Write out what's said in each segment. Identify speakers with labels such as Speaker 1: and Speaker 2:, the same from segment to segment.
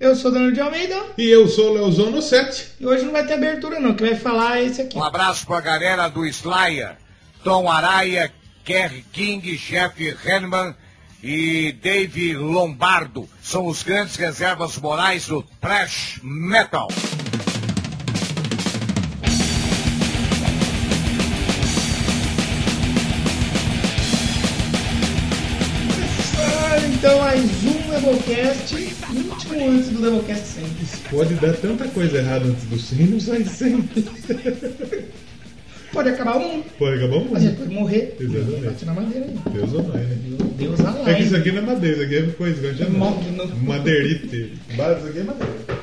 Speaker 1: Eu sou o Danilo de Almeida
Speaker 2: E eu sou o Leozono 7.
Speaker 1: e hoje não vai ter abertura não, quem vai falar é esse aqui.
Speaker 3: Um abraço pra galera do Slayer, Tom Araia, Kerry King, Jeff Henman e Dave Lombardo. São os grandes reservas morais do thrash metal.
Speaker 1: Começando, Então, mais um Doublecast, último antes do Doublecast sempre.
Speaker 2: Pode dar tanta coisa errada antes do 100, não sai 100.
Speaker 1: Pode acabar um,
Speaker 2: Pode acabar um?
Speaker 1: mas ele pode morrer.
Speaker 2: Exatamente.
Speaker 1: Bate na madeira aí.
Speaker 2: Deus ou não, né?
Speaker 1: Meu Deus, a
Speaker 2: É que isso
Speaker 1: live.
Speaker 2: aqui não é madeira, isso aqui é coisa, como chama?
Speaker 1: Mogno.
Speaker 2: Madeirite. Ba- Isso aqui é madeira.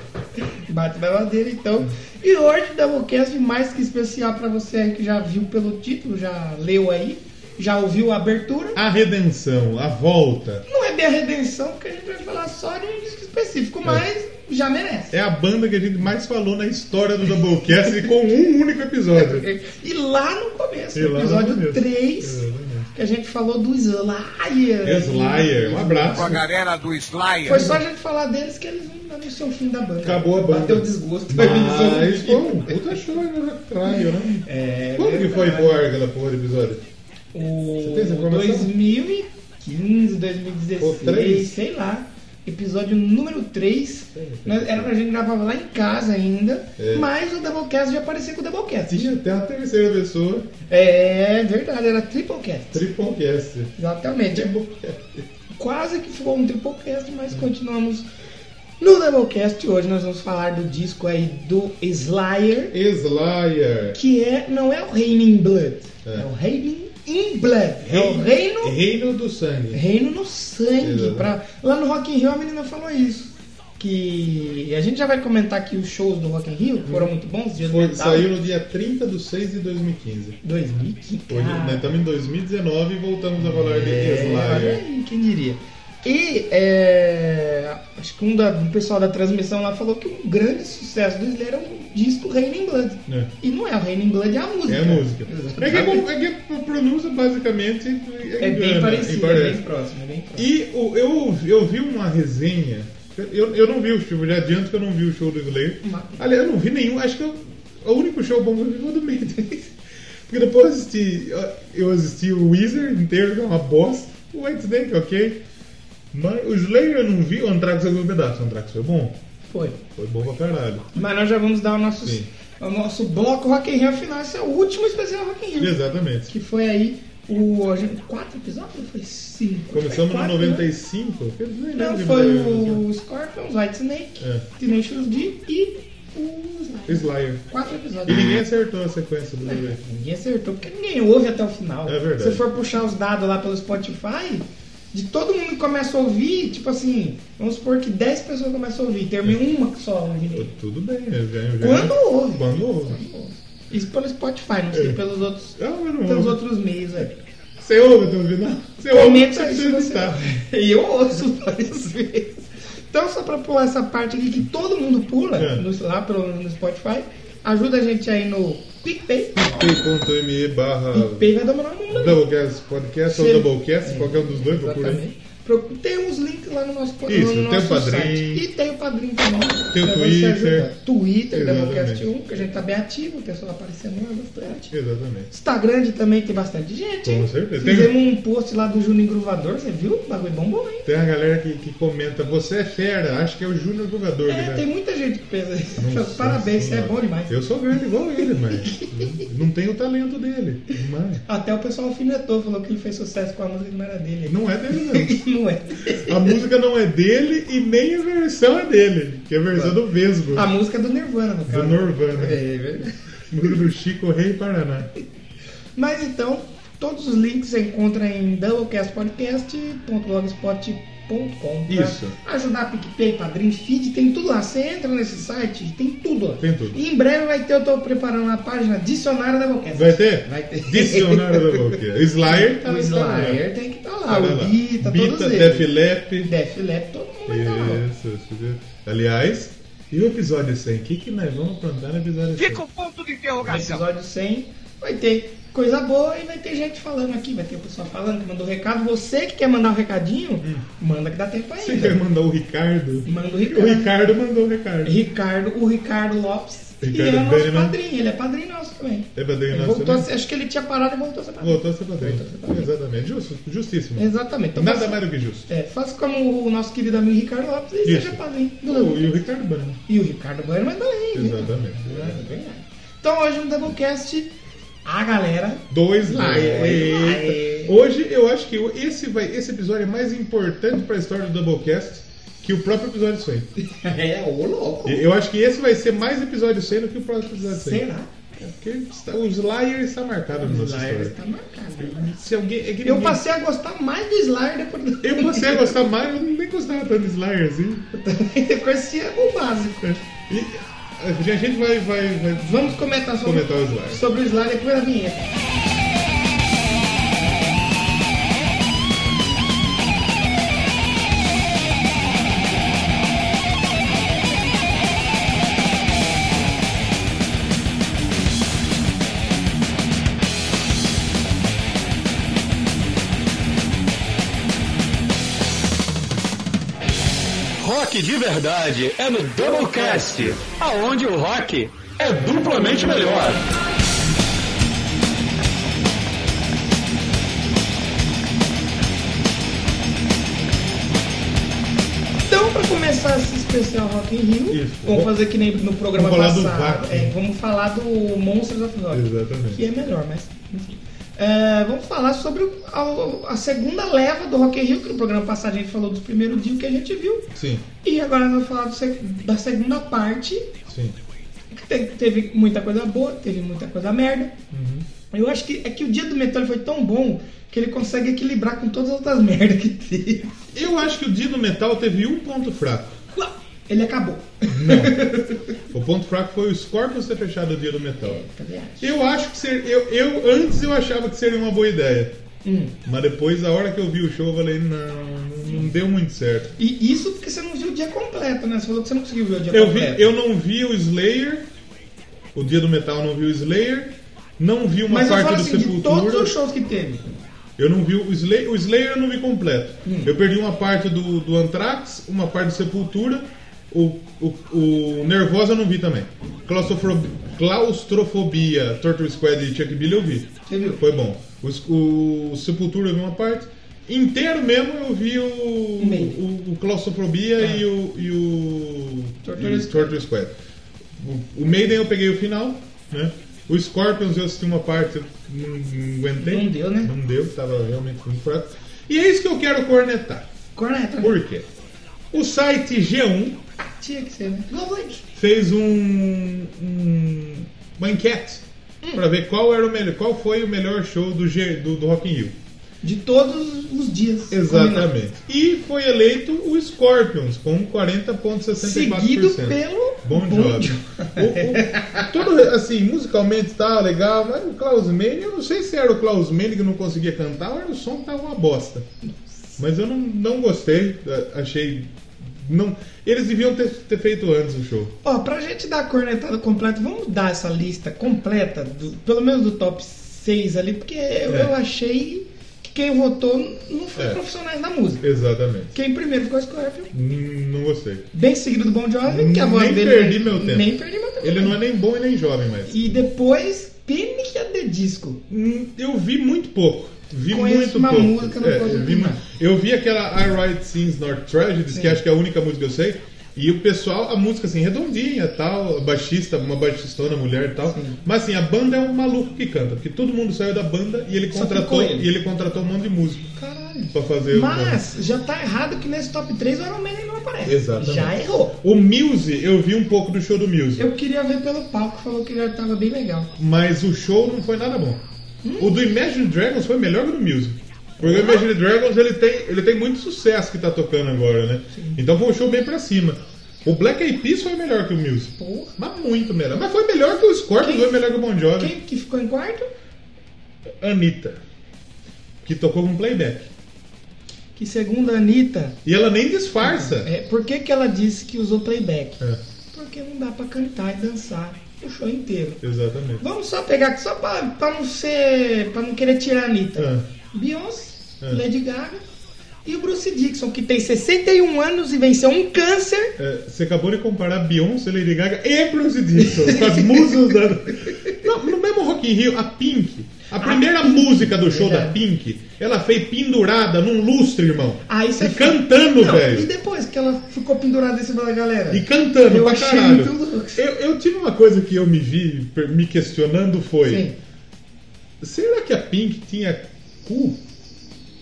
Speaker 1: Bate na madeira então. E hoje, Doublecast mais que especial pra você aí que já viu pelo título, já leu aí, já ouviu a abertura.
Speaker 2: A redenção, a volta.
Speaker 1: Não é bem a redenção, porque a gente vai falar só de um disco específico, mas já merece.
Speaker 2: É a banda que a gente mais falou na história do Doublecast e com um único episódio.
Speaker 1: É, E lá no começo,
Speaker 2: E lá
Speaker 1: no
Speaker 2: no
Speaker 1: episódio
Speaker 2: começo. É.
Speaker 1: 3,
Speaker 2: Exatamente.
Speaker 1: que a gente falou do Slayer.
Speaker 2: Slayer, um abraço.
Speaker 3: Com a galera do
Speaker 1: Foi
Speaker 3: Slayer,
Speaker 1: só a gente falar deles que eles não não são o fim da banda.
Speaker 2: Acabou a banda.
Speaker 1: Bateu o desgosto.
Speaker 2: Mas foi um puta show, né? Traio, né?
Speaker 1: É,
Speaker 2: Quando que foi embora aquela porra de episódio?
Speaker 1: O
Speaker 2: tem essa informação?
Speaker 1: 2015,
Speaker 2: Ou
Speaker 1: 2016,
Speaker 2: três?
Speaker 1: sei lá. Episódio número 3. Era pra gente gravar lá em casa ainda.
Speaker 2: É.
Speaker 1: Mas o Doublecast já apareceu com o Doublecast.
Speaker 2: Tinha até a terceira pessoa,
Speaker 1: É verdade, era Triplecast.
Speaker 2: Triplecast.
Speaker 1: Exatamente.
Speaker 2: Tipo, Triplecast.
Speaker 1: quase que ficou um triplecast, mas continuamos no Doublecast. Hoje nós vamos falar do disco aí do Slayer,
Speaker 2: Slayer.
Speaker 1: que é, não é o Reino in Blood, é,
Speaker 2: É.
Speaker 1: o Reino in Blood, é o Reino,
Speaker 2: Reino do Sangue.
Speaker 1: reino no Sangue.
Speaker 2: Exato.
Speaker 1: Pra, lá no Rock in Rio a menina falou isso. Que a gente já vai comentar aqui os shows do Rock in Rio, que foram muito bons, dias
Speaker 2: Uhum. Foi-
Speaker 1: metal.
Speaker 2: saiu no dia 30 de 6 de 2015.
Speaker 1: 2015.
Speaker 2: Hoje, nós
Speaker 1: cara.
Speaker 2: estamos né, em 2019 e voltamos a falar de
Speaker 1: Ah. É, olha
Speaker 2: Slayer.
Speaker 1: aí, quem diria. E é, acho que um, da- um pessoal da transmissão lá falou que um grande sucesso do Slayer é o disco Raining Blood.
Speaker 2: É.
Speaker 1: E não é o Raining Blood, é a música.
Speaker 2: É a música. É que, é
Speaker 1: Exatamente.
Speaker 2: bom- é que a pronúncia basicamente é,
Speaker 1: É bem
Speaker 2: engana,
Speaker 1: parecido, é
Speaker 2: emparece.
Speaker 1: bem próximo. É bem próximo.
Speaker 2: E o- eu, eu vi uma resenha. Eu, eu não vi o show, já adianto que eu não vi o show do Slayer.
Speaker 1: Mas-
Speaker 2: Aliás, eu não vi nenhum. Acho que eu- o único show bom que eu vi foi o do Maiden. Porque depois eu assisti, eu assisti o Wizard inteiro, que é uma bosta. O White Snake, ok. Mas o Slayer eu não vi. O Anthrax eu vi um pedaço. O Anthrax foi bom?
Speaker 1: Foi.
Speaker 2: Foi bom pra caralho.
Speaker 1: Mas nós já vamos dar o nosso,
Speaker 2: Sim.
Speaker 1: o nosso bloco Rock in Rio afinal. Esse é o último especial Rock in Rio.
Speaker 2: Exatamente.
Speaker 1: Que foi aí o. a gente- Quatro episódios? Foi cinco.
Speaker 2: Começamos
Speaker 1: foi
Speaker 2: no
Speaker 1: quatro, né?
Speaker 2: 95. Eu nem
Speaker 1: Não,
Speaker 2: lembro
Speaker 1: foi
Speaker 2: de- né?
Speaker 1: o Scorpions, White Snake,
Speaker 2: É.
Speaker 1: Tenacious D e o Slayer.
Speaker 2: Slayer.
Speaker 1: Quatro
Speaker 2: E
Speaker 1: episódios.
Speaker 2: ninguém acertou a sequência do Slayer.
Speaker 1: Ninguém acertou, porque ninguém ouve até o final.
Speaker 2: É verdade.
Speaker 1: Se você for puxar os dados lá pelo Spotify, de todo mundo que começa a ouvir, tipo assim, vamos supor que 10 pessoas começam a ouvir, termina uma que só ouve direito.
Speaker 2: Tudo bem, eu ganho.
Speaker 1: Quando ouve.
Speaker 2: Quando ouve.
Speaker 1: Isso pelo Spotify, não sei
Speaker 2: É.
Speaker 1: pelos outros,
Speaker 2: Ah, mas não
Speaker 1: pelos
Speaker 2: ouve.
Speaker 1: outros meios aí.
Speaker 2: Você ouve até o final? Você ouve,
Speaker 1: Comenta
Speaker 2: você
Speaker 1: aí se
Speaker 2: precisa
Speaker 1: você...
Speaker 2: editar.
Speaker 1: E eu ouço várias vezes. Então, só pra pular essa parte aqui que todo mundo pula,
Speaker 2: É.
Speaker 1: no- lá pelo, no Spotify, ajuda a gente aí no PicPay.
Speaker 2: P.me barra
Speaker 1: PicPay vai dominar o mundo. né?
Speaker 2: Doublecast Podcast
Speaker 1: Sim.
Speaker 2: ou Doublecast,
Speaker 1: É.
Speaker 2: qualquer um dos dois, procura aí.
Speaker 1: Exatamente. Pro- Tem uns links lá no nosso no
Speaker 2: Isso, tem o
Speaker 1: nosso
Speaker 2: Padrim.
Speaker 1: site. E tem o Padrim também.
Speaker 2: Tem
Speaker 1: pra
Speaker 2: o
Speaker 1: você
Speaker 2: Twitter.
Speaker 1: ajudar. Twitter,
Speaker 2: Exatamente.
Speaker 1: Doublecast 1, que a gente tá bem ativo, o pessoal aparecendo lá bastante.
Speaker 2: Exatamente.
Speaker 1: Instagram de- também tem bastante gente. hein?
Speaker 2: Com certeza.
Speaker 1: Fizemos um post lá do Júnior Gruvador, você viu? O bagulho bombou, hein?
Speaker 2: Tem a galera que, que comenta, você é fera, acho que é o Júnior Jogador. que
Speaker 1: É,
Speaker 2: tá-
Speaker 1: tem muita gente que pensa isso.
Speaker 2: Nossa
Speaker 1: Parabéns, você é
Speaker 2: Senhora.
Speaker 1: bom demais.
Speaker 2: Eu sou grande igual ele, mas não tenho o talento dele. Mas
Speaker 1: Até o pessoal alfinetou, falou que ele fez sucesso com a música que não era dele.
Speaker 2: não é dele, não.
Speaker 1: Não é.
Speaker 2: A música não é dele e nem a versão é dele, que é a versão do Vesgo,
Speaker 1: Tá. A música é do Nirvana, no
Speaker 2: do
Speaker 1: caso.
Speaker 2: Norvana,
Speaker 1: É, verdade.
Speaker 2: música do Chico Rei Paraná.
Speaker 1: Mas então, todos os links você encontra em doublecastpodcast.blogspot.com pra
Speaker 2: Isso.
Speaker 1: Ajudar PicPay, Padrim, Feed, tem tudo lá. Você entra nesse site, tem tudo lá.
Speaker 2: Tem tudo.
Speaker 1: E em breve vai ter, eu tô preparando a página Dicionário da Doublecast.
Speaker 2: Vai ter?
Speaker 1: Vai ter.
Speaker 2: Dicionário da boquinha. Slayer tá
Speaker 1: O
Speaker 2: no
Speaker 1: Slayer tem que estar lá.
Speaker 2: Olha lá.
Speaker 1: O Bita, todos
Speaker 2: Bita,
Speaker 1: eles.
Speaker 2: Def Leppard.
Speaker 1: Def Leppard, é todo mundo vai estar lá.
Speaker 2: Isso, isso, isso. Aliás, e o episódio 100? O que, que nós vamos plantar no episódio 100?
Speaker 3: Fica o ponto de
Speaker 1: No Um
Speaker 3: interrogação.
Speaker 1: episódio 100, vai ter coisa boa e vai ter gente falando aqui, vai ter o pessoal falando que mandou recado. Você que quer mandar um recadinho,
Speaker 2: Hum.
Speaker 1: manda que dá tempo
Speaker 2: Você quer
Speaker 1: ainda.
Speaker 2: mandar o Ricardo?
Speaker 1: Manda o
Speaker 2: O
Speaker 1: Ricardo.
Speaker 2: Ricardo mandou o Ricardo.
Speaker 1: Ricardo, o Ricardo Lopes, que
Speaker 2: Ricardo
Speaker 1: é nosso
Speaker 2: Berman.
Speaker 1: padrinho, ele é padrinho nosso também.
Speaker 2: É padrinho
Speaker 1: Ele
Speaker 2: nosso
Speaker 1: voltou a
Speaker 2: também?
Speaker 1: ser- acho que ele tinha parado e voltou a ser padrinho.
Speaker 2: Voltou a ser padrinho. Exatamente. Justo, justíssimo.
Speaker 1: Exatamente. Então,
Speaker 2: Nada
Speaker 1: faça-
Speaker 2: mais do que justo.
Speaker 1: é, faça como o nosso querido amigo Ricardo Lopes e
Speaker 2: Isso.
Speaker 1: seja padrinho. do
Speaker 2: Não, e o Ricardo Banana.
Speaker 1: E o Ricardo Bueno mas também. né?
Speaker 2: Exatamente.
Speaker 1: Então hoje no Doublecast, a galera.
Speaker 2: Dois
Speaker 1: Lá,
Speaker 2: likes.
Speaker 1: é, lá,
Speaker 2: Eita.
Speaker 1: é.
Speaker 2: Hoje eu acho que esse, vai, esse episódio é mais importante pra história do Doublecast que o próprio episódio 100.
Speaker 1: É, ô louco.
Speaker 2: Eu acho que esse vai ser mais episódio 100 do que o próprio episódio 100.
Speaker 1: Será?
Speaker 2: Porque está- o Slayer está marcado no nosso
Speaker 1: Slayer
Speaker 2: história.
Speaker 1: tá marcado. né?
Speaker 2: Se alguém, é que
Speaker 1: Eu
Speaker 2: ninguém-
Speaker 1: passei a gostar mais do Slayer depois do.
Speaker 2: Eu passei a gostar mais, mas nem gostava tanto de Slayer assim.
Speaker 1: Eu conhecia o básico.
Speaker 2: E a gente vai, vai, vai
Speaker 1: Vamos comentar sobre,
Speaker 2: Comentar o Slayer.
Speaker 1: sobre o Slayer depois da vinheta.
Speaker 4: Rock de verdade é no Doublecast, aonde o rock é duplamente melhor.
Speaker 1: Então, pra começar esse especial Rock in Rio,
Speaker 2: Isso.
Speaker 1: vamos fazer que nem no programa
Speaker 2: Vamos falar do
Speaker 1: passado.
Speaker 2: Vacuum.
Speaker 1: É, vamos falar do Monsters of Rock.
Speaker 2: Exatamente.
Speaker 1: que é melhor, mas enfim. É, vamos falar sobre o- a, a segunda leva do Rock in Rio, que no programa passado a gente falou do primeiro dia que a gente viu.
Speaker 2: Sim,
Speaker 1: E agora nós vamos falar do seg- da segunda parte,
Speaker 2: sim.
Speaker 1: que te- teve muita coisa boa, teve muita coisa merda.
Speaker 2: Uhum.
Speaker 1: Eu acho que é que o dia do metal foi tão bom que ele consegue equilibrar com todas as outras merdas que teve.
Speaker 2: Eu acho que o Dino Metal teve um ponto fraco.
Speaker 1: Ele acabou.
Speaker 2: O ponto fraco foi o Scorpions ter fechado o Dino Metal.
Speaker 1: Também acho.
Speaker 2: Eu acho que ser, eu, eu antes eu achava que seria uma boa ideia,
Speaker 1: Hum.
Speaker 2: mas depois a hora que eu vi o show eu falei não, não deu muito certo.
Speaker 1: E isso porque você não viu o dia completo, né? Você falou que você não conseguiu ver o dia
Speaker 2: Eu vi,
Speaker 1: completo.
Speaker 2: eu não vi o Slayer, o Dia do Metal eu não vi o Slayer, não vi uma
Speaker 1: Mas eu
Speaker 2: parte
Speaker 1: falo
Speaker 2: do
Speaker 1: assim, de
Speaker 2: Sepultura.
Speaker 1: todos os shows que teve.
Speaker 2: Eu não vi o Slayer, o Slayer eu não vi completo.
Speaker 1: Hum.
Speaker 2: Eu perdi uma parte do, do Anthrax, uma parte do Sepultura, o, o, o Nervosa eu não vi também. Claustrofobia, claustrofobia Torture Squad e Chuck Billy eu vi.
Speaker 1: Você viu?
Speaker 2: Foi bom. Os- O, Sepultura eu vi uma parte. Inteiro mesmo eu vi o,
Speaker 1: Meio.
Speaker 2: o, o Claustrofobia
Speaker 1: Ah.
Speaker 2: e o, e o
Speaker 1: Torture
Speaker 2: e o
Speaker 1: Squad.
Speaker 2: Torture Squad. O, o Maiden eu peguei o final, né? O Scorpions eu assisti uma parte, eu não, não aguentei.
Speaker 1: Não deu, né?
Speaker 2: Não deu, tava realmente muito fraco. E é isso que eu quero cornetar.
Speaker 1: Corneta.
Speaker 2: Por quê? O site G1
Speaker 1: Tinha que ser, né? Globoid.
Speaker 2: fez um, um- uma enquete
Speaker 1: Hum.
Speaker 2: pra ver qual era o melhor, qual foi o melhor show do, G, do, do Rock in Rio.
Speaker 1: De todos os dias. Combinado.
Speaker 2: Exatamente. E foi eleito o Scorpions com 40,64%.
Speaker 1: Seguido pelo
Speaker 2: Bom Job. O- o- Tudo assim, musicalmente tá legal, mas o Klaus Mann, eu não sei se era o Klaus Mann que não conseguia cantar ou era o som que tava uma bosta. Mas eu não, não gostei, a- achei. Não, eles deviam ter, ter feito antes o show.
Speaker 1: Ó, pra gente dar a cornetada completa, vamos dar essa lista completa, do- pelo menos do top 6 ali, porque eu,
Speaker 2: É.
Speaker 1: eu achei que quem votou não foi
Speaker 2: É.
Speaker 1: profissionais da música.
Speaker 2: Exatamente.
Speaker 1: Quem primeiro ficou Scorpion,
Speaker 2: Hum, Não gostei.
Speaker 1: bem seguido do Bon Jovi, que a
Speaker 2: Nem
Speaker 1: voz dele...
Speaker 2: perdi meu tempo.
Speaker 1: Nem perdi meu tempo.
Speaker 2: Ele não é nem bom e nem jovem mais.
Speaker 1: E depois, Panic at the Disco.
Speaker 2: Hum, Eu vi muito pouco. Vi
Speaker 1: Conheço
Speaker 2: muito
Speaker 1: uma
Speaker 2: pouco.
Speaker 1: música, não
Speaker 2: É,
Speaker 1: posso
Speaker 2: eu, vi
Speaker 1: opinar.
Speaker 2: muito- eu vi aquela I Write Things Not Tragedies, que
Speaker 1: Sim.
Speaker 2: acho que é a única música que eu sei. E o pessoal, a música assim, redondinha tal, baixista, uma baixistona, mulher e tal.
Speaker 1: Sim.
Speaker 2: Mas assim, a banda é um maluco que canta, porque todo mundo saiu da banda e ele
Speaker 1: Só
Speaker 2: contratou,
Speaker 1: ficou ele.
Speaker 2: E ele contratou um monte de músico
Speaker 1: Caralho.
Speaker 2: pra fazer o-
Speaker 1: Mas já tá errado que nesse top 3 o Iron Man não aparece.
Speaker 2: Exatamente.
Speaker 1: Já errou.
Speaker 2: O Muse, eu vi um pouco do show do Muse,
Speaker 1: Eu queria ver pelo palco, falou que já tava bem legal.
Speaker 2: mas o show não foi nada bom. O do Imagine Dragons foi melhor que o do Muse. Porque o Imagine Dragons ele tem, ele tem muito sucesso que tá tocando agora, né? Então foi um show bem pra cima. O Black Eyed Peas foi melhor que o Muse.
Speaker 1: Porra.
Speaker 2: Mas muito melhor. Mas foi melhor que o Scorpions,
Speaker 1: Quem-
Speaker 2: foi melhor que o Bon Jovi.
Speaker 1: Quem que ficou em quarto?
Speaker 2: Anitta. Que tocou com playback.
Speaker 1: Que segundo a Anitta,
Speaker 2: E ela nem disfarça.
Speaker 1: é, por que, que ela disse que usou playback?
Speaker 2: É.
Speaker 1: Porque não dá pra cantar e dançar o show inteiro.
Speaker 2: Exatamente.
Speaker 1: Vamos só pegar aqui, só pra, pra não ser. pra não querer tirar a Anitta.
Speaker 2: Ah,
Speaker 1: Beyoncé,
Speaker 2: É.
Speaker 1: Lady Gaga e o Bruce Dixon, que tem 61 anos e venceu um câncer.
Speaker 2: é, você acabou de comparar Beyoncé, Lady Gaga e Bruce Dixon com as musas da. Não, no mesmo Rock in Rio, a Pink. A
Speaker 1: Ah,
Speaker 2: primeira música do show
Speaker 1: é.
Speaker 2: da Pink, ela fez pendurada num lustre, irmão.
Speaker 1: Aí você
Speaker 2: E cantando,
Speaker 1: Não,
Speaker 2: velho.
Speaker 1: E depois que ela ficou pendurada em cima da galera.
Speaker 2: E cantando
Speaker 1: Eu
Speaker 2: pra
Speaker 1: achei
Speaker 2: caralho.
Speaker 1: muito louco.
Speaker 2: Eu, eu tive uma coisa que eu me vi per- me questionando foi.
Speaker 1: Sim.
Speaker 2: Será que a Pink tinha cu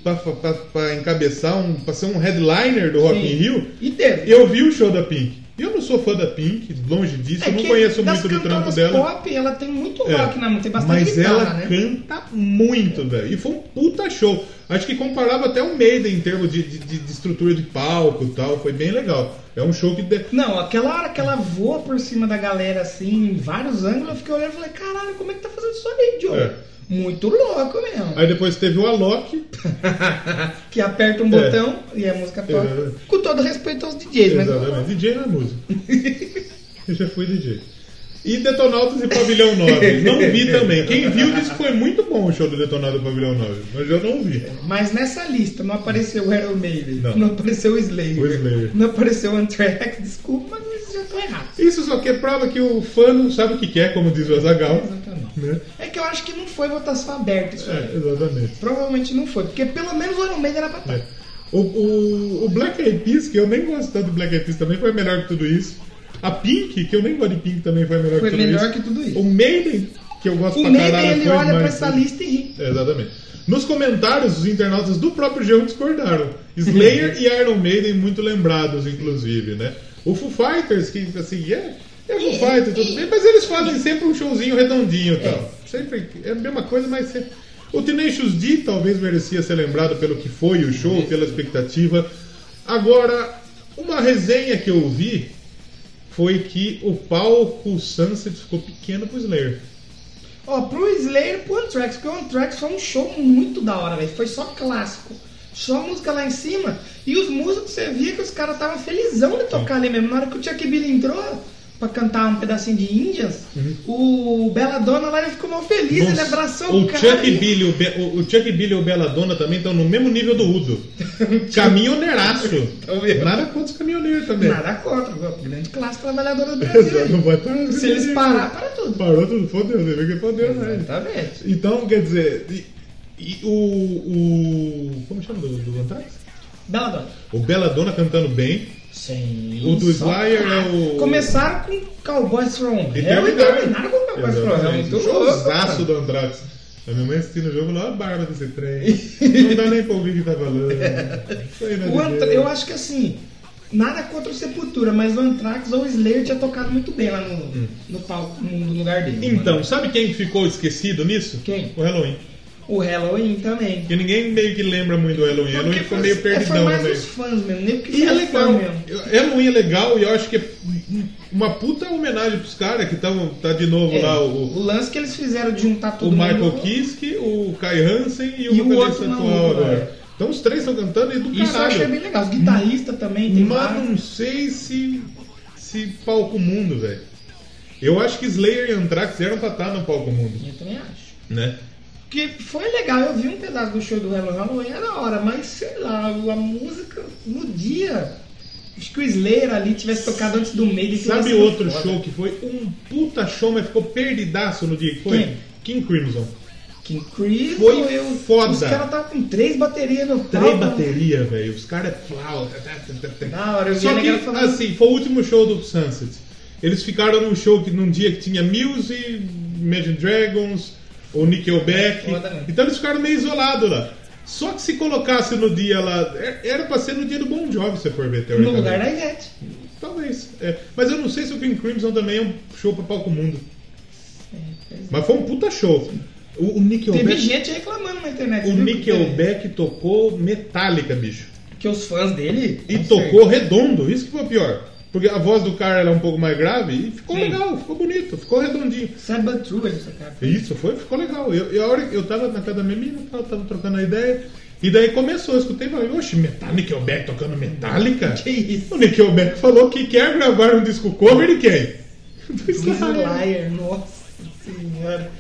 Speaker 2: pra, pra- pra- pra encabeçar um. pra ser um headliner do Rock
Speaker 1: Sim.
Speaker 2: in Rio?
Speaker 1: E teve.
Speaker 2: Eu vi o show da Pink. Eu não sou fã da Pink, longe disso, eu não
Speaker 1: É que
Speaker 2: conheço
Speaker 1: das
Speaker 2: muito do trampo
Speaker 1: cantoras
Speaker 2: dela.
Speaker 1: pop, ela tem muito
Speaker 2: É.
Speaker 1: rock na mão, tem bastante
Speaker 2: Mas
Speaker 1: guitarra,
Speaker 2: ela
Speaker 1: né?
Speaker 2: canta muito, velho. E foi um puta show. Acho que comparava até o Maiden em termos de, de- de- de estrutura de palco e tal. Foi bem legal. É um show que. de-
Speaker 1: Não, aquela hora que ela voa por cima da galera, assim, em vários ângulos, eu fiquei olhando e falei, caralho, como é que tá fazendo isso aí, Joe?
Speaker 2: É.
Speaker 1: Muito louco mesmo.
Speaker 2: Aí depois teve o Alok,
Speaker 1: Que aperta
Speaker 2: É.
Speaker 1: um botão e a música toca.
Speaker 2: Exatamente.
Speaker 1: Com todo respeito aos DJs, mas
Speaker 2: É. Exatamente. DJ não é música. Eu já fui DJ. E Detonautas e Pavilhão 9. Não vi também. Quem viu disse que foi muito bom o show do Detonautas e Pavilhão 9. Mas eu não vi.
Speaker 1: Mas nessa lista não apareceu o Iron Maiden,
Speaker 2: Não.
Speaker 1: não, apareceu o Slayer,
Speaker 2: O Slayer.
Speaker 1: não apareceu o Anthrax, desculpa, mas eu já tô errado.
Speaker 2: Isso só que é prova que o fã não sabe o que quer, como diz o Azagal.
Speaker 1: Exatamente.
Speaker 2: Né?
Speaker 1: É que eu acho que não foi votação aberta isso aí.
Speaker 2: É, exatamente.
Speaker 1: Provavelmente não foi, porque pelo menos o Iron Maiden era pra tá. estar.
Speaker 2: É. O, o, o Black Eyed Peas, que eu nem gosto tanto do Black Eyed Peas, também foi melhor que tudo isso. A Pink, que eu nem gosto de Pink, também foi melhor
Speaker 1: Foi
Speaker 2: que tudo
Speaker 1: melhor
Speaker 2: isso.
Speaker 1: que tudo isso.
Speaker 2: O Maiden, que eu gosto
Speaker 1: O
Speaker 2: pra
Speaker 1: Maiden
Speaker 2: caralho,
Speaker 1: ele
Speaker 2: foi
Speaker 1: olha pra
Speaker 2: mais
Speaker 1: essa
Speaker 2: tudo.
Speaker 1: lista e ri.
Speaker 2: É, Exatamente. Nos comentários, os internautas do próprio G1 discordaram. Slayer e Iron Maiden muito lembrados, inclusive, né? O Foo Fighters, que assim, é, é Foo Fighters, tudo bem, mas eles fazem sempre um showzinho redondinho e tal. Sempre é a mesma coisa, mas sempre. O Tenacious D talvez merecia ser lembrado pelo que foi o show, pela expectativa. Agora, uma resenha que eu vi foi que o palco Sunset ficou pequeno pro Slayer.
Speaker 1: Ó, pro Slayer, pro Anthrax, porque o Anthrax foi um show muito da hora, velho. Foi só clássico. Só música lá em cima. E os músicos, você via que os caras estavam felizão de tocar ali mesmo. Na hora que o Chuck Billy entrou pra cantar um pedacinho de Indians, o Belladonna lá ele ficou mal feliz, ele
Speaker 2: Uhum. Nossa,
Speaker 1: abraçou o,
Speaker 2: o
Speaker 1: cara.
Speaker 2: Chuck
Speaker 1: e-
Speaker 2: Billy, o, Be- o- o Chuck Billy e o Belladonna também estão no mesmo nível do Udo. Caminhoneiraço. Nada contra os caminhoneiros também.
Speaker 1: Então, Nada contra, viu? grande classe trabalhadora do
Speaker 2: Exato,
Speaker 1: Brasil.
Speaker 2: Não vai parar.
Speaker 1: Se eles parar, para tudo.
Speaker 2: Parou tudo, fodeu, você vê que fodeu, né?
Speaker 1: Exatamente.
Speaker 2: Então, quer dizer, e, e o, o. Como chama do, do Antares?
Speaker 1: Belladonna.
Speaker 2: O Belladonna cantando bem.
Speaker 1: Sim.
Speaker 2: O do
Speaker 1: só
Speaker 2: Slayer é
Speaker 1: clássico.
Speaker 2: o-
Speaker 1: Começaram com Cowboys from
Speaker 2: E
Speaker 1: Hell e
Speaker 2: terminaram.
Speaker 1: terminaram com Cowboys from Hell.
Speaker 2: Exatamente.
Speaker 1: é Muito louco.
Speaker 2: Showzaço do Andrax. A minha mãe assistindo o jogo lá, a barba desse trem. Não dá nem pra ouvir o que tá falando. Isso aí não é
Speaker 1: O
Speaker 2: de
Speaker 1: Antra-
Speaker 2: Deus.
Speaker 1: Eu acho que assim, nada contra o Sepultura, mas o Anthrax ou o Slayer tinha tocado muito bem lá no, no palco, no, no lugar dele.
Speaker 2: Então,
Speaker 1: mano.
Speaker 2: sabe quem ficou esquecido nisso?
Speaker 1: Quem?
Speaker 2: O Halloween.
Speaker 1: O Halloween também.
Speaker 2: Porque ninguém meio que lembra muito do Halloween. Halloween ficou
Speaker 1: foi-
Speaker 2: meio
Speaker 1: é,
Speaker 2: perdidão
Speaker 1: foi
Speaker 2: no
Speaker 1: mais
Speaker 2: meio.
Speaker 1: os fãs mesmo, nem porque
Speaker 2: E é
Speaker 1: foi
Speaker 2: legal.
Speaker 1: fã mesmo.
Speaker 2: Eu- Halloween é legal e eu acho que é uma puta homenagem pros caras que estavam. Tá de novo
Speaker 1: É,
Speaker 2: lá
Speaker 1: o
Speaker 2: o,
Speaker 1: lance que eles fizeram de juntar
Speaker 2: o
Speaker 1: todo
Speaker 2: Michael
Speaker 1: mundo.
Speaker 2: Kiske, o Kai Hansen e,
Speaker 1: E
Speaker 2: o
Speaker 1: o
Speaker 2: vocalista
Speaker 1: outro maluco,
Speaker 2: atual agora.
Speaker 1: é.
Speaker 2: Então os três estão cantando e do
Speaker 1: Isso eu achei bem
Speaker 2: caralho.
Speaker 1: legal. Os guitarristas também, tem
Speaker 2: Mas
Speaker 1: vários.
Speaker 2: não sei se. se palco mundo, velho. Eu acho que Slayer e Anthrax eram pra estar no palco mundo,
Speaker 1: Eu também acho.
Speaker 2: né?
Speaker 1: Que foi legal, eu vi um pedaço do show do Hello Halloween, era da hora, mas sei lá, a música no dia. Acho que o Slayer ali tivesse tocado antes do meio e
Speaker 2: Sabe outro show que foi um puta show, mas ficou perdidaço no dia que foi?
Speaker 1: Quem?
Speaker 2: King Crimson.
Speaker 1: Que incrível!
Speaker 2: Foi foda.
Speaker 1: Os caras estavam com três baterias no
Speaker 2: Três
Speaker 1: palco.
Speaker 2: bateria, velho. Os caras é flau. tá,
Speaker 1: Da hora, Ah, eu vi
Speaker 2: Só
Speaker 1: a
Speaker 2: que,
Speaker 1: galera falando.
Speaker 2: assim, foi o último show do Sunset. Eles ficaram num show que num dia que tinha Muse, Imagine Dragons, o Nickelback.
Speaker 1: Foda mesmo.
Speaker 2: Então eles ficaram meio isolados lá. Só que se colocasse no dia lá. é- Era pra ser no dia do Bon Jovi, se você for ver,
Speaker 1: No
Speaker 2: teoricamente.
Speaker 1: lugar né? da Ivete.
Speaker 2: Talvez. é. Mas eu não sei se o King Crimson também é um show pra palco mundo. Mas foi um puta show. O, o
Speaker 1: É, Teve
Speaker 2: Nickelback,
Speaker 1: gente reclamando na internet.
Speaker 2: o
Speaker 1: viu?
Speaker 2: Nickelback tocou Metallica, bicho.
Speaker 1: Que os fãs dele.
Speaker 2: E tocou redondo, isso que foi o pior. Porque a voz do cara era um pouco mais grave e ficou
Speaker 1: Sim.
Speaker 2: legal, ficou bonito, ficou redondinho.
Speaker 1: Sabe True, eles tocaram.
Speaker 2: Isso, foi, ficou legal. Eu, eu, a hora que eu tava na casa da minha menina, tava, tava trocando a ideia. E daí começou, eu escutei e falei, oxe, Metallica, Nickelback tocando Metallica?
Speaker 1: Que isso?
Speaker 2: O Nickelback falou que quer gravar um disco cover de quem? Do
Speaker 1: Do
Speaker 2: Slayer.
Speaker 1: Slayer, nossa senhora.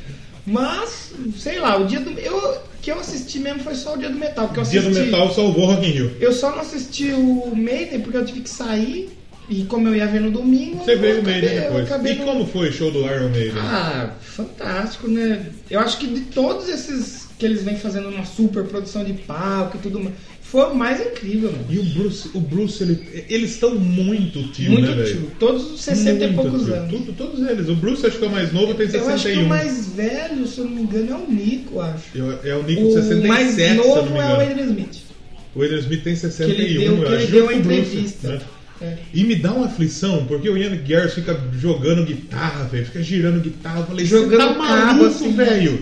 Speaker 1: Mas, sei lá, o dia do. Eu, que eu assisti mesmo foi só o dia do metal. Porque eu
Speaker 2: Dia do
Speaker 1: assisti-
Speaker 2: Metal salvou Rock in Rio.
Speaker 1: Eu só não assisti o Maiden porque eu tive que sair. E como eu ia ver no domingo.
Speaker 2: Você veio
Speaker 1: eu
Speaker 2: o Maiden
Speaker 1: acabei- eu
Speaker 2: depois.
Speaker 1: acabei
Speaker 2: E
Speaker 1: não-
Speaker 2: como foi o show do Iron Maiden?
Speaker 1: Ah, fantástico, né? Eu acho que de todos esses que eles vêm fazendo uma super produção de palco e tudo mais, foi o mais incrível, mano.
Speaker 2: E o Bruce, o Bruce ele, eles estão muito tio,
Speaker 1: Muito
Speaker 2: né, velho?
Speaker 1: tio. Todos os 60 e
Speaker 2: Muito
Speaker 1: poucos
Speaker 2: tio.
Speaker 1: anos.
Speaker 2: Tudo- todos eles. O Bruce acho que é o mais novo, tem 61.
Speaker 1: Eu acho que o mais velho, se eu não me engano, é o Nico, eu acho.
Speaker 2: Eu- É o Nico de
Speaker 1: O
Speaker 2: 67,
Speaker 1: mais
Speaker 2: se eu não me
Speaker 1: novo é o
Speaker 2: engano.
Speaker 1: Adrian Smith.
Speaker 2: O Adrian Smith tem 61,
Speaker 1: Que ele deu,
Speaker 2: eu
Speaker 1: que
Speaker 2: acho.
Speaker 1: ele deu
Speaker 2: junto
Speaker 1: a
Speaker 2: com o Bruce,
Speaker 1: entrevista.
Speaker 2: né?
Speaker 1: É.
Speaker 2: E me dá uma aflição, porque o Ian Garrison fica jogando guitarra, velho, fica girando guitarra. Eu falei,
Speaker 1: Jogando
Speaker 2: jogando tá
Speaker 1: cabo,
Speaker 2: maluco,
Speaker 1: assim.
Speaker 2: velho.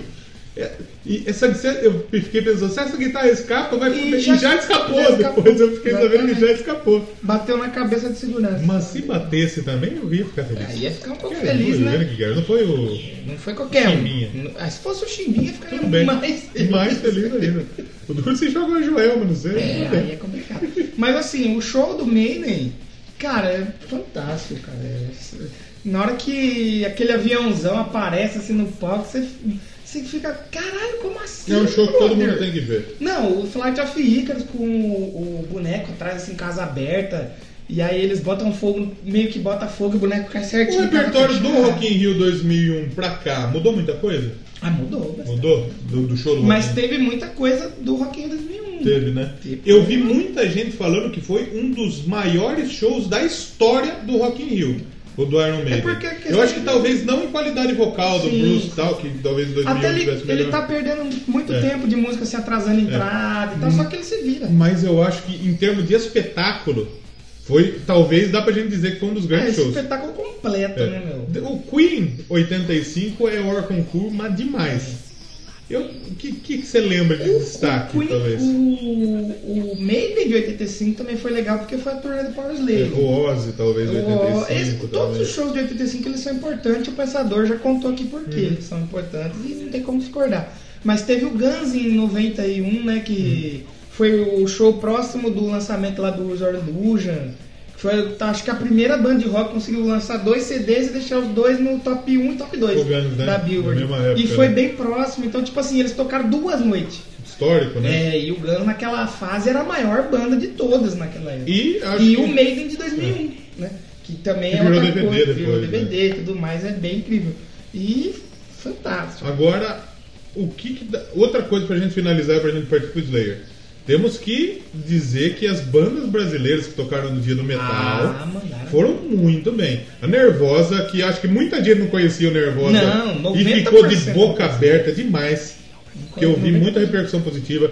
Speaker 2: É, E essa, eu fiquei pensando, se essa guitarra escapa, vai
Speaker 1: E
Speaker 2: fuder. E
Speaker 1: já-
Speaker 2: já, escapou,
Speaker 1: já escapou.
Speaker 2: depois. Eu fiquei sabendo que
Speaker 1: Exatamente.
Speaker 2: já escapou.
Speaker 1: Bateu na cabeça de segurança.
Speaker 2: Mas se batesse também, eu ia ficar feliz.
Speaker 1: Aí ia ficar um pouco
Speaker 2: Porque
Speaker 1: feliz,
Speaker 2: o
Speaker 1: né?
Speaker 2: Ian Garrison não foi o.
Speaker 1: Não foi qualquer
Speaker 2: Chimbinha.
Speaker 1: um. Ah, Se fosse o Chimbinha, ficaria
Speaker 2: Tudo bem.
Speaker 1: mais feliz.
Speaker 2: Mais feliz ainda. O Duro se joga o Joel, mas não sei.
Speaker 1: É,
Speaker 2: tudo bem.
Speaker 1: aí é complicado. Mas assim, o show do Maiden, cara, é fantástico, cara. É- na hora que aquele aviãozão aparece assim no palco, você, você fica, caralho, como assim?
Speaker 2: É um show que todo
Speaker 1: brother?"
Speaker 2: mundo tem que ver.
Speaker 1: Não, o Flight of Icarus com o, o boneco atrás assim, casa aberta. E aí eles botam fogo, meio que bota fogo e o boneco cai
Speaker 2: O
Speaker 1: certinho. em casa
Speaker 2: repertório do
Speaker 1: fechada.
Speaker 2: Rock in Rio 2001 pra cá mudou muita coisa?
Speaker 1: Ah, mudou. bastante.
Speaker 2: Mudou? Do, do show do
Speaker 1: Mas
Speaker 2: Rock in Rio?
Speaker 1: teve muita coisa do Rock in Rio 2001.
Speaker 2: Teve, né?
Speaker 1: Teve.
Speaker 2: Eu vi muita gente falando que foi um dos maiores shows da história do Rock in Rio. O do Iron Maiden.
Speaker 1: É porque a questão
Speaker 2: Eu acho que
Speaker 1: de-
Speaker 2: talvez não em qualidade vocal do
Speaker 1: Sim.
Speaker 2: Bruce e tal, que talvez em 2001
Speaker 1: Até ele,
Speaker 2: tivesse melhor.
Speaker 1: ele tá perdendo muito
Speaker 2: É.
Speaker 1: tempo de música se atrasando em entrada e tal, só que ele se vira.
Speaker 2: Mas eu acho que em termos de espetáculo, foi talvez dá pra gente dizer que foi um dos
Speaker 1: É,
Speaker 2: grandes
Speaker 1: esse
Speaker 2: shows.
Speaker 1: espetáculo completo, né, meu?
Speaker 2: É. O Queen 85 é hora concurso, mas demais. Eu, o que, que que você lembra de destaque,
Speaker 1: Queen-
Speaker 2: talvez?
Speaker 1: o, o Maiden de 85 também foi legal porque foi a turnê do Power Slave.
Speaker 2: O Ozzy, talvez,
Speaker 1: O-
Speaker 2: 85.
Speaker 1: esse- É, todos os
Speaker 2: talvez.
Speaker 1: shows de 85 eles são importantes, o pensador já contou aqui por
Speaker 2: Uhum.
Speaker 1: que eles são importantes e não tem como discordar. Mas teve o Guns em 91, né,
Speaker 2: Uhum.
Speaker 1: que foi o show próximo do lançamento lá do Resort Illusion. que Foi, tá, acho que a primeira banda de rock conseguiu lançar dois CDs e deixar os dois no top 1 e top 2
Speaker 2: O Guns, né?
Speaker 1: da
Speaker 2: Na
Speaker 1: Billboard.
Speaker 2: mesma época,
Speaker 1: e foi
Speaker 2: né?
Speaker 1: bem próximo, então tipo assim, eles tocaram duas noites.
Speaker 2: Histórico, né?
Speaker 1: É, e o Guns naquela fase era a maior banda de todas naquela época.
Speaker 2: E acho
Speaker 1: E
Speaker 2: que é.
Speaker 1: o Maiden de 2001, né? Que também
Speaker 2: Que
Speaker 1: é outra
Speaker 2: virou DVD
Speaker 1: coisa, virou
Speaker 2: depois, né?
Speaker 1: DVD e tudo mais, é bem incrível. E fantástico.
Speaker 2: Agora, o que, que dá- outra coisa pra gente finalizar e pra gente partir pro Slayer. Temos que dizer que as bandas brasileiras que tocaram no dia do metal
Speaker 1: Ah, mandaram.
Speaker 2: foram muito bem. A Nervosa, que acho que muita gente não conhecia o Nervosa
Speaker 1: Não,
Speaker 2: e ficou de
Speaker 1: 90%.
Speaker 2: boca aberta demais, que eu vi muita repercussão positiva.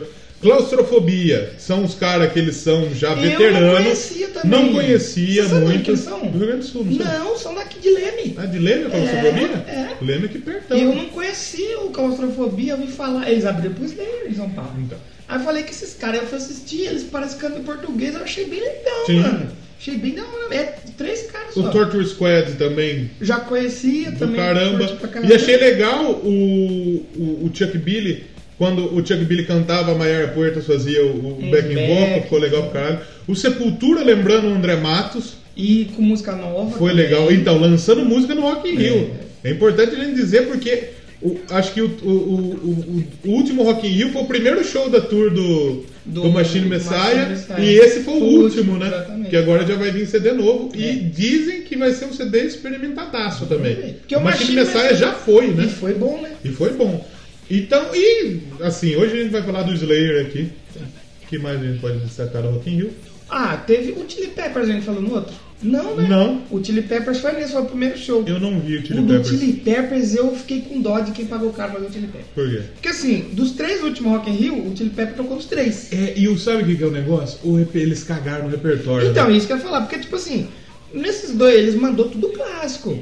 Speaker 2: Claustrofobia, são os caras que eles são já
Speaker 1: Eu não
Speaker 2: veteranos.
Speaker 1: conhecia também.
Speaker 2: Não conhecia
Speaker 1: Você sabe onde
Speaker 2: muito.
Speaker 1: que eles são?
Speaker 2: Do Rio Grande do Sul, não, sabe?
Speaker 1: Não, são daqui de Leme.
Speaker 2: Ah, então. de Leme, Claustrofobia?
Speaker 1: É, é.
Speaker 2: Leme que pertão.
Speaker 1: eu não conhecia o Claustrofobia, eu vi falar. Eles abriram pro Slayer em São Paulo.
Speaker 2: Então.
Speaker 1: Aí eu falei que esses caras, eu fui assistir, eles parecem canto em português, eu achei bem legal,
Speaker 2: Sim.
Speaker 1: mano. Achei bem da hora. É três caras
Speaker 2: O
Speaker 1: só.
Speaker 2: Torture Squad também,
Speaker 1: Já conhecia
Speaker 2: do
Speaker 1: também.
Speaker 2: caramba.
Speaker 1: curti pra
Speaker 2: E achei legal o, o, o Chuck Billy, quando o Chuck Billy cantava, a Mayara Puertas fazia o, o
Speaker 1: Um
Speaker 2: backing vocal,
Speaker 1: back.
Speaker 2: ficou legal pro caralho. O Sepultura, lembrando o André Matos,
Speaker 1: E com música nova.
Speaker 2: foi
Speaker 1: também.
Speaker 2: legal. Então, lançando música no Rock in Rio. É importante a gente dizer porque o- acho que o, o, o, o- o último Rock in Rio foi o primeiro show da tour do, do,
Speaker 1: Do-
Speaker 2: Machine
Speaker 1: do
Speaker 2: Messiah,
Speaker 1: Machine Messiah.
Speaker 2: e esse foi o
Speaker 1: Foi
Speaker 2: último,
Speaker 1: o último,
Speaker 2: né?
Speaker 1: exatamente.
Speaker 2: Que agora já vai vir CD novo
Speaker 1: É.
Speaker 2: e dizem que vai ser um CD experimentadaço também.
Speaker 1: Porque
Speaker 2: o
Speaker 1: o
Speaker 2: Machine,
Speaker 1: Machine
Speaker 2: Messiah
Speaker 1: Messiah-
Speaker 2: já foi, né?
Speaker 1: E foi bom, né?
Speaker 2: E foi bom. Então, e assim, hoje a gente vai falar do Slayer aqui. O que mais a gente pode destacar do Rock in Rio?
Speaker 1: Ah, teve o Chili Peppers, a gente falou no outro? Não, né?
Speaker 2: Não.
Speaker 1: O Chili Peppers foi nesse, foi o primeiro show.
Speaker 2: Eu não vi o Chili
Speaker 1: o do
Speaker 2: Peppers.
Speaker 1: Chili Peppers eu fiquei com dó de quem pagou caro pra ver o Chili Peppers.
Speaker 2: Por quê?
Speaker 1: Porque assim, dos três últimos Rock in Rio, o Chili Peppers tocou os três.
Speaker 2: É, e o- sabe o que, que é o negócio? O rep- eles cagaram no repertório.
Speaker 1: Então,
Speaker 2: né?
Speaker 1: isso que eu ia falar, porque tipo assim, nesses dois eles mandou tudo clássico.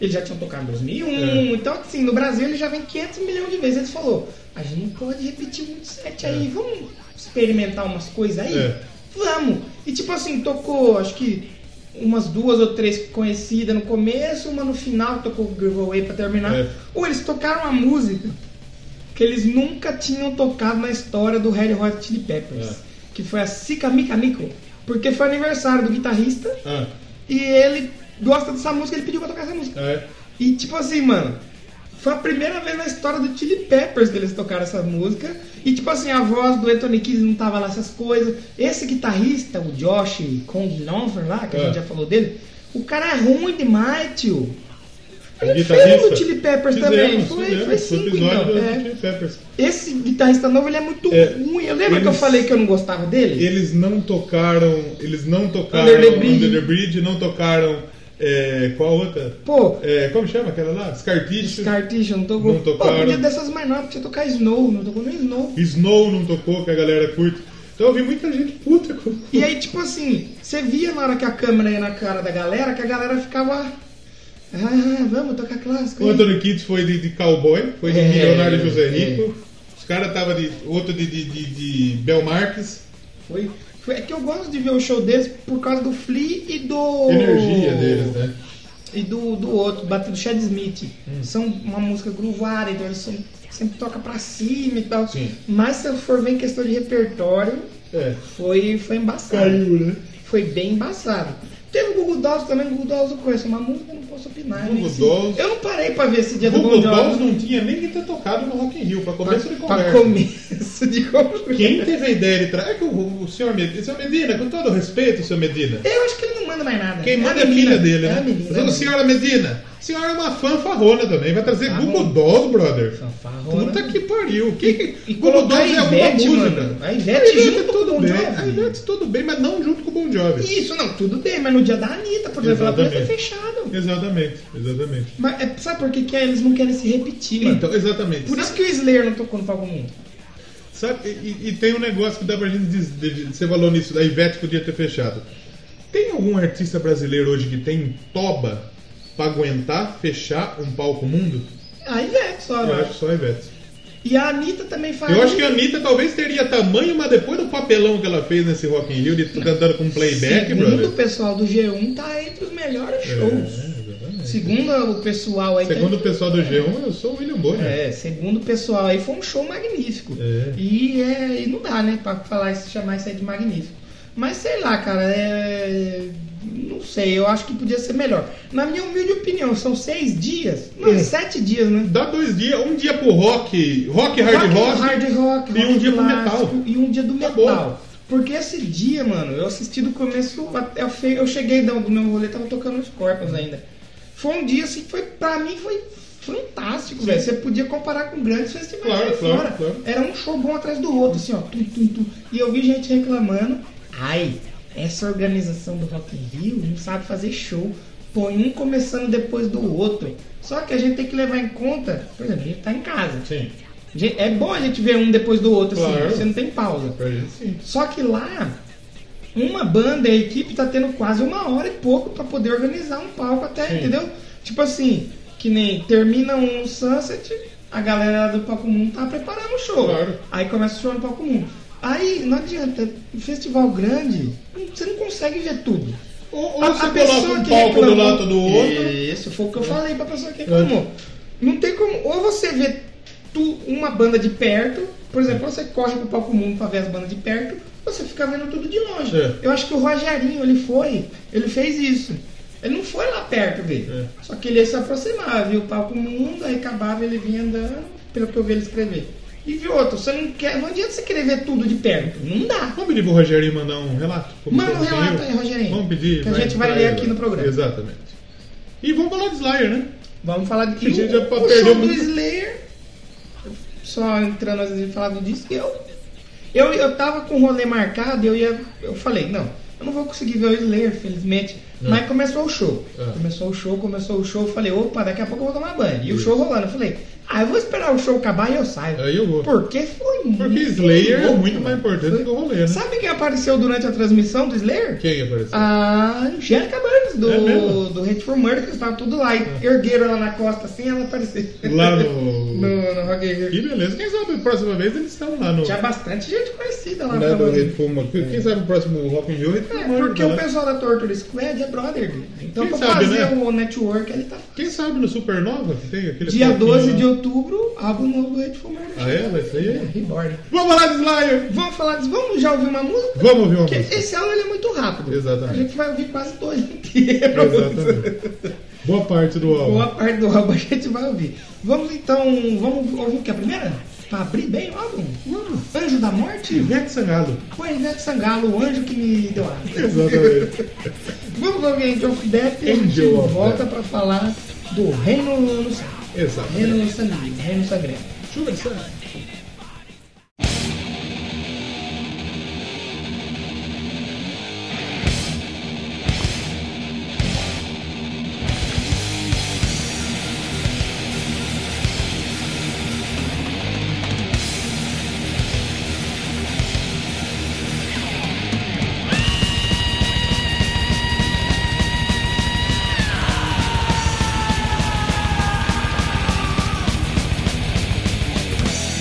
Speaker 1: Eles já tinham tocado em 2001,
Speaker 2: É.
Speaker 1: então assim, no Brasil ele já vem 500 milhões de vezes. Eles falou, a gente não pode repetir muito set aí, vamos experimentar umas coisas aí?
Speaker 2: É.
Speaker 1: Vamos! E tipo assim, tocou, acho que umas duas ou três conhecidas no começo, uma no final, tocou o giveaway pra terminar.
Speaker 2: É.
Speaker 1: Ou eles tocaram uma música que eles nunca tinham tocado na história do Red Hot Chili Peppers,
Speaker 2: É.
Speaker 1: Então, que foi a Sika Mika Miko, porque foi aniversário do guitarrista
Speaker 2: Ah,
Speaker 1: e ele gosta dessa música, ele pediu pra tocar essa música.
Speaker 2: É.
Speaker 1: E tipo assim, mano, foi a primeira vez na história do Chili Peppers que eles tocaram essa música. E tipo assim, a voz do Anthony Kidd não tava lá essas coisas. Esse guitarrista, o Josh Kongnover lá, que a
Speaker 2: É.
Speaker 1: gente já falou dele, o cara é ruim demais, tio.
Speaker 2: O
Speaker 1: Ele
Speaker 2: É guitarrista-
Speaker 1: fez o Chili Peppers também.
Speaker 2: Fizemos,
Speaker 1: Foi,
Speaker 2: fizemos,
Speaker 1: foi
Speaker 2: foi o
Speaker 1: cinco,
Speaker 2: episódio
Speaker 1: então.
Speaker 2: do
Speaker 1: é.
Speaker 2: Chili Peppers.
Speaker 1: Esse guitarrista novo, ele é muito
Speaker 2: É,
Speaker 1: ruim. Eu lembro que eu
Speaker 2: eles-
Speaker 1: falei que eu não gostava dele?
Speaker 2: Eles não tocaram. Eles não tocaram
Speaker 1: Under the Bridge.
Speaker 2: Under the Bridge, não tocaram. é, qual a outra?
Speaker 1: Pô,
Speaker 2: É, como chama aquela lá? Scartiche.
Speaker 1: Scartition, não tocou.
Speaker 2: Não tocaram.
Speaker 1: Pô, podia dessas mais novas, podia tocar Snow, não tocou nem Snow.
Speaker 2: Snow não tocou, que a galera curte. Então eu vi muita gente puta com.
Speaker 1: E aí, tipo assim, você via na hora que a câmera ia na cara da galera, que a galera ficava. Ah, vamos tocar clássico.
Speaker 2: O
Speaker 1: hein?"
Speaker 2: Anthony Kidd foi de, de cowboy, foi de
Speaker 1: É,
Speaker 2: milionário José
Speaker 1: é.
Speaker 2: Rico. Os caras tava de. outro de, de, de, de Bel Marques.
Speaker 1: Foi, foi. É que eu gosto de ver o show deles por causa do Flea e do.
Speaker 2: Energia deles, né?
Speaker 1: E do, do outro, bate do Chad Smith.
Speaker 2: Hum.
Speaker 1: São uma música groovada, então eles são, sempre toca pra cima e tal.
Speaker 2: Sim.
Speaker 1: Mas se eu for ver em questão de repertório,
Speaker 2: É.
Speaker 1: foi, foi embaçado.
Speaker 2: Caiu, né?
Speaker 1: Foi bem embaçado. Teve o Google Dolls também, o Google Dolls eu conheço uma música, eu não posso opinar.
Speaker 2: Google
Speaker 1: nem se-
Speaker 2: Dolls.
Speaker 1: Eu não parei pra ver esse dia do
Speaker 2: Google
Speaker 1: Google Dolls.
Speaker 2: Dolls não tinha nem que ter tocado no Rock in Rio, pra
Speaker 1: Pra,
Speaker 2: começo de
Speaker 1: pra
Speaker 2: conversa.
Speaker 1: começo de conversa.
Speaker 2: Quem teve a ideia de trazer. É que o, o senhor Medina, senhor Medina, com todo respeito, senhor Medina.
Speaker 1: Eu acho que ele não manda mais nada.
Speaker 2: Quem manda é
Speaker 1: a
Speaker 2: a filha
Speaker 1: menina,
Speaker 2: dele,
Speaker 1: é
Speaker 2: né?
Speaker 1: a menina,
Speaker 2: Mas, ô,
Speaker 1: né?
Speaker 2: senhora Medina, a senhora é uma fanfarrona também, vai trazer
Speaker 1: Fanfarrona.
Speaker 2: Google Dolls, brother.
Speaker 1: Tá Fanfarrona.
Speaker 2: Puta que pariu. Que, que...
Speaker 1: E
Speaker 2: Google
Speaker 1: colocar
Speaker 2: Dolls é
Speaker 1: a
Speaker 2: alguma
Speaker 1: Ivete,
Speaker 2: música.
Speaker 1: mano. A Ivete junto com o Bon
Speaker 2: bem.
Speaker 1: Jovi.
Speaker 2: A Ivete tudo bem, mas não junto com o Bon Jovi.
Speaker 1: Isso, não, tudo bem, mas no dia da Anitta, por exemplo, ela podia ter
Speaker 2: Exatamente.
Speaker 1: fechado.
Speaker 2: Exatamente, exatamente.
Speaker 1: Mas é- sabe por que, que é? Eles não querem se repetir, mano.
Speaker 2: Então, exatamente.
Speaker 1: Por isso que o Slayer não tocou no palco mundo.
Speaker 2: Sabe, e, e tem um negócio que dá pra gente diz- de- de- Você falou nisso, da Ivete podia ter fechado. Tem algum artista brasileiro hoje que tem toba pra aguentar fechar um palco mundo?
Speaker 1: A Ivete só,
Speaker 2: Eu
Speaker 1: né?
Speaker 2: acho só a Ivete.
Speaker 1: E a Anitta também faz.
Speaker 2: Eu acho que a Anitta talvez teria tamanho, mas depois do papelão que ela fez nesse Rock in Rio, de cantando com playback,
Speaker 1: um Segundo
Speaker 2: é brother.
Speaker 1: o pessoal do G1, tá entre os melhores
Speaker 2: É,
Speaker 1: shows.
Speaker 2: exatamente.
Speaker 1: Segundo o pessoal aí. tá-
Speaker 2: Segundo o pessoal do G1, eu sou o William Bonner.
Speaker 1: É, segundo o pessoal aí, foi um show magnífico.
Speaker 2: É.
Speaker 1: E, é, e não dá, né, pra falar, isso- chamar isso aí de magnífico. Mas sei lá, cara, é. Não sei, eu acho que podia ser melhor. Na minha humilde opinião, são seis dias, não,
Speaker 2: É.
Speaker 1: sete dias, né?
Speaker 2: Dá dois dias, um dia pro rock, rock hard rock,
Speaker 1: hard rock,
Speaker 2: e um
Speaker 1: rock
Speaker 2: dia pro
Speaker 1: clássico,
Speaker 2: metal.
Speaker 1: E um dia do
Speaker 2: Acabou.
Speaker 1: metal. Porque esse dia, mano, eu assisti do começo até o fim. Eu cheguei do, do meu rolê, tava tocando os corpos ainda. Foi um dia assim, que foi pra mim foi fantástico, velho. Você podia comparar com grandes festivais
Speaker 2: Claro,
Speaker 1: aí
Speaker 2: claro,
Speaker 1: fora.
Speaker 2: claro.
Speaker 1: Era um show bom atrás do outro, assim, ó. Tum, tum, tum. E eu vi gente reclamando. Ai, essa organização do Rock in Rio não sabe fazer show. Põe um começando depois do outro. Só que a gente tem que levar em conta, por exemplo, a gente tá em casa.
Speaker 2: Sim,
Speaker 1: Gente, É bom a gente ver um depois do outro,
Speaker 2: Claro.
Speaker 1: assim, você não tem pausa.
Speaker 2: pra gente sim.
Speaker 1: Só que lá, uma banda, a equipe tá tendo quase uma hora e pouco pra poder organizar um palco até,
Speaker 2: Sim.
Speaker 1: entendeu? Tipo assim, que nem termina um Sunset, a galera do Palco Mundo tá preparando o show.
Speaker 2: Claro.
Speaker 1: Aí começa o show no Palco Mundo. Aí, não adianta, um festival grande, você não consegue ver tudo.
Speaker 2: Ou, ou
Speaker 1: A-
Speaker 2: você
Speaker 1: a
Speaker 2: coloca
Speaker 1: pessoa
Speaker 2: um
Speaker 1: que
Speaker 2: palco do
Speaker 1: reclamou-
Speaker 2: lado do outro.
Speaker 1: Isso, foi o que eu falei pra pessoa que reclamou. É. Não tem como. Ou você vê tu, uma banda de perto, por exemplo, você corre pro palco mundo pra ver as bandas de perto, ou você fica vendo tudo de longe.
Speaker 2: É.
Speaker 1: Eu acho que o Rogerinho, ele foi, ele fez isso. Ele não foi lá perto dele.
Speaker 2: É.
Speaker 1: Só que ele ia se aproximar, viu o palco mundo, aí acabava ele vinha andando, pelo que eu vi ele escrever. E viu outro, você não quer. Não adianta você querer ver tudo de perto. Não dá.
Speaker 2: Vamos pedir pro Rogerinho mandar um relato? Como
Speaker 1: Manda um
Speaker 2: foi o
Speaker 1: relato
Speaker 2: Rio?
Speaker 1: aí, Rogerinho,
Speaker 2: Vamos pedir.
Speaker 1: que a gente vai
Speaker 2: pra
Speaker 1: ler
Speaker 2: ele.
Speaker 1: aqui no programa.
Speaker 2: Exatamente. E vamos falar de Slayer, né?
Speaker 1: Vamos falar de
Speaker 2: A gente
Speaker 1: o-
Speaker 2: já
Speaker 1: o
Speaker 2: perdeu
Speaker 1: show do
Speaker 2: muito.
Speaker 1: Slayer. Só entrando antes de falar do disco, eu, eu eu tava com o rolê marcado, eu ia eu falei, não, eu não vou conseguir ver o Slayer, felizmente.
Speaker 2: Hum.
Speaker 1: Mas começou o show.
Speaker 2: É.
Speaker 1: Começou o show, começou o show, eu falei, opa, daqui a pouco eu vou tomar banho. E o show rolando, eu falei, ah, eu vou esperar o show acabar e eu saio.
Speaker 2: Aí eu vou.
Speaker 1: Porque foi muito.
Speaker 2: Porque Slayer é
Speaker 1: louco,
Speaker 2: muito mais
Speaker 1: mano.
Speaker 2: importante
Speaker 1: Foi-
Speaker 2: que o rolê, né?
Speaker 1: Sabe Ah. quem apareceu durante a transmissão do Slayer?
Speaker 2: Quem apareceu?
Speaker 1: A Angélica Burns, do,
Speaker 2: É mesmo? É.
Speaker 1: do Hate for Murder, que estava tudo lá. E ergueram ela na costa assim, ela apareceu.
Speaker 2: Lá no-
Speaker 1: no, no Rock in Rio.
Speaker 2: Que beleza. Quem sabe a próxima vez eles estão lá no.
Speaker 1: Tinha bastante gente conhecida lá.
Speaker 2: Né, do
Speaker 1: falando.
Speaker 2: Red Full Monk. Quem sabe o próximo Rock in Rio Red Full
Speaker 1: É,
Speaker 2: Monk,
Speaker 1: porque o
Speaker 2: né?
Speaker 1: pessoal da Torture Squad é brother dele. Então,
Speaker 2: Quem
Speaker 1: pra
Speaker 2: sabe,
Speaker 1: fazer
Speaker 2: né?
Speaker 1: o network, ele tá.
Speaker 2: Quem sabe no Supernova que tem aquele.
Speaker 1: Dia
Speaker 2: palquinho
Speaker 1: 12
Speaker 2: lá.
Speaker 1: de outubro, álbum novo do Hate for Murder.
Speaker 2: Ah, é? Vai sair? né? aí?
Speaker 1: Reborn.
Speaker 2: Vamos lá de Slayer!
Speaker 1: Vamos falar disso? Vamos já ouvir uma música?
Speaker 2: Vamos ouvir uma
Speaker 1: Porque
Speaker 2: música.
Speaker 1: esse álbum ele é muito rápido.
Speaker 2: Exatamente.
Speaker 1: A gente vai ouvir quase dois aqui. brasileiros.
Speaker 2: Exatamente. Boa parte do álbum.
Speaker 1: Boa parte do álbum a gente vai ouvir. Vamos então, vamos ouvir o que? A primeira? Pra abrir bem o álbum? Vamos. Anjo da Morte?
Speaker 2: Ivete Sangalo.
Speaker 1: Foi Ivete Sangalo, o anjo que me deu água.
Speaker 2: Exatamente.
Speaker 1: Vamos ouvir Angel of Death e a gente
Speaker 2: Angel of
Speaker 1: volta
Speaker 2: Death.
Speaker 1: pra falar do Reino no Céu.
Speaker 2: Exatamente.
Speaker 1: Reino Sanguíneo, Reino Sagrado.
Speaker 2: Deixa eu ver se é-
Speaker 5: Thank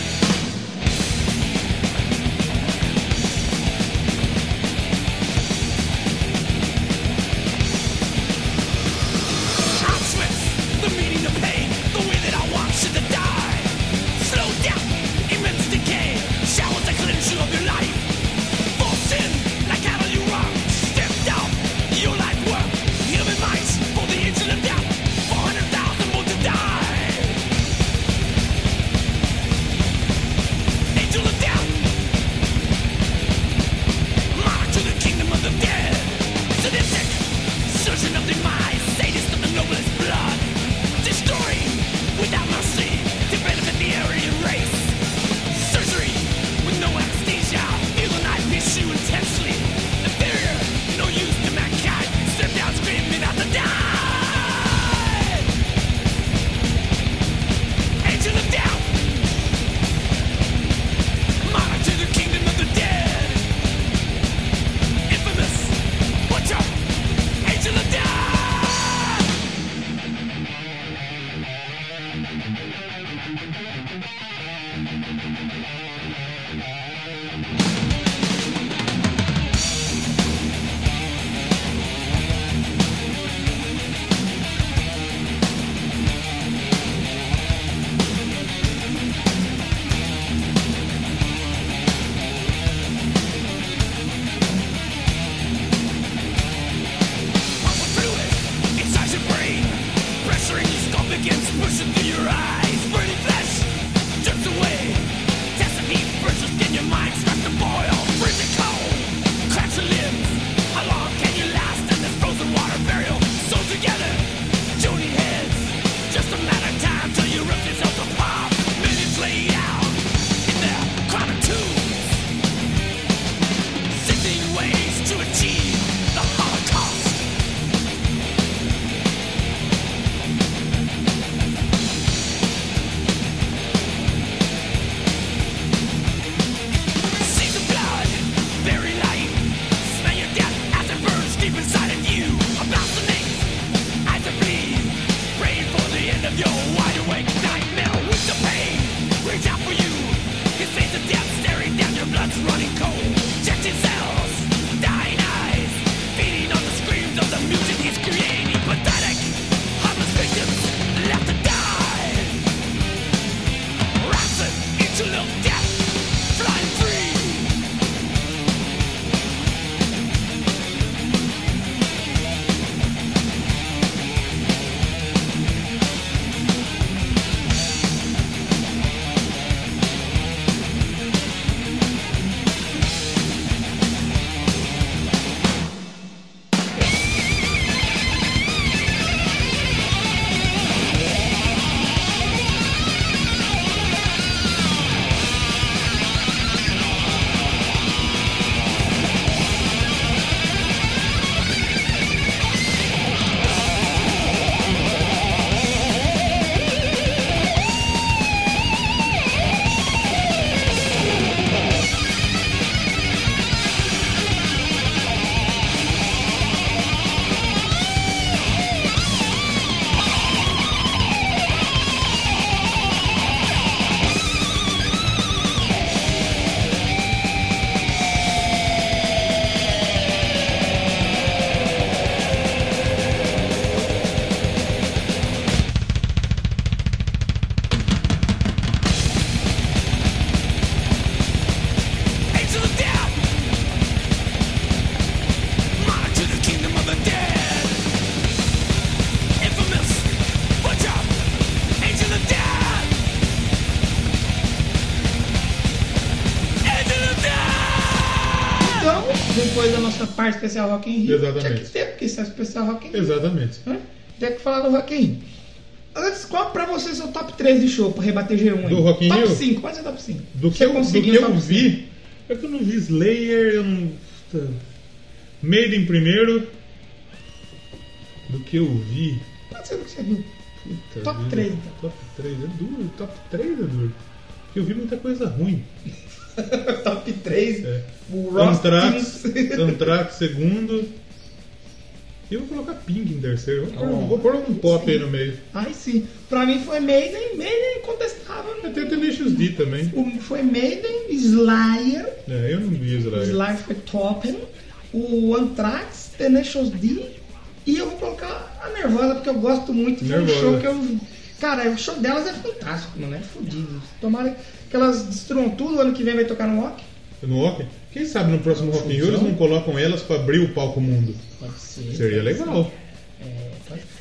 Speaker 1: Então, depois da nossa parte especial Rock in Rio.
Speaker 2: Exatamente.
Speaker 1: Tinha que ter, porque isso é especial Rock in Rio.
Speaker 2: Exatamente.
Speaker 1: né? Tinha que falar do Rock in Rio. Antes, qual pra você seu top 3 de show pra rebater G1 aí?
Speaker 2: Do Rock in
Speaker 1: top
Speaker 2: Rio?
Speaker 1: Top 5, pode ser top 5.
Speaker 2: Do que,
Speaker 1: Você
Speaker 2: eu, do
Speaker 1: conseguiu um?
Speaker 2: que eu
Speaker 1: top 5.
Speaker 2: vi, é que eu não vi Slayer, eu não. puta. Made em primeiro. Do que eu vi.
Speaker 1: Pode ser o que você viu.
Speaker 2: Puta
Speaker 1: Top
Speaker 2: vida.
Speaker 1: três, então.
Speaker 2: Top 3 é duro, top 3 é duro. Porque eu vi muita coisa ruim.
Speaker 1: top 3.
Speaker 2: É.
Speaker 1: O Ross
Speaker 2: Anthrax,
Speaker 1: Teams.
Speaker 2: Anthrax segundo. E eu vou colocar Pink em terceiro. Vou,
Speaker 1: Tá
Speaker 2: pôr, vou pôr um pop aí no meio.
Speaker 1: Ai sim. Pra mim foi Maiden, Maiden incontestável, né?
Speaker 2: Tem o Tenacious D também.
Speaker 1: O- Foi Maiden, Slayer,
Speaker 2: É, eu não vi Israel.
Speaker 1: Slayer foi top, né? o Anthrax, Tenacious D e eu vou colocar a Nervosa porque eu gosto muito. Foi um
Speaker 2: Nervosa.
Speaker 1: show que eu. Cara, o show delas é fantástico, mano. É fodido. Tomara que elas destruam tudo, ano que vem vai tocar no rock.
Speaker 2: No Rock? Quem sabe no próximo Rock in Rio eles não colocam elas pra abrir o palco mundo.
Speaker 1: Pode ser.
Speaker 2: Seria legal.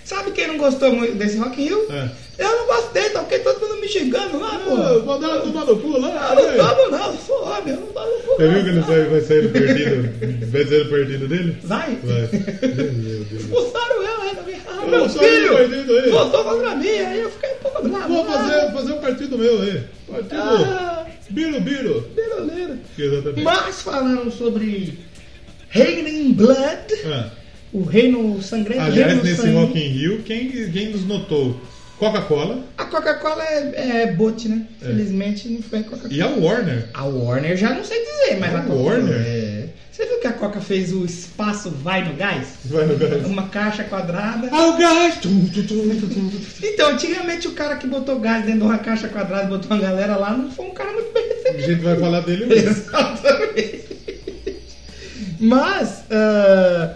Speaker 1: Sabe quem não gostou muito desse Rock in Rio?
Speaker 2: É.
Speaker 1: Eu não gostei, tá? Porque todo mundo me xingando lá, pô.
Speaker 2: Ah, vou dar tomar no cu lá.
Speaker 1: Eu não
Speaker 2: né?
Speaker 1: tomo não, sou homem, eu não tomo não.
Speaker 2: Já viu que ele sai- vai sair perdido? Vai sair perdido dele?
Speaker 1: Vai.
Speaker 2: Vai. Meu Deus.
Speaker 1: Expulsaram eu, ainda me ah,
Speaker 2: É. Eu
Speaker 1: meu
Speaker 2: sou ele, doido, ele.
Speaker 1: filho! Voltou contra mim, aí eu fiquei um pouco bravo.
Speaker 2: Vou fazer,
Speaker 1: Ah,
Speaker 2: fazer um partido meu aí. Partido.
Speaker 1: Ah,
Speaker 2: Biro, biro.
Speaker 1: piroleiro.
Speaker 2: Exatamente.
Speaker 1: Mas falando sobre Reino em Blood,
Speaker 2: Ah,
Speaker 1: o reino sangrento,
Speaker 2: aliás,
Speaker 1: reino
Speaker 2: nesse
Speaker 1: sanguíneo.
Speaker 2: Rock in Rio, quem, quem nos notou? Coca-Cola
Speaker 1: A Coca-Cola é, é bote, né? Felizmente não foi a Coca-Cola.
Speaker 2: e a Warner.
Speaker 1: A Warner já não sei dizer, mas
Speaker 2: A
Speaker 1: a Coca-
Speaker 2: Warner?
Speaker 1: É. Você viu que a Coca fez o espaço vai no gás?
Speaker 2: Vai no gás.
Speaker 1: Uma caixa quadrada.
Speaker 2: Ao gás! Tum, tum, tum, tum, tum.
Speaker 1: Então, antigamente o cara que botou gás dentro de uma caixa quadrada, botou uma galera lá, não foi um cara muito bem
Speaker 2: A
Speaker 1: recebido.
Speaker 2: gente vai falar dele hoje.
Speaker 1: Exatamente. Mas, ah,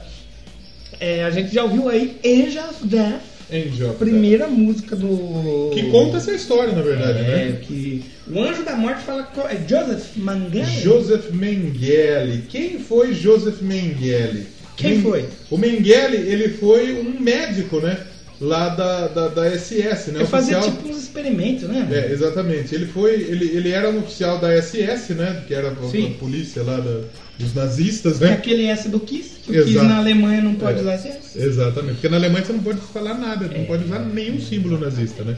Speaker 1: é, a gente já ouviu aí Angel of Death,
Speaker 2: Angel.
Speaker 1: a primeira música do.
Speaker 2: Que conta essa história, na verdade,
Speaker 1: É,
Speaker 2: né?
Speaker 1: que o anjo da morte fala. com- É Joseph Mangan?
Speaker 2: Joseph Mengele. Quem foi Joseph Mengele?
Speaker 1: Quem
Speaker 2: Men-
Speaker 1: foi?
Speaker 2: O Mengele, ele foi um médico, né? Lá da, da, da SS, né?
Speaker 1: Eu fazia
Speaker 2: Oficial-
Speaker 1: tipo uns experimentos, né?
Speaker 2: É, exatamente. Ele foi, ele, ele era um oficial da SS, né? Que era a,
Speaker 1: Sim.
Speaker 2: a polícia lá da- dos nazistas,
Speaker 1: É
Speaker 2: né?
Speaker 1: Aquele S do Kiss, que o Kiss
Speaker 2: Exato.
Speaker 1: na Alemanha não pode
Speaker 2: É.
Speaker 1: usar esse S.
Speaker 2: Exatamente. Porque na Alemanha você não pode falar nada,
Speaker 1: É.
Speaker 2: não pode usar nenhum símbolo nazista, né?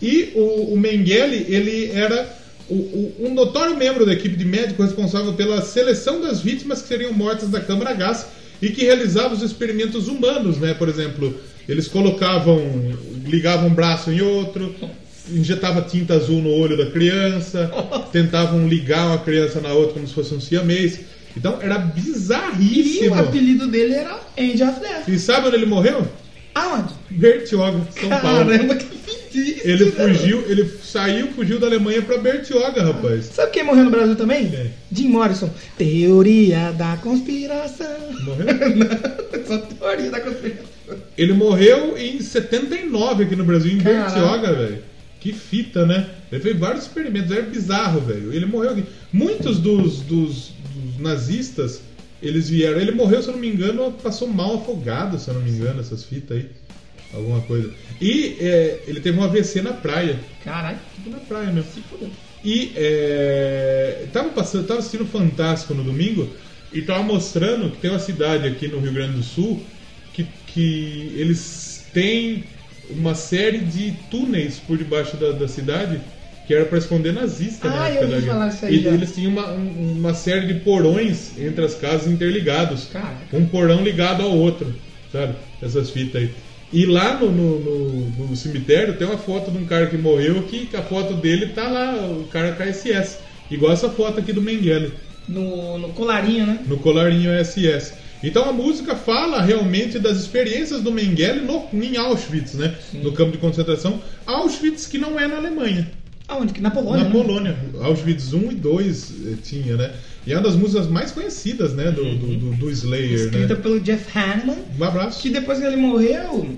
Speaker 2: E o, o Mengele, ele era o- o- um notório membro da equipe de médico responsável pela seleção das vítimas que seriam mortas da câmara a gás e que realizava os experimentos humanos, né? Por exemplo, eles colocavam, ligavam um braço em outro, injetava tinta azul no olho da criança, tentavam ligar uma criança na outra como se fosse um siamês. Então era
Speaker 1: E o
Speaker 2: bizarríssimo.
Speaker 1: apelido dele era Angel of Death.
Speaker 2: E sabe onde ele morreu?
Speaker 1: Aonde?
Speaker 2: Bertioga, São Paulo.
Speaker 1: Caramba, que né? pedido!
Speaker 2: Ele fugiu, ele saiu, fugiu da Alemanha pra Bertioga, rapaz.
Speaker 1: Sabe quem morreu no Brasil também?
Speaker 2: Quem?
Speaker 1: Jim Morrison. Teoria da conspiração.
Speaker 2: Morreu?
Speaker 1: Não, Só teoria da conspiração.
Speaker 2: Ele morreu em 79 aqui no Brasil, em
Speaker 1: Caraca.
Speaker 2: Bertioga, velho. Que fita, né? Ele fez vários experimentos, era bizarro, velho. Ele morreu aqui. Muitos dos, dos- dos nazistas, eles vieram. Ele morreu, se eu não me engano, passou mal afogado, se eu não me engano, essas fitas aí. Alguma coisa. E é, ele teve um AVC na praia.
Speaker 1: Caralho.
Speaker 2: Tudo na praia mesmo. E é, tava passando, tava assistindo Fantástico no domingo e tava mostrando que tem uma cidade aqui no Rio Grande do Sul que, que eles têm uma série de túneis por debaixo da, da cidade que era para esconder nazista na
Speaker 1: Ah,
Speaker 2: época
Speaker 1: eu
Speaker 2: da
Speaker 1: ouvi
Speaker 2: guerra.
Speaker 1: falar isso aí
Speaker 2: E
Speaker 1: já.
Speaker 2: eles tinham uma, um- uma série de porões entre as casas interligados.
Speaker 1: Caraca.
Speaker 2: Um porão ligado ao outro, sabe? Essas fitas aí. E lá no, no- no- no cemitério tem uma foto de um cara que morreu que a foto dele tá lá, o cara com a SS. Igual essa foto aqui do Mengele,
Speaker 1: No, no colarinho, né?
Speaker 2: no colarinho SS. Então a música fala realmente das experiências do Mengele no, em Auschwitz, né? No campo de concentração. Auschwitz que não é na Alemanha.
Speaker 1: Aonde? Que Na Polônia. né?
Speaker 2: Na Polônia, Auschwitz 1 e 2 eh, tinha, né? E é uma das músicas mais conhecidas, né? Do, do, do- do Slayer,
Speaker 1: Escrita
Speaker 2: né?
Speaker 1: pelo Jeff Hanneman.
Speaker 2: Um abraço.
Speaker 1: Que depois que ele morreu,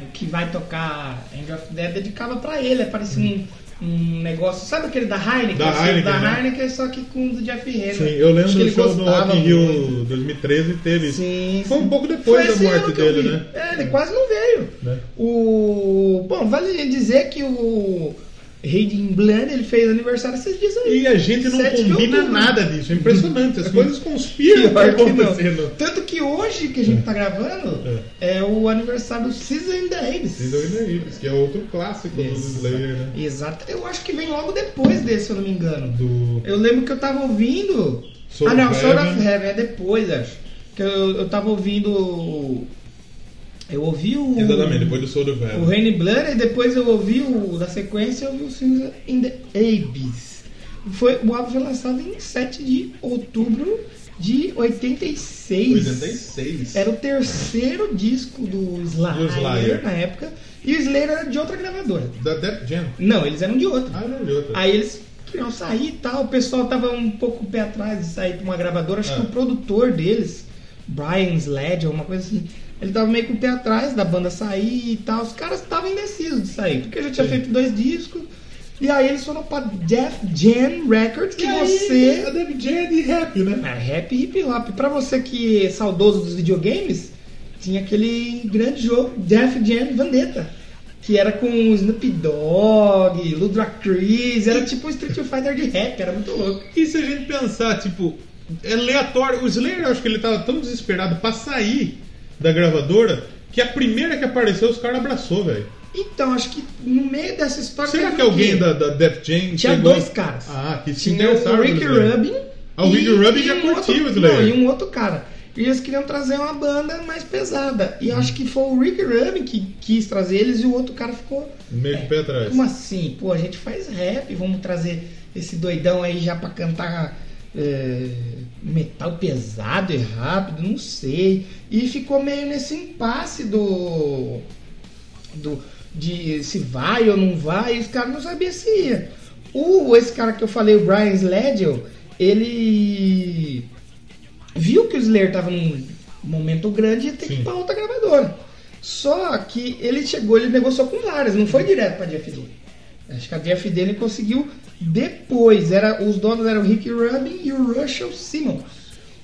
Speaker 1: o que vai tocar Angel of Death dedicava pra ele. Parecia um, um negócio. Sabe aquele da Heineken?
Speaker 2: Da
Speaker 1: Assim,
Speaker 2: Heineken, né?
Speaker 1: Heineken, só que com o do Jeff Hanneman.
Speaker 2: Sim, eu lembro
Speaker 1: Acho que
Speaker 2: do
Speaker 1: ele
Speaker 2: show do
Speaker 1: gostava
Speaker 2: Rock in
Speaker 1: muito.
Speaker 2: Rio 2013 teve. isso.
Speaker 1: Sim,
Speaker 2: Foi
Speaker 1: sim.
Speaker 2: um pouco depois
Speaker 1: Foi esse
Speaker 2: da morte
Speaker 1: ano que eu
Speaker 2: dele,
Speaker 1: vi.
Speaker 2: né?
Speaker 1: É, ele quase não veio.
Speaker 2: Né?
Speaker 1: O. Bom, vale dizer que o. Hayden Bland, ele fez aniversário esses dias aí.
Speaker 2: E a gente não
Speaker 1: 7 de
Speaker 2: combina
Speaker 1: outubro.
Speaker 2: nada disso. É impressionante. As coisas conspiram
Speaker 1: Pior
Speaker 2: pra
Speaker 1: que
Speaker 2: acontecer.
Speaker 1: não. Tanto que hoje que a gente tá gravando é o aniversário do Season da Abyss.
Speaker 2: Davis, que é outro clássico do Slayer, né?
Speaker 1: Exato. Eu acho que vem logo depois desse, se eu não me engano.
Speaker 2: Do...
Speaker 1: Eu lembro que eu tava ouvindo.
Speaker 2: Soul
Speaker 1: ah, não,
Speaker 2: of
Speaker 1: Soul of
Speaker 2: Heaven.
Speaker 1: Heaven é depois, acho. Que eu, eu tava ouvindo. Eu ouvi o.
Speaker 2: Exatamente, depois do Soul do
Speaker 1: O
Speaker 2: Velho.
Speaker 1: Rainy Blood, e depois eu ouvi o. Da sequência, eu ouvi o Cinza in the Abyss. Foi, o álbum foi lançado em 7 de outubro de 86.
Speaker 2: 86.
Speaker 1: Era o terceiro disco do Slayer,
Speaker 2: Do Slayer.
Speaker 1: na época. E o Slayer era de outra gravadora.
Speaker 2: Da Death Jam.
Speaker 1: Não, eles eram de outra.
Speaker 2: Ah, não, de outra.
Speaker 1: Aí eles queriam sair e tal. O pessoal tava um pouco pé atrás de sair pra uma gravadora. Acho
Speaker 2: Ah.
Speaker 1: que o produtor deles, Brian Sledge, alguma coisa assim, ele tava meio com o pé atrás da banda sair e tal. Os caras estavam indecisos de sair, porque já tinha feito dois discos. E aí eles foram pra Def Jam Records, que
Speaker 2: E aí,
Speaker 1: você.
Speaker 2: A Death Jam é de rap, né?
Speaker 1: É rap e hip hop. Pra você que é saudoso dos videogames, tinha aquele grande jogo, Def Jam Vendetta. Que era com o Snoop Dogg, Ludacris, era tipo um Street Fighter de rap, era muito louco.
Speaker 2: E se a gente pensar, tipo, é aleatório. O Slayer, eu acho que ele tava tão desesperado pra sair da gravadora que a primeira que apareceu, os caras abraçou, velho.
Speaker 1: Então, acho que no meio dessa história.
Speaker 2: Será
Speaker 1: teve
Speaker 2: que
Speaker 1: o
Speaker 2: alguém
Speaker 1: quê?
Speaker 2: da, da Def Jam
Speaker 1: Tinha
Speaker 2: pegou-
Speaker 1: dois caras.
Speaker 2: Ah, que se
Speaker 1: Tinha o
Speaker 2: interessaram.
Speaker 1: Rick
Speaker 2: pelo Slayer.
Speaker 1: Rubin.
Speaker 2: Ah, o Rick
Speaker 1: e-
Speaker 2: Rubin
Speaker 1: e
Speaker 2: já
Speaker 1: um
Speaker 2: curtia
Speaker 1: outro-
Speaker 2: o Slayer.
Speaker 1: Não, e um outro cara. E eles queriam trazer uma banda mais pesada. E eu
Speaker 2: Hum.
Speaker 1: acho que foi o Rick Rubin que quis trazer eles e o outro cara ficou.
Speaker 2: Meio de pé atrás.
Speaker 1: Como assim? Pô, a gente faz rap, vamos trazer esse doidão aí já pra cantar é, metal pesado e rápido, não sei. E ficou meio nesse impasse do. do de se vai ou não vai, e os caras não sabiam se ia. O, esse cara que eu falei, o Brian Sledgel, ele viu que o Slayer tava num momento grande e ia ter que ir
Speaker 2: Sim.
Speaker 1: pra outra gravadora. Só que ele chegou, ele negociou com várias, não foi direto pra DFD. Acho que a DFD ele conseguiu depois. Era, os donos eram o Rick Rubin e o Russell Simmons.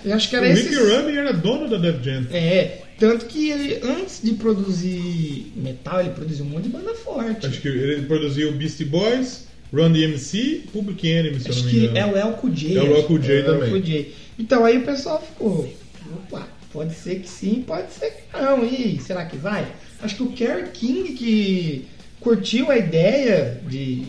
Speaker 1: Eu acho que
Speaker 2: O
Speaker 1: era
Speaker 2: Rick
Speaker 1: esse.
Speaker 2: Rubin era dono da Def Jam.
Speaker 1: É, tanto que ele, antes de produzir metal, ele produziu um monte de banda forte.
Speaker 2: Acho que ele produziu Beastie Boys, Run DMC, Public Enemy, se eu
Speaker 1: Acho
Speaker 2: não me
Speaker 1: que
Speaker 2: engano.
Speaker 1: é o El J.
Speaker 2: É o
Speaker 1: acho.
Speaker 2: El Cool J
Speaker 1: É o El
Speaker 2: também.
Speaker 1: Cool J. Então aí o pessoal ficou, opa, pode ser que sim, pode ser que não. E será que vai? Acho que o Kerry King que curtiu a ideia de,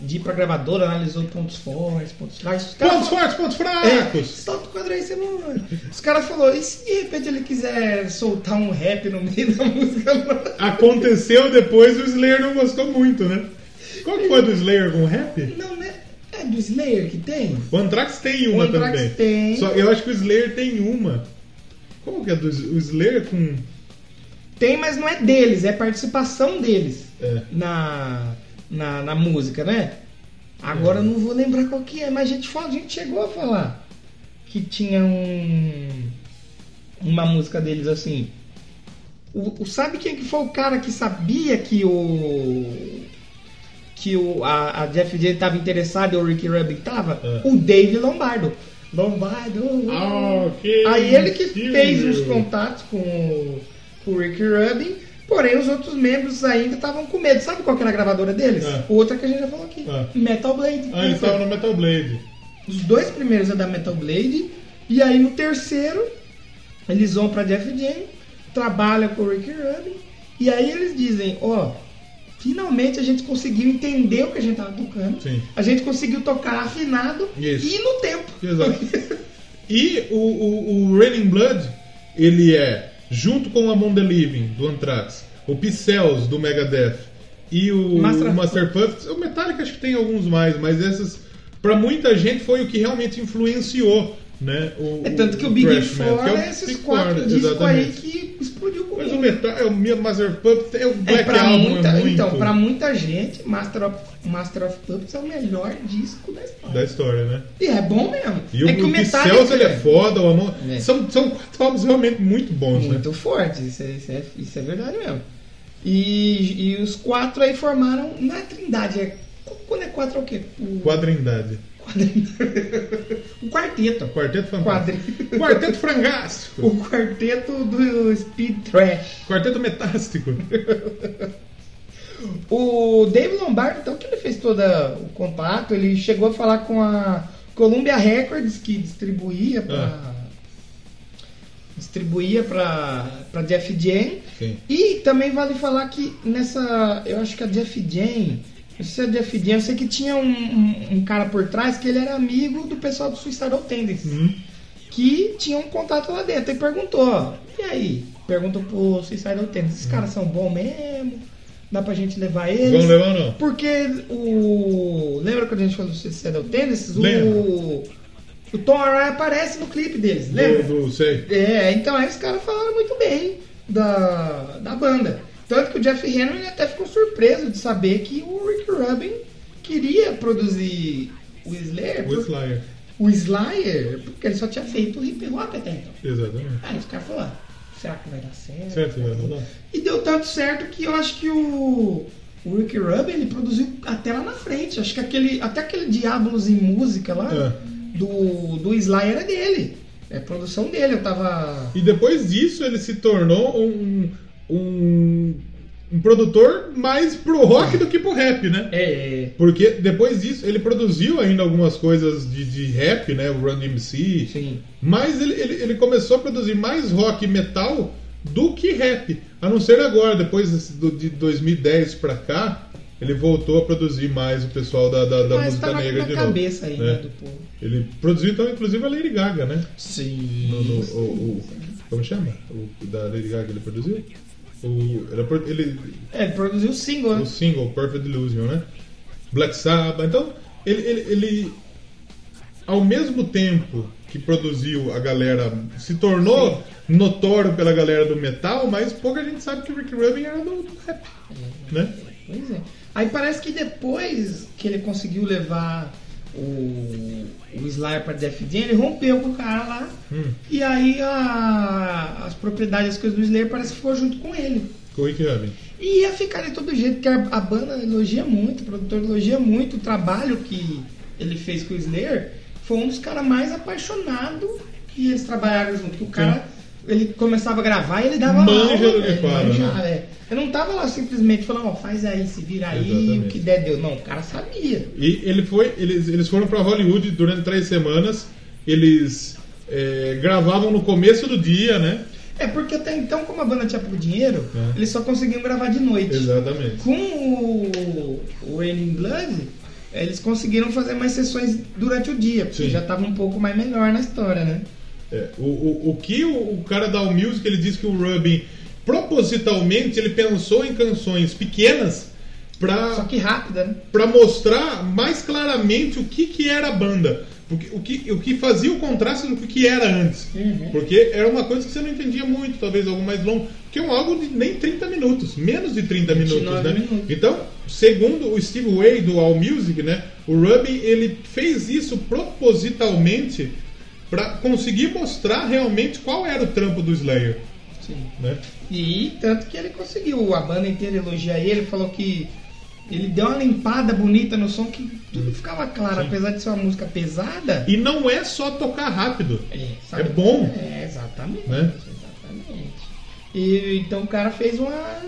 Speaker 1: de ir pra gravadora, analisou pontos fortes, pontos fracos. Os caras
Speaker 2: Pontos
Speaker 1: falaram,
Speaker 2: fortes, pontos
Speaker 1: é,
Speaker 2: fracos!
Speaker 1: solta o quadro aí, você mano. Os caras falaram, e se de repente ele quiser soltar um rap no meio da música?
Speaker 2: Aconteceu depois o Slayer não gostou muito, né? Qual que foi do Slayer com rap?
Speaker 1: Não, né? É do Slayer que tem?
Speaker 2: O Anthrax tem uma
Speaker 1: O Anthrax
Speaker 2: também.
Speaker 1: tem.
Speaker 2: Só, eu acho que o Slayer tem uma. Qual que é do o Slayer com.
Speaker 1: Tem, mas não é deles, é participação deles
Speaker 2: É.
Speaker 1: na, na, na música, né? Agora eu não vou lembrar qual que é, mas a gente, fala, a gente chegou a falar que tinha um uma música deles assim. O, o- sabe quem que foi o cara que sabia que o que o, a, a Jeff J estava interessado e o Ricky Rubin tava?
Speaker 2: É.
Speaker 1: O Dave Lombardo. Lombardo. oh,
Speaker 2: Ah, ok.
Speaker 1: Aí ele que
Speaker 2: Sim,
Speaker 1: fez os
Speaker 2: meu.
Speaker 1: contatos com, o- com o Rick Rubin, porém os outros membros ainda estavam com medo. Sabe qual que era a gravadora deles?
Speaker 2: É.
Speaker 1: Outra que a gente já falou aqui.
Speaker 2: É.
Speaker 1: Metal Blade.
Speaker 2: Ah, ele estava no Metal Blade.
Speaker 1: Os dois primeiros é da Metal Blade, e aí no terceiro eles vão pra Jeff Jam, trabalham com o Rick Rubin, e aí eles dizem, ó, finalmente a gente conseguiu entender o que a gente tava tocando,
Speaker 2: Sim.
Speaker 1: a gente conseguiu tocar afinado
Speaker 2: Isso.
Speaker 1: e no tempo.
Speaker 2: Exato. E o, o, o Raining Blood, ele é, junto com o Among the Living, do Anthrax, o Pixels, do Megadeth, e o
Speaker 1: Master-
Speaker 2: Master, Puffs, o Metallica acho que tem alguns mais, mas essas, pra muita gente, foi o que realmente influenciou, né? O,
Speaker 1: É tanto que o Big
Speaker 2: thrash metal,
Speaker 1: Four
Speaker 2: que é o
Speaker 1: é esses
Speaker 2: Big
Speaker 1: quatro
Speaker 2: Four,
Speaker 1: discos aí
Speaker 2: exatamente.
Speaker 1: que explodiu com
Speaker 2: Mas o Metal, é o meu Master Puffs, é o Black
Speaker 1: pra
Speaker 2: Album,
Speaker 1: muita,
Speaker 2: é muito
Speaker 1: Então, pra muita gente, Master of, Master of Puppets é o melhor disco da história.
Speaker 2: da história, né?
Speaker 1: E é bom mesmo.
Speaker 2: E
Speaker 1: é
Speaker 2: o, o Pixels, ele é foda, o Amon...
Speaker 1: É.
Speaker 2: São, são quatro álbuns realmente muito bons, né?
Speaker 1: muito forte, isso é, isso é, isso é verdade mesmo. E, e os quatro aí formaram na Trindade. É- Quando é quatro é o quê? O,
Speaker 2: Quadrindade.
Speaker 1: quadri- o quarteto.
Speaker 2: Quarteto Fantástico.
Speaker 1: Quadri-
Speaker 2: Quarteto Frangástico.
Speaker 1: O quarteto do Speed Trash.
Speaker 2: Quarteto Metástico.
Speaker 1: O Dave Lombardo, então, que ele fez todo o compacto, ele chegou a falar com a Columbia Records, que distribuía pra. Distribuía pra, pra Jeff Jane.
Speaker 2: Sim.
Speaker 1: E também vale falar que nessa. Eu acho que a Jeff Jane. Não sei se é a Jeff Jane, eu sei que tinha um, um- um cara por trás que ele era amigo do pessoal do Suicidal Tendencies que tinha um contato lá dentro e perguntou, ó, e aí? Perguntou pro Suicidal Tennis, esses caras são bons mesmo? Dá pra gente levar eles?
Speaker 2: Vamos levar ou não?
Speaker 1: Porque o... Lembra quando a gente falou do Suicidal Tennis? O...
Speaker 2: Lembro.
Speaker 1: o Tom Araya aparece no clipe deles, lembra?
Speaker 2: Do, do, sei.
Speaker 1: É, então aí os caras falaram muito bem da, da banda. Tanto que o Jeff Hannon ele até ficou surpreso de saber que o Rick Rubin queria produzir o Slayer,
Speaker 2: O
Speaker 1: por-
Speaker 2: Slayer.
Speaker 1: o Slayer, porque ele só tinha feito hip hop até então.
Speaker 2: Exatamente.
Speaker 1: Aí os caras falaram, será que vai dar certo?
Speaker 2: Certo, né? vai rolar?
Speaker 1: E deu tanto certo que eu acho que o, o Rick Rubin ele produziu até lá na frente. Acho que aquele, até aquele Diablos em Música lá
Speaker 2: É.
Speaker 1: do, do Slayer é dele. É produção dele, eu tava.
Speaker 2: E depois disso ele se tornou um, um, um produtor mais pro rock do que pro rap, né?
Speaker 1: É,
Speaker 2: Porque depois disso ele produziu ainda algumas coisas de, de rap, né? O Run DMC.
Speaker 1: sim.
Speaker 2: Mas ele, ele, ele começou a produzir mais rock e metal do que rap. A não ser agora, depois desse- do- de 2010 pra cá, ele voltou a produzir mais o pessoal da, da, da
Speaker 1: Mas
Speaker 2: música
Speaker 1: tá na,
Speaker 2: negra
Speaker 1: na
Speaker 2: de
Speaker 1: cabeça
Speaker 2: novo.
Speaker 1: ainda
Speaker 2: né?
Speaker 1: do povo.
Speaker 2: Ele produziu então, inclusive, a Lady Gaga, né?
Speaker 1: Sim.
Speaker 2: No- no- o, o- como chama? O da Lady Gaga que ele produziu? O, era pro- ele,
Speaker 1: É, ele produziu o single, né?
Speaker 2: o single Perfect Illusion, né? Black Sabbath. Então, ele, ele, ele, ao mesmo tempo que produziu a galera, se tornou notório pela galera do metal, mas pouca gente sabe que o Rick Rubin era do, do rap, né?
Speaker 1: Pois é. Aí parece que depois que ele conseguiu levar o, o Slayer pra Def Jam, ele rompeu com o cara lá.
Speaker 2: Hum.
Speaker 1: E aí a- as propriedades, as coisas do Slayer parece que ficou junto com ele.
Speaker 2: Com o Rick Rubin.
Speaker 1: E ia ficar de todo jeito, porque a, a banda elogia muito, o produtor elogia muito o trabalho que ele fez com o Slayer. Foi um dos caras mais apaixonados que eles trabalharam junto. Que o cara, ele começava a gravar e ele dava
Speaker 2: É. Manja
Speaker 1: aula,
Speaker 2: do
Speaker 1: né?
Speaker 2: que fala,
Speaker 1: Manja,
Speaker 2: né?
Speaker 1: é. Eu não tava lá simplesmente falando, ó, faz aí, se vira aí,
Speaker 2: Exatamente.
Speaker 1: o que der deu. Não, o cara sabia.
Speaker 2: E ele foi, eles, eles foram pra Hollywood durante três semanas. Eles eh, gravavam no começo do dia, né?
Speaker 1: É porque até então, como a banda tinha pouco dinheiro,
Speaker 2: É.
Speaker 1: eles só conseguiam gravar de noite.
Speaker 2: Exatamente.
Speaker 1: Com o, o Raining Blood, eles conseguiram fazer mais sessões durante o dia, porque
Speaker 2: Sim.
Speaker 1: já tava um pouco mais melhor na história, né?
Speaker 2: É, o, o, o que o, o cara da All Music ele diz que o Rubin propositalmente ele pensou em canções pequenas
Speaker 1: Só
Speaker 2: pra
Speaker 1: que rápida, né?
Speaker 2: para mostrar mais claramente o que, que era a banda, Porque o que o que fazia o contraste do que que era antes,
Speaker 1: Uhum.
Speaker 2: porque era uma coisa que você não entendia muito, talvez algo mais longo, que é um álbum de nem 30 minutos, menos de 30 minutos,
Speaker 1: 29
Speaker 2: né?
Speaker 1: minutos.
Speaker 2: Então, segundo o Steve Way do All Music, né, o Rubin ele fez isso propositalmente para conseguir mostrar realmente qual era o trampo do Slayer,
Speaker 1: Sim.
Speaker 2: né?
Speaker 1: E tanto que ele conseguiu, a banda inteira elogia ele, falou que ele deu uma limpada bonita no som que tudo ficava claro, apesar de ser uma música pesada.
Speaker 2: E não é só tocar rápido.
Speaker 1: É,
Speaker 2: É bom.
Speaker 1: É, exatamente.
Speaker 2: Né?
Speaker 1: Exatamente. E então o cara fez uma,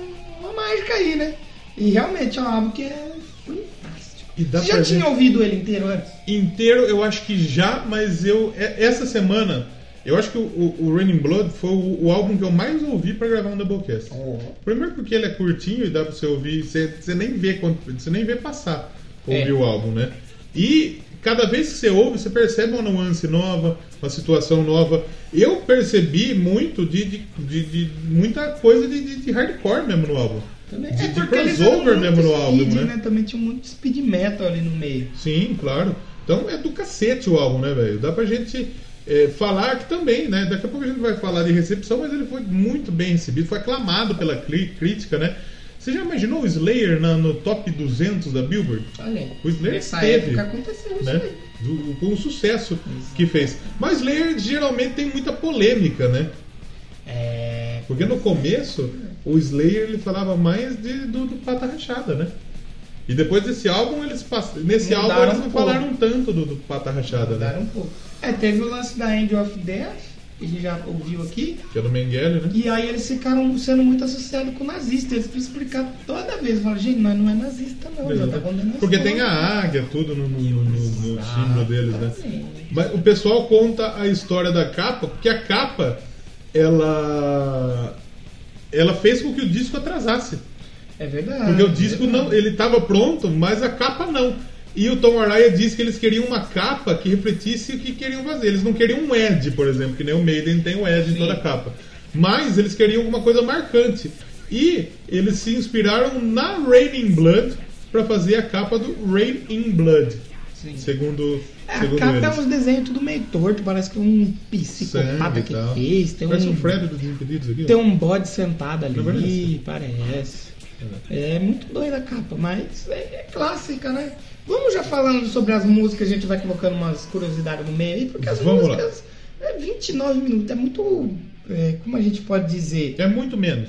Speaker 1: uma mágica aí, né? E realmente é um álbum que é fantástico.
Speaker 2: E dá
Speaker 1: Você já
Speaker 2: pra
Speaker 1: tinha
Speaker 2: ver-
Speaker 1: ouvido ele inteiro antes?
Speaker 2: inteiro eu acho que já, mas eu é- essa semana eu acho que o, o, o Raining Blood foi o, o álbum que eu mais ouvi pra gravar um doublecast. Primeiro porque ele é curtinho e dá pra você ouvir, você, você nem vê quanto, você nem vê passar ouvir
Speaker 1: É.
Speaker 2: o álbum, né? E cada vez que você ouve, você percebe uma nuance nova, uma situação nova. Eu percebi muito de, de, de- de muita coisa de, de- de hardcore mesmo no álbum.
Speaker 1: Também. é,
Speaker 2: De, de
Speaker 1: eles eram
Speaker 2: crossover
Speaker 1: muito
Speaker 2: mesmo no álbum,
Speaker 1: speed,
Speaker 2: né?
Speaker 1: Também tinha muito speed metal ali no meio.
Speaker 2: Sim, claro. Então é do cacete o álbum, né, velho? Dá pra gente é, falar que também, né? Daqui a pouco a gente vai falar de recepção, mas ele foi muito bem recebido, foi aclamado pela cri- crítica, né? Você já imaginou o Slayer na- no top 200 da Billboard?
Speaker 1: Olha aí.
Speaker 2: O Slayer
Speaker 1: Nessa
Speaker 2: teve,
Speaker 1: época aconteceu isso
Speaker 2: Né?
Speaker 1: aí.
Speaker 2: Do- com o sucesso que fez. Mas Slayer geralmente tem muita polêmica, né?
Speaker 1: É.
Speaker 2: Porque no começo, o Slayer ele falava mais de, do, do Pata Rachada, né? E depois desse álbum, eles pass... nesse
Speaker 1: Mudaram
Speaker 2: álbum eles não
Speaker 1: um pouco.
Speaker 2: falaram tanto do, do Pata Rachada, né?
Speaker 1: Mudaram um pouco. É, teve o lance da End of Death, que a gente já ouviu aqui.
Speaker 2: Que é do Mengele, né?
Speaker 1: E aí eles ficaram sendo muito associados com nazista. Eles precisam explicar toda vez. Falaram, gente, nós não é nazista não, já tá condenando.
Speaker 2: Porque tem a águia, tudo no, no- no- no- no símbolo deles, né? Mas o pessoal conta a história da capa, porque a capa, ela. Ela fez com que o disco atrasasse.
Speaker 1: É verdade.
Speaker 2: Porque o
Speaker 1: é
Speaker 2: disco
Speaker 1: verdade.
Speaker 2: não, ele estava pronto, mas a capa não. E o Tom Araya disse que eles queriam uma capa que refletisse o que queriam fazer. Eles não queriam um Ed, por exemplo, que nem o Maiden tem o Ed em toda a capa. Mas eles queriam alguma coisa marcante. E eles se inspiraram na Rain in Blood para fazer a capa do Rain in Blood.
Speaker 1: Sim.
Speaker 2: Segundo,
Speaker 1: É, A
Speaker 2: segundo
Speaker 1: capa
Speaker 2: eles.
Speaker 1: é uns desenhos tudo meio torto, parece que um psicopata
Speaker 2: Sangue e
Speaker 1: que
Speaker 2: tal.
Speaker 1: fez. Tem
Speaker 2: Parece
Speaker 1: um,
Speaker 2: o Fred dos Impedidos aqui. ó.
Speaker 1: tem um bode sentado
Speaker 2: Não parece?
Speaker 1: ali, parece. É muito doida a capa, mas é, é clássica, né? Vamos já falando sobre as músicas, a gente vai colocando umas curiosidades no meio aí, porque as
Speaker 2: Vamos lá.
Speaker 1: músicas é 29 minutos, é muito. é, como a gente pode dizer?
Speaker 2: É muito menos.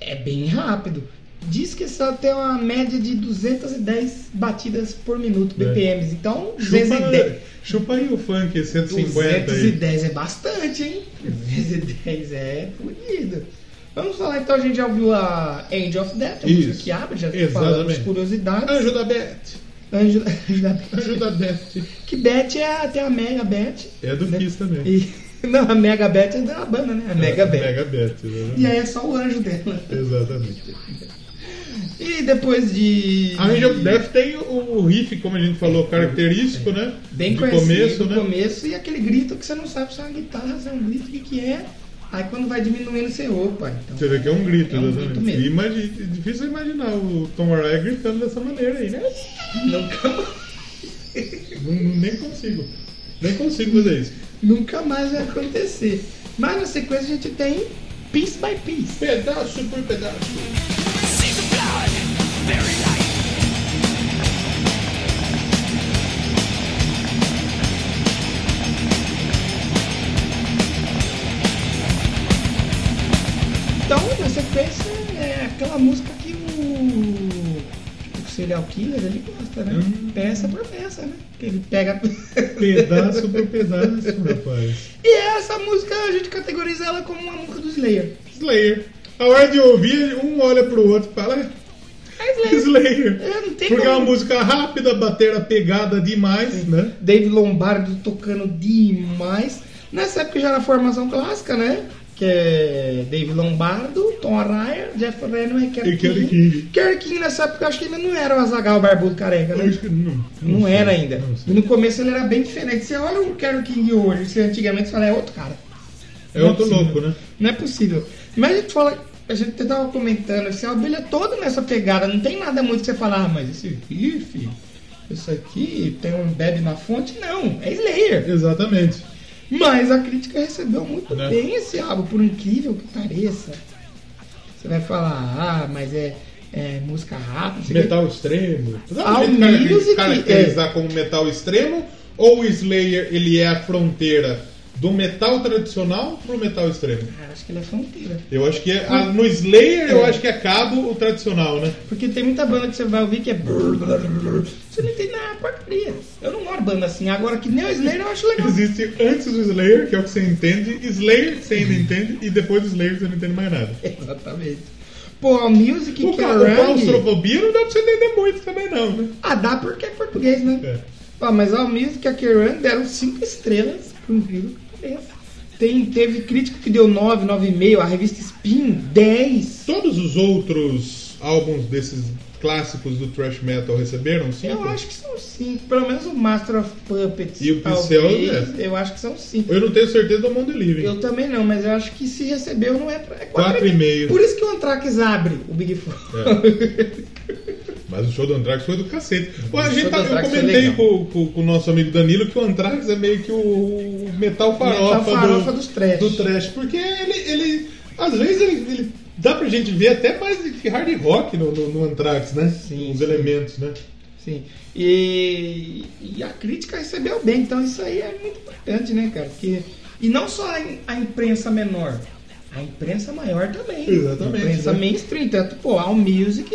Speaker 1: É bem rápido. Diz que só tem uma média de 210 batidas por minuto,
Speaker 2: É.
Speaker 1: BPMs. Então,
Speaker 2: Chupa, né?
Speaker 1: 210.
Speaker 2: chupa aí o funk 150 aí.
Speaker 1: 210 é bastante, hein? 210 é fodido. Vamos falar então, a gente já ouviu a End of Death, a
Speaker 2: Isso.
Speaker 1: música que abre, já
Speaker 2: Exatamente.
Speaker 1: falamos curiosidades.
Speaker 2: Anjo da Beth.
Speaker 1: Anjo, Anjo da Beth.
Speaker 2: Anjo da Beth.
Speaker 1: Que Beth é até a Mega Beth.
Speaker 2: É do Kiss também.
Speaker 1: E, não, a Mega Beth é da banda, né? A Mega Beth.
Speaker 2: Mega Beth, exatamente.
Speaker 1: E aí é só o anjo dela.
Speaker 2: Exatamente.
Speaker 1: E depois de.
Speaker 2: A Angel of Death tem o o riff, como a gente falou, característico, né?
Speaker 1: Bem
Speaker 2: De
Speaker 1: conhecido
Speaker 2: começo,
Speaker 1: do
Speaker 2: né?
Speaker 1: começo e aquele grito que você não sabe se é uma guitarra, se é um grito, o que, que é. Aí quando vai diminuindo, você opa. Então,
Speaker 2: Você vê que é um grito,
Speaker 1: É um
Speaker 2: exatamente.
Speaker 1: grito mesmo.
Speaker 2: E imagi- é difícil imaginar o Tom Araya gritando dessa maneira aí, né?
Speaker 1: nunca,
Speaker 2: Não- Nem consigo. Nem consigo fazer isso.
Speaker 1: nunca mais vai acontecer. Mas na sequência a gente tem Piece by Piece.
Speaker 2: Pedaço por pedaço.
Speaker 1: Então, na sequência, é aquela música que o, o serial killer ele gosta, né?
Speaker 2: Hum.
Speaker 1: Peça por peça, né? Que ele pega.
Speaker 2: Pedaço por pedaço, rapaz.
Speaker 1: E essa música a gente categoriza ela como uma música do Slayer.
Speaker 2: Slayer. A hora de ouvir, um olha pro outro e fala.
Speaker 1: É Slayer.
Speaker 2: Slayer.
Speaker 1: É, não tem
Speaker 2: Porque é uma
Speaker 1: como.
Speaker 2: música rápida, bater a pegada demais, né?
Speaker 1: David Lombardo tocando demais. Nessa época já era a formação clássica, né? Que é David Lombardo, Tom Araya, Jeff Renner e Kerry
Speaker 2: E Kerry
Speaker 1: King.
Speaker 2: King.
Speaker 1: Kerry King nessa época eu acho que ainda não era o Azagal Barbudo Careca,
Speaker 2: Eu
Speaker 1: né?
Speaker 2: acho que não.
Speaker 1: Não,
Speaker 2: sei,
Speaker 1: era ainda.
Speaker 2: não sei.
Speaker 1: E no começo ele era bem diferente. Você olha o Kerry King hoje, você antigamente fala, é outro cara.
Speaker 2: É outro
Speaker 1: Não é
Speaker 2: louco,
Speaker 1: possível.
Speaker 2: né?
Speaker 1: Não é possível. Mas a gente fala, a gente até tava comentando, assim, a abelha é toda nessa pegada, não tem nada muito que você falar, ah, mas esse riff, isso aqui tem um bebe na fonte, não, é Slayer.
Speaker 2: Exatamente.
Speaker 1: Mas a crítica recebeu muito
Speaker 2: Né?
Speaker 1: bem esse álbum, por incrível que pareça. Você vai falar, ah, mas é, é música rápida, não sei o quê.
Speaker 2: Metal extremo.
Speaker 1: Ao
Speaker 2: Sabe o jeito um que é-
Speaker 1: music,
Speaker 2: caracterizar como metal extremo? Ou o Slayer ele é a fronteira do metal tradicional pro metal extremo?
Speaker 1: Cara, acho que ele é fronteira.
Speaker 2: Eu acho que é, a- no Slayer eu acho que acaba o tradicional, né?
Speaker 1: Porque tem muita banda que você vai ouvir que é. brrr, brrr, brrr. Você não entende nada, porcaria. Eu não gosto de banda assim. Agora que nem o Slayer eu acho legal.
Speaker 2: Existe antes do Slayer, que é o que você entende, Slayer você ainda entende, e depois do Slayer você não entende mais nada.
Speaker 1: Exatamente. Pô, a Music
Speaker 2: O, ca- o
Speaker 1: Kerrang.
Speaker 2: claustrofobia não dá pra você entender muito também, não, né?
Speaker 1: Ah, dá porque é português, né?
Speaker 2: É.
Speaker 1: Ah, mas a Music e a Kerrang deram 5 estrelas, por incrível que pareça. Tem, teve crítico que deu 9, 9,5, a revista Spin 10.
Speaker 2: Todos os outros álbuns desses clássicos do thrash metal receberam
Speaker 1: Eu
Speaker 2: cinco?
Speaker 1: acho que são 5. Pelo menos o Master of Puppets.
Speaker 2: E o é um
Speaker 1: talvez,
Speaker 2: Pixel,
Speaker 1: Eu acho que são 5.
Speaker 2: Eu não tenho certeza do Mão Living.
Speaker 1: Eu também não, mas eu acho que se recebeu não é pra. É
Speaker 2: Quatro e meio. É.
Speaker 1: Por isso que o Antrax abre o Big Four.
Speaker 2: Mas o show do Anthrax foi do cacete. Pô, a
Speaker 1: O
Speaker 2: gente
Speaker 1: show
Speaker 2: tá-
Speaker 1: do
Speaker 2: eu
Speaker 1: Anthrax foi
Speaker 2: comentei
Speaker 1: legal.
Speaker 2: com, com- com o nosso amigo Danilo que o Anthrax é meio que o metal farofa,
Speaker 1: Metal farofa dos thrash.
Speaker 2: do thrash, Porque ele, ele- às vezes, ele, ele dá pra gente ver até mais que hard rock no, no, no Anthrax, né?
Speaker 1: Sim,
Speaker 2: Os
Speaker 1: sim.
Speaker 2: elementos, né?
Speaker 1: Sim. E, e a crítica recebeu bem, então isso aí é muito importante, né, cara? Porque, e não só a, im- a imprensa menor, a imprensa maior também.
Speaker 2: Exatamente,
Speaker 1: A imprensa
Speaker 2: né?
Speaker 1: mainstream, tanto, pô, a Allmusic,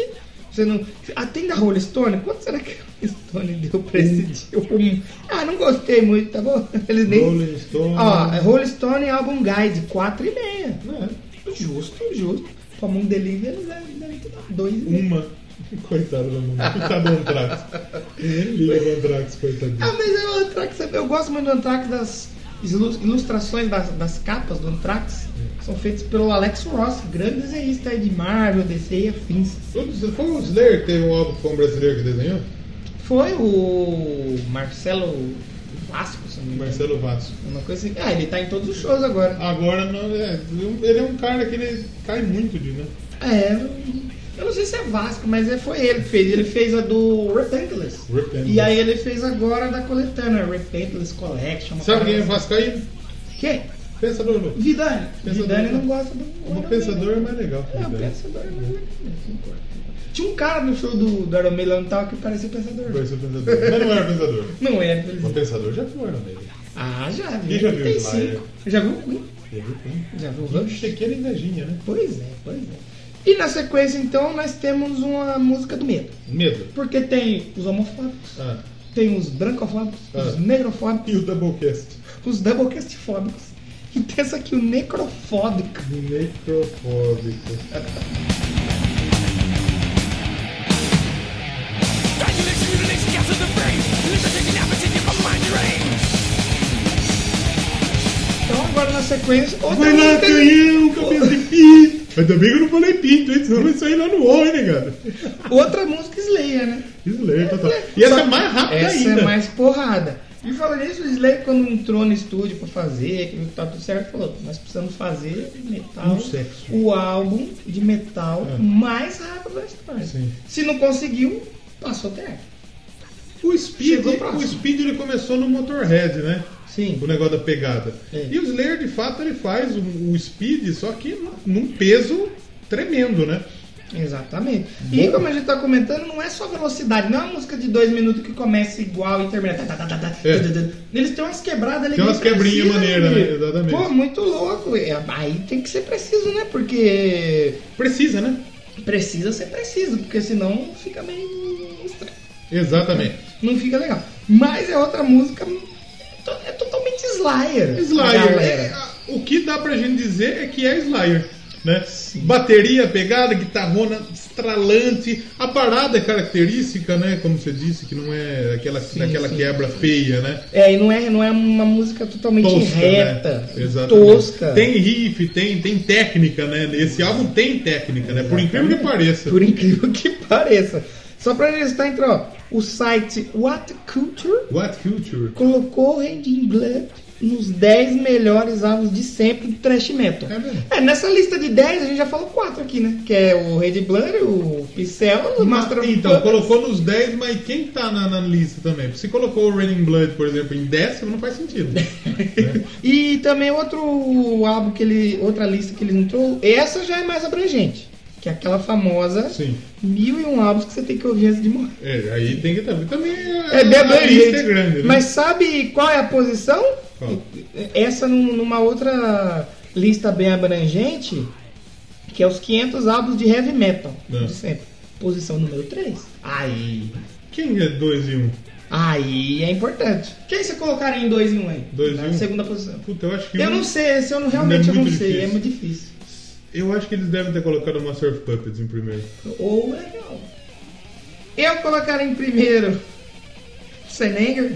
Speaker 1: Você não... Atenda a Rolling Stone? Quanto será que a Rolling Stone deu pra esse disco? Um. Ah, não gostei muito, tá bom? Eles nem...
Speaker 2: Rolling Stone.
Speaker 1: Ó, é Rolling Stone Album Guide, 4,5.
Speaker 2: É,
Speaker 1: Justo, justo. Pra Moon Delivery, eles devem devem ter dado 2,5.
Speaker 2: uma. Coitado da mulher. Coitado do Antrax. Ele liga pro Antrax, coitadinho.
Speaker 1: Ah, mas é o Anthrax, eu gosto muito do Anthrax das ilu- ilustrações das, das capas do Anthrax. São feitas pelo Alex Ross, grande desenhista aí de Marvel, DC e afins.
Speaker 2: Todos- Foi o Slayer que teve um álbum que foi um brasileiro que desenhou?
Speaker 1: Foi o Marcelo Vasco, se não me engano.
Speaker 2: Marcelo Vasco.
Speaker 1: Uma coisa assim. Ah, ele tá em todos os shows agora.
Speaker 2: Agora, não, é, ele é um cara que ele cai muito de, né?
Speaker 1: É, eu não sei se é Vasco, mas é, foi ele que fez. Ele fez a do Repentless.
Speaker 2: Repentless.
Speaker 1: E aí ele fez agora a da coletânea, Repentless Collection. uma
Speaker 2: Sabe quem é
Speaker 1: parada
Speaker 2: Vascaíno?
Speaker 1: assim. Quê?
Speaker 2: Pensador louco.
Speaker 1: Vidani.
Speaker 2: Pensador.
Speaker 1: Vidani não gosta do.
Speaker 2: Um pensador é mais legal. que
Speaker 1: É, o
Speaker 2: Vidani.
Speaker 1: pensador é mais legal. não importa. Tinha um cara no show do, do Iron Maiden lá no tal que parecia um pensador.
Speaker 2: Conhece o pensador. Mas não era pensador.
Speaker 1: Não é,
Speaker 2: O
Speaker 1: infelizmente.
Speaker 2: pensador já foi, né? não dele.
Speaker 1: Ah, já vi.
Speaker 2: E já viu é? o
Speaker 1: 35.
Speaker 2: Slayer?
Speaker 1: Já viu o Queen?
Speaker 2: Teve um.
Speaker 1: Já viu o Rush?
Speaker 2: Chequeira e invejinha, né?
Speaker 1: Pois é, pois é. E na sequência, então, nós temos uma música do medo.
Speaker 2: Medo.
Speaker 1: Porque tem os homofóbicos,
Speaker 2: Ah.
Speaker 1: tem os brancofóbicos,
Speaker 2: Ah.
Speaker 1: os negrofóbicos,
Speaker 2: E o Doublecast.
Speaker 1: os doublecastfóbicos. E tem essa aqui, o necrofóbico.
Speaker 2: Necrofóbico.
Speaker 1: Então, agora na sequência, outra
Speaker 2: Vai lá, um
Speaker 1: música.
Speaker 2: canhão, cabeça de pinto. Mas também que eu não falei pinto, hein? Senão vai sair lá no ônibus, né, cara?
Speaker 1: Outra música Slayer, né?
Speaker 2: Slayer, total. E essa
Speaker 1: Só
Speaker 2: é
Speaker 1: que
Speaker 2: mais rápida
Speaker 1: essa
Speaker 2: ainda.
Speaker 1: é mais porrada. E falando nisso, o Slayer, quando entrou no estúdio pra fazer, que viu que tá tudo certo, falou: nós precisamos fazer metal,
Speaker 2: Um sexo.
Speaker 1: o álbum de metal
Speaker 2: É.
Speaker 1: mais rápido da história.
Speaker 2: Sim.
Speaker 1: Se não conseguiu, passou até aqui.
Speaker 2: O Speed,
Speaker 1: Chegou próximo.
Speaker 2: o Speed ele começou no Motorhead, né?
Speaker 1: Sim.
Speaker 2: O negócio da pegada.
Speaker 1: É.
Speaker 2: E o Slayer, de fato, ele faz o, o Speed, só que num- num peso tremendo, né?
Speaker 1: Exatamente. E como a gente tá comentando, não é só velocidade, não é uma música de dois minutos que começa igual e termina. tá, tá, tá, tá, tá,
Speaker 2: É.
Speaker 1: tá, tá, tá. Eles têm umas quebradas ali.
Speaker 2: Tem umas
Speaker 1: bem
Speaker 2: quebrinhas
Speaker 1: precisas,
Speaker 2: maneiras,
Speaker 1: né?
Speaker 2: né? Exatamente.
Speaker 1: Pô, muito louco. É, Aí tem que ser preciso, né? Porque
Speaker 2: Precisa, né?
Speaker 1: precisa ser preciso, porque senão fica meio estranho.
Speaker 2: Exatamente.
Speaker 1: Não fica legal. Mas é outra música. é to- É totalmente Slayer. Né,
Speaker 2: Slayer.
Speaker 1: galera.
Speaker 2: é, a- o que dá pra gente dizer é que é Slayer. Né? Bateria pegada, guitarrona estralante. A parada é característica, né? Como você disse, que não é aquela, daquela quebra feia, né?
Speaker 1: É, e não é, não é uma música totalmente reta,
Speaker 2: né? Exatamente.
Speaker 1: tosca.
Speaker 2: Tem riff, tem, tem técnica, né? Esse álbum tem técnica, né? Por incrível que pareça.
Speaker 1: Por incrível que pareça. Só pra registrar, então, ó, o site What Culture
Speaker 2: What Future?
Speaker 1: colocou Raging Blood nos 10 melhores álbuns de sempre do thrash metal.
Speaker 2: É mesmo?
Speaker 1: É, nessa lista de 10 a gente já falou 4 aqui, né? Que é o Red Blood, o Pixel, o
Speaker 2: Mas,
Speaker 1: Master of
Speaker 2: então,
Speaker 1: Puppets.
Speaker 2: colocou nos 10, mas quem tá na, na lista também? Se colocou o Raining Blood, por exemplo, em décimo, não faz sentido. né?
Speaker 1: E também outro álbum que ele. outra lista que ele entrou, essa já é mais abrangente. Que é aquela famosa
Speaker 2: Sim.
Speaker 1: mil e um álbuns que você tem que ouvir antes de morrer.
Speaker 2: É, aí tem que também. também
Speaker 1: É bem
Speaker 2: a lista
Speaker 1: abrangente.
Speaker 2: é grande, né?
Speaker 1: Mas sabe qual é a posição?
Speaker 2: Qual?
Speaker 1: Essa num- numa outra lista bem abrangente, que é os 500 álbuns de heavy metal
Speaker 2: É.
Speaker 1: de sempre. Posição número 3. Aí.
Speaker 2: Quem é 2 e 1? Um?
Speaker 1: Aí é importante. Quem você colocaria em 2 e 1 um aí?
Speaker 2: Dois
Speaker 1: Na
Speaker 2: e um?
Speaker 1: Segunda posição.
Speaker 2: Puta, eu acho que.
Speaker 1: Eu
Speaker 2: um-
Speaker 1: não sei, esse eu não, realmente eu não
Speaker 2: muito
Speaker 1: sei, é
Speaker 2: difícil.
Speaker 1: muito difícil.
Speaker 2: Eu acho que eles devem ter colocado o Master of Puppets em primeiro.
Speaker 1: Ou é legal. Eu colocaria em primeiro Senenger,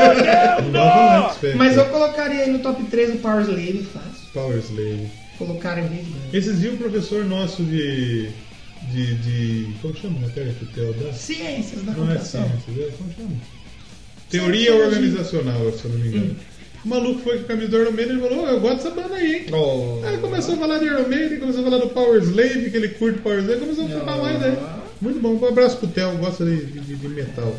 Speaker 2: Nova Life Factor.
Speaker 1: Ah, mas eu colocaria aí no top 3 o Power Slave, fácil.
Speaker 2: Power Slave.
Speaker 1: Colocaram o Red
Speaker 2: Esses dias o professor nosso de. de. de como chama a matéria que o Theo dá?
Speaker 1: Ciências da
Speaker 2: Não é
Speaker 1: computação.
Speaker 2: ciências, é, como chama? Teoria organizacional, se eu não me
Speaker 1: Hum.
Speaker 2: engano. O maluco foi com a camisa do Iron Maiden e falou: "Ô, Eu gosto dessa banda aí, hein?
Speaker 1: Oh.
Speaker 2: Aí começou a falar de Iron Maiden, começou a falar do Power Slave, que ele curte Power Slave, começou a falar mais daí. Muito bom, um abraço pro Theo, gosta de, de, de metal.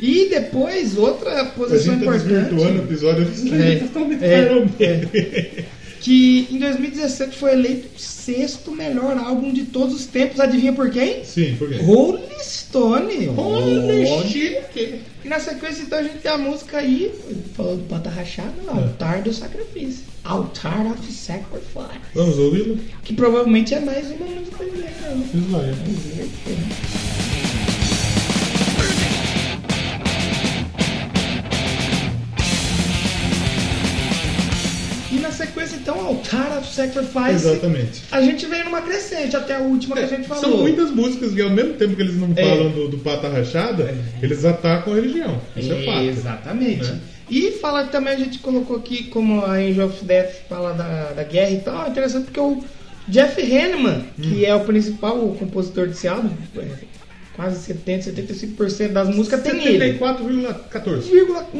Speaker 1: E depois, outra
Speaker 2: A
Speaker 1: posição
Speaker 2: gente tá
Speaker 1: importante.
Speaker 2: desvirtuando o episódio, eu
Speaker 1: É,
Speaker 2: totalmente
Speaker 1: é,
Speaker 2: Iron Maiden.
Speaker 1: que em 2017 foi eleito o sexto melhor álbum de todos os tempos. Adivinha por quem?
Speaker 2: Sim, por quê?
Speaker 1: Rolling Stone.
Speaker 2: Holy
Speaker 1: shit. E na sequência, então, a gente tem a música aí, falando do pata rachada, Altar do Sacrifício. Altar of Sacrifice.
Speaker 2: Vamos ouvi-lo?
Speaker 1: Que provavelmente é mais uma música brasileira. né?
Speaker 2: Slayer.
Speaker 1: E na sequência, então, Altar of Sacrifice.
Speaker 2: Exatamente.
Speaker 1: A gente veio numa crescente até a última que a gente falou.
Speaker 2: São muitas músicas que ao mesmo tempo que eles não
Speaker 1: É.
Speaker 2: falam do, do pata rachada, eles atacam a religião. Isso é fato.
Speaker 1: Exatamente.
Speaker 2: Né?
Speaker 1: E fala que também, a gente colocou aqui como a Angel of Death fala da, da guerra e tal. É interessante porque o Jeff Hanneman,
Speaker 2: Hum.
Speaker 1: que é o principal compositor desse álbum, é, quase 70, 75% das músicas tem ele.
Speaker 2: 74,14.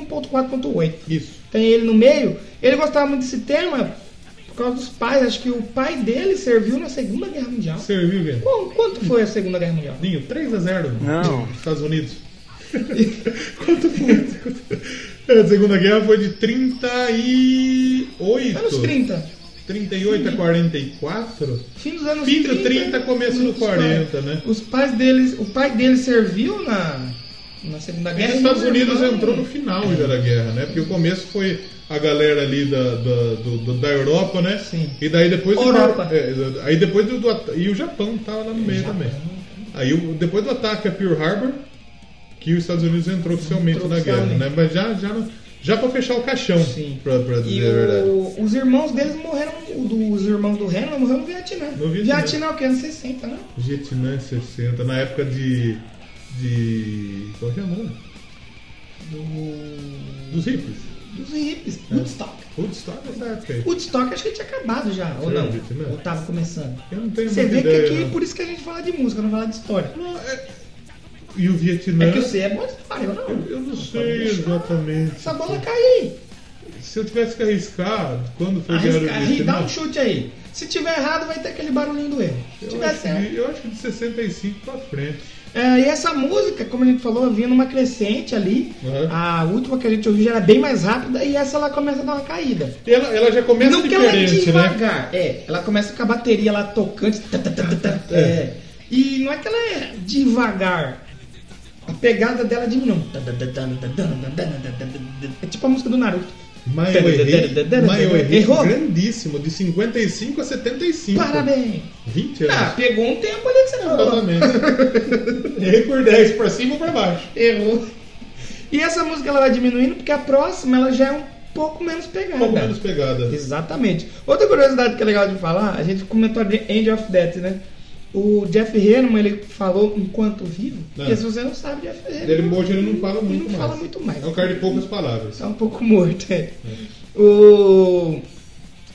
Speaker 1: 1.4.8.
Speaker 2: Isso.
Speaker 1: tem ele no meio. Ele gostava muito desse tema por causa dos pais. Acho que o pai dele serviu na Segunda Guerra Mundial.
Speaker 2: Serviu, Guilherme?
Speaker 1: Bom, quanto foi a Segunda Guerra Mundial?
Speaker 2: Dinho, 3x0
Speaker 4: Não.
Speaker 2: Estados Unidos. Quanto foi? A Segunda Guerra foi de 38.
Speaker 1: Anos 30.
Speaker 2: 38 a 44?
Speaker 1: Fim dos anos
Speaker 2: Fim do
Speaker 1: 30,
Speaker 2: 30, começo do 40, né?
Speaker 1: Os pais deles, o pai dele serviu na, na Segunda
Speaker 2: Os
Speaker 1: Guerra. e
Speaker 2: Estados
Speaker 1: os
Speaker 2: Unidos
Speaker 1: irmãos-
Speaker 2: entrou no final já da guerra, né? Porque o começo foi a galera ali da, da, do- do- da Europa, né?
Speaker 1: Sim.
Speaker 2: E daí depois.
Speaker 1: Europa.
Speaker 2: É, exato. aí depois do, do at- E o Japão tava lá no meio
Speaker 1: Japão. né?
Speaker 2: também. Aí o- depois do ataque a Pearl Harbor, que os Estados Unidos entrou oficialmente
Speaker 1: Entrou
Speaker 2: na guerra, né?
Speaker 1: oficialmente.
Speaker 2: Mas já, já, não- já pra fechar o caixão,
Speaker 1: Sim.
Speaker 2: pra, pra
Speaker 1: E
Speaker 2: dizer a É verdade.
Speaker 1: o- os irmãos deles morreram, o do- os irmãos do Renan morreram no Vietnã.
Speaker 2: No Vietnã.
Speaker 1: Vietnã é o que? Anos 60, né?
Speaker 2: Vietnã 60, na época de. de. qual que é o nome?
Speaker 1: Do,
Speaker 2: Dos hippies.
Speaker 1: dos hippies,
Speaker 2: É.
Speaker 1: Woodstock.
Speaker 2: Woodstock nessa época aí.
Speaker 1: Woodstock acho que tinha acabado já, ou
Speaker 2: Será,
Speaker 1: não?
Speaker 2: Vietnã?
Speaker 1: Ou tava começando?
Speaker 2: Eu não tenho
Speaker 1: Você
Speaker 2: muita
Speaker 1: vê que
Speaker 2: ideia,
Speaker 1: aqui,
Speaker 2: não.
Speaker 1: por isso que a gente fala de música, não fala de história.
Speaker 2: Não, é- E o Vietnã.
Speaker 1: É que você é bom de história, eu não.
Speaker 2: Eu não sei exatamente.
Speaker 1: Essa bola cai aí.
Speaker 2: Se eu tivesse que arriscar, quando foi ganhar o
Speaker 1: Arrisca, arri-
Speaker 2: Vietnã?
Speaker 1: dá um chute aí. Se tiver errado, vai ter aquele barulhinho do erro. Se
Speaker 2: eu
Speaker 1: tiver
Speaker 2: acho
Speaker 1: certo.
Speaker 2: que- Eu acho que de 65 pra frente.
Speaker 1: É, e essa música, como a gente falou, vinha numa crescente ali.
Speaker 2: Uhum.
Speaker 1: A última que a gente ouviu já era bem mais rápida e essa ela começa a dar uma caída.
Speaker 2: E Ela, ela já começa
Speaker 1: não que ela é
Speaker 2: diferente, né?
Speaker 1: devagar. É, ela começa com a bateria lá tocante. tá, tá, tá, tá, tá,
Speaker 2: É.
Speaker 1: é. E não é que ela é devagar. A pegada dela diminui. Tá, É tipo a música do Naruto.
Speaker 2: Mas eu errei, mas eu errei
Speaker 1: Errou?
Speaker 2: grandíssimo, de 55 a 75.
Speaker 1: Parabéns.
Speaker 2: 20
Speaker 1: Ah,
Speaker 2: anos.
Speaker 1: pegou um tempo ali que você falou.
Speaker 2: É. Exatamente. errei por 10, pra cima ou pra baixo.
Speaker 1: Errou. E essa música ela vai diminuindo porque a próxima ela já é um pouco menos pegada.
Speaker 2: Um pouco menos pegada.
Speaker 1: Exatamente. Outra curiosidade que é legal de falar, a gente comentou de End of Death, né? O Jeff Hanneman, ele falou enquanto vivo,
Speaker 2: É.
Speaker 1: porque se você não sabe, Jeff Hanneman...
Speaker 2: Ele hoje ele não fala
Speaker 1: ele
Speaker 2: muito
Speaker 1: não
Speaker 2: mais.
Speaker 1: fala muito mais.
Speaker 2: É um cara de poucas palavras.
Speaker 1: Tá um pouco morto, é. O...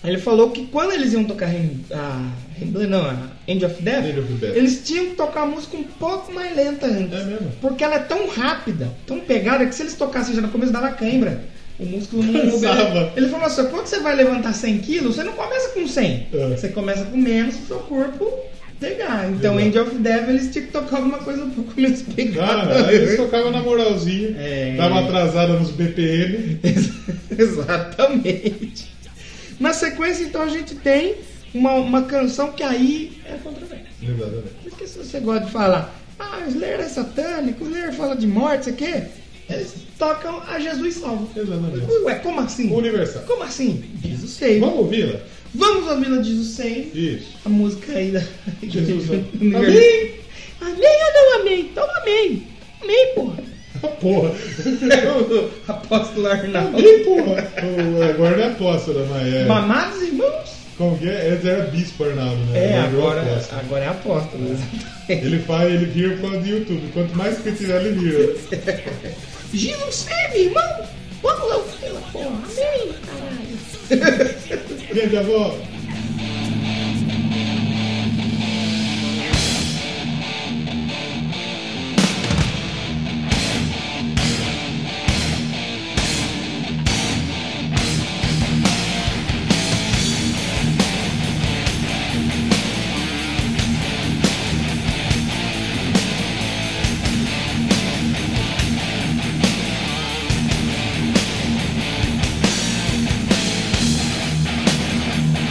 Speaker 1: Ele falou que quando eles iam tocar Rem- a... Rembrandt, não, a End of Death,
Speaker 2: End of Death.
Speaker 1: eles tinham que tocar a música um pouco mais lenta antes.
Speaker 2: É mesmo?
Speaker 1: Porque ela é tão rápida, tão pegada, que se eles tocassem já no começo dava cãibra. O músculo não
Speaker 2: Cansava.
Speaker 1: Ele falou assim: quando você vai levantar 100 quilos, você não começa com 100.
Speaker 2: É.
Speaker 1: Você começa com menos pro seu corpo pegar. Então,
Speaker 2: Exato. Ah,
Speaker 1: End of Death, eles tinham que tocar alguma coisa um pouco menos pegada.
Speaker 2: Cara, eles tocavam na moralzinha,
Speaker 1: É.
Speaker 2: tava atrasada nos BPM.
Speaker 1: Exatamente. Na sequência, então, a gente tem uma, uma canção que aí é controversa.
Speaker 2: Exatamente.
Speaker 1: Porque se você gosta de falar, ah, o Slayer é satânico, o Slayer fala de morte, isso aqui, eles tocam a Jesus salvo.
Speaker 2: Exatamente.
Speaker 1: Ué, como assim?
Speaker 2: Universal.
Speaker 1: Como assim? Jesus Save.
Speaker 2: Vamos ouvi-la?
Speaker 1: Vamos à Vila Jesus Save.
Speaker 2: Isso.
Speaker 1: A música aí da.
Speaker 2: Jesus Save.
Speaker 1: Amém! Amém ou não amém? Então amém! Amém, porra!
Speaker 2: Ah, porra.
Speaker 1: Apóstolo Arnaldo.
Speaker 2: Ih, porra. O- Agora não é apóstolo, mas é.
Speaker 1: Mamados irmãos?
Speaker 2: Como que é? Antes era bispo Arnaldo, né?
Speaker 1: É,
Speaker 2: virou
Speaker 1: agora,
Speaker 2: apóstolo.
Speaker 1: agora é apóstolo, exatamente.
Speaker 2: Ele faz, ele vira por causa do YouTube. Quanto mais que tiver, ele vira.
Speaker 1: Jesus serve, irmão! Vamos ao fila, porra! Amém, caralho!
Speaker 2: Gente, avó.
Speaker 5: Thank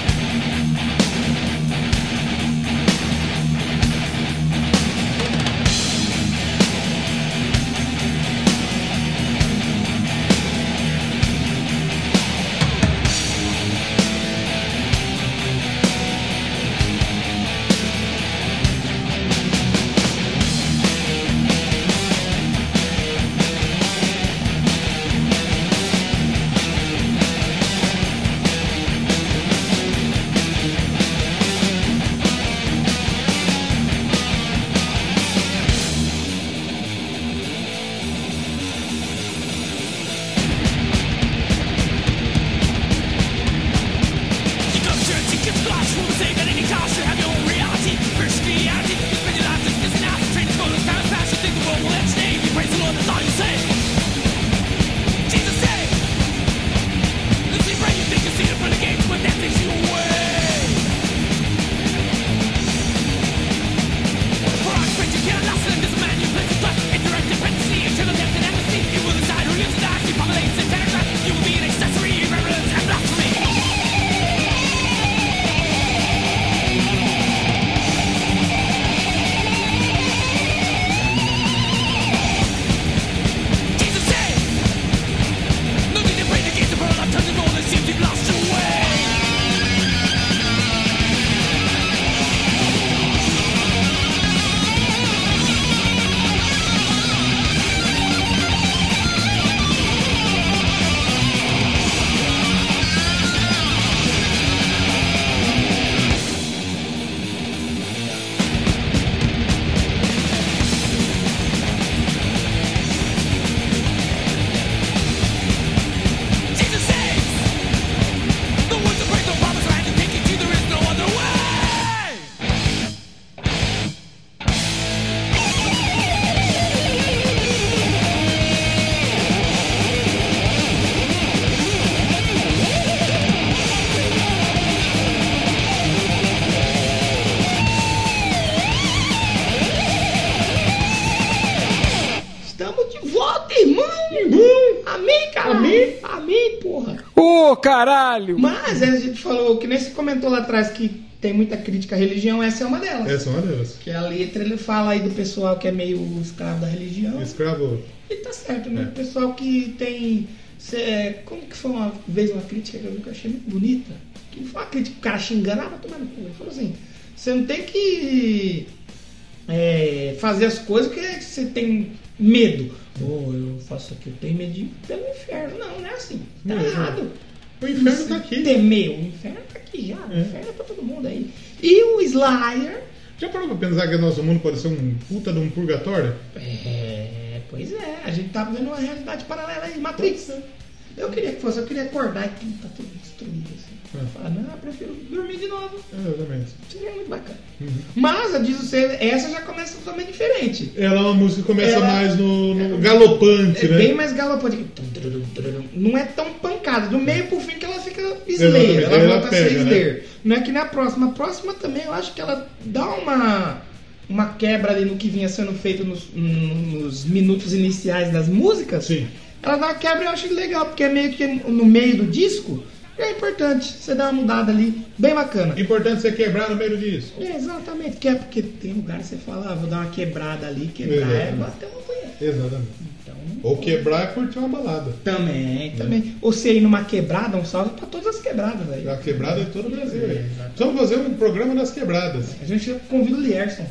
Speaker 1: irmão!
Speaker 2: Irmão!
Speaker 1: Hum. Amém, cara!
Speaker 2: Amém.
Speaker 1: Amém, porra!
Speaker 5: Ô, caralho!
Speaker 1: Mas a gente falou, que nem se comentou lá atrás que tem muita crítica à religião, essa é uma delas.
Speaker 2: Essa é uma delas.
Speaker 1: Que a letra ele fala aí do pessoal que é meio escravo da religião.
Speaker 2: Escravo.
Speaker 1: E tá certo, né?
Speaker 2: É.
Speaker 1: O pessoal que tem. cê, é, como que foi uma vez uma crítica que eu vi que eu achei muito bonita? Que foi uma crítica, o cara xingando, ah, vai tomar no cu. Ele falou assim: você não tem que é, fazer as coisas porque você tem medo. Ou eu faço aqui, eu tenho medo de ir pelo inferno. Não, não é assim. Tá
Speaker 2: Não, não.
Speaker 1: errado.
Speaker 2: O inferno tá aqui.
Speaker 1: Temer, o inferno tá aqui já. O
Speaker 2: É.
Speaker 1: inferno é pra todo mundo aí. E o Slayer.
Speaker 2: Já parou pra pensar que o nosso mundo pode ser um puta de um purgatório?
Speaker 1: É, pois é, a gente tá vendo uma realidade paralela aí, Matrix. Eu queria que fosse, eu queria acordar e tudo tá tudo destruído assim.
Speaker 2: É.
Speaker 1: Falar, não, eu prefiro dormir de novo.
Speaker 2: Exatamente.
Speaker 1: Seria muito bacana. Mas, eu disse você, essa já começa totalmente diferente.
Speaker 2: Ela é uma música que começa
Speaker 1: Ela-
Speaker 2: mais no, no galopante,
Speaker 1: É
Speaker 2: né?
Speaker 1: bem mais galopante. Tum-tururum, tururum. Não é tão pancada. Do meio pro fim que ela fica
Speaker 2: Exatamente,
Speaker 1: slayer. Ela
Speaker 2: aí ela
Speaker 1: volta a ser
Speaker 2: pega, né?
Speaker 1: slayer. Não é que nem a próxima. A próxima também eu acho que ela dá uma, uma quebra ali no que vinha sendo feito nos, no- nos minutos iniciais das músicas.
Speaker 2: Sim.
Speaker 1: Ela dá uma quebra e eu acho legal, porque é meio que no meio do disco. E é importante. Você dá uma mudada ali, bem bacana.
Speaker 2: Importante você quebrar no meio disso.
Speaker 1: É, exatamente, que é porque tem lugar que você fala, ah, vou dar uma quebrada ali, quebrar é,
Speaker 2: Exatamente.
Speaker 1: bater uma punheta.
Speaker 2: Exatamente.
Speaker 1: Então,
Speaker 2: Ou quebrar é curtir uma balada. É.
Speaker 1: também, também. Ou se ir numa quebrada, um salve pra todas as quebradas aí.
Speaker 2: A quebrada é todo o Brasil.
Speaker 1: É,
Speaker 2: aí.
Speaker 1: exatamente.
Speaker 2: Precisamos fazer um programa das quebradas.
Speaker 1: A gente convida o Lierson.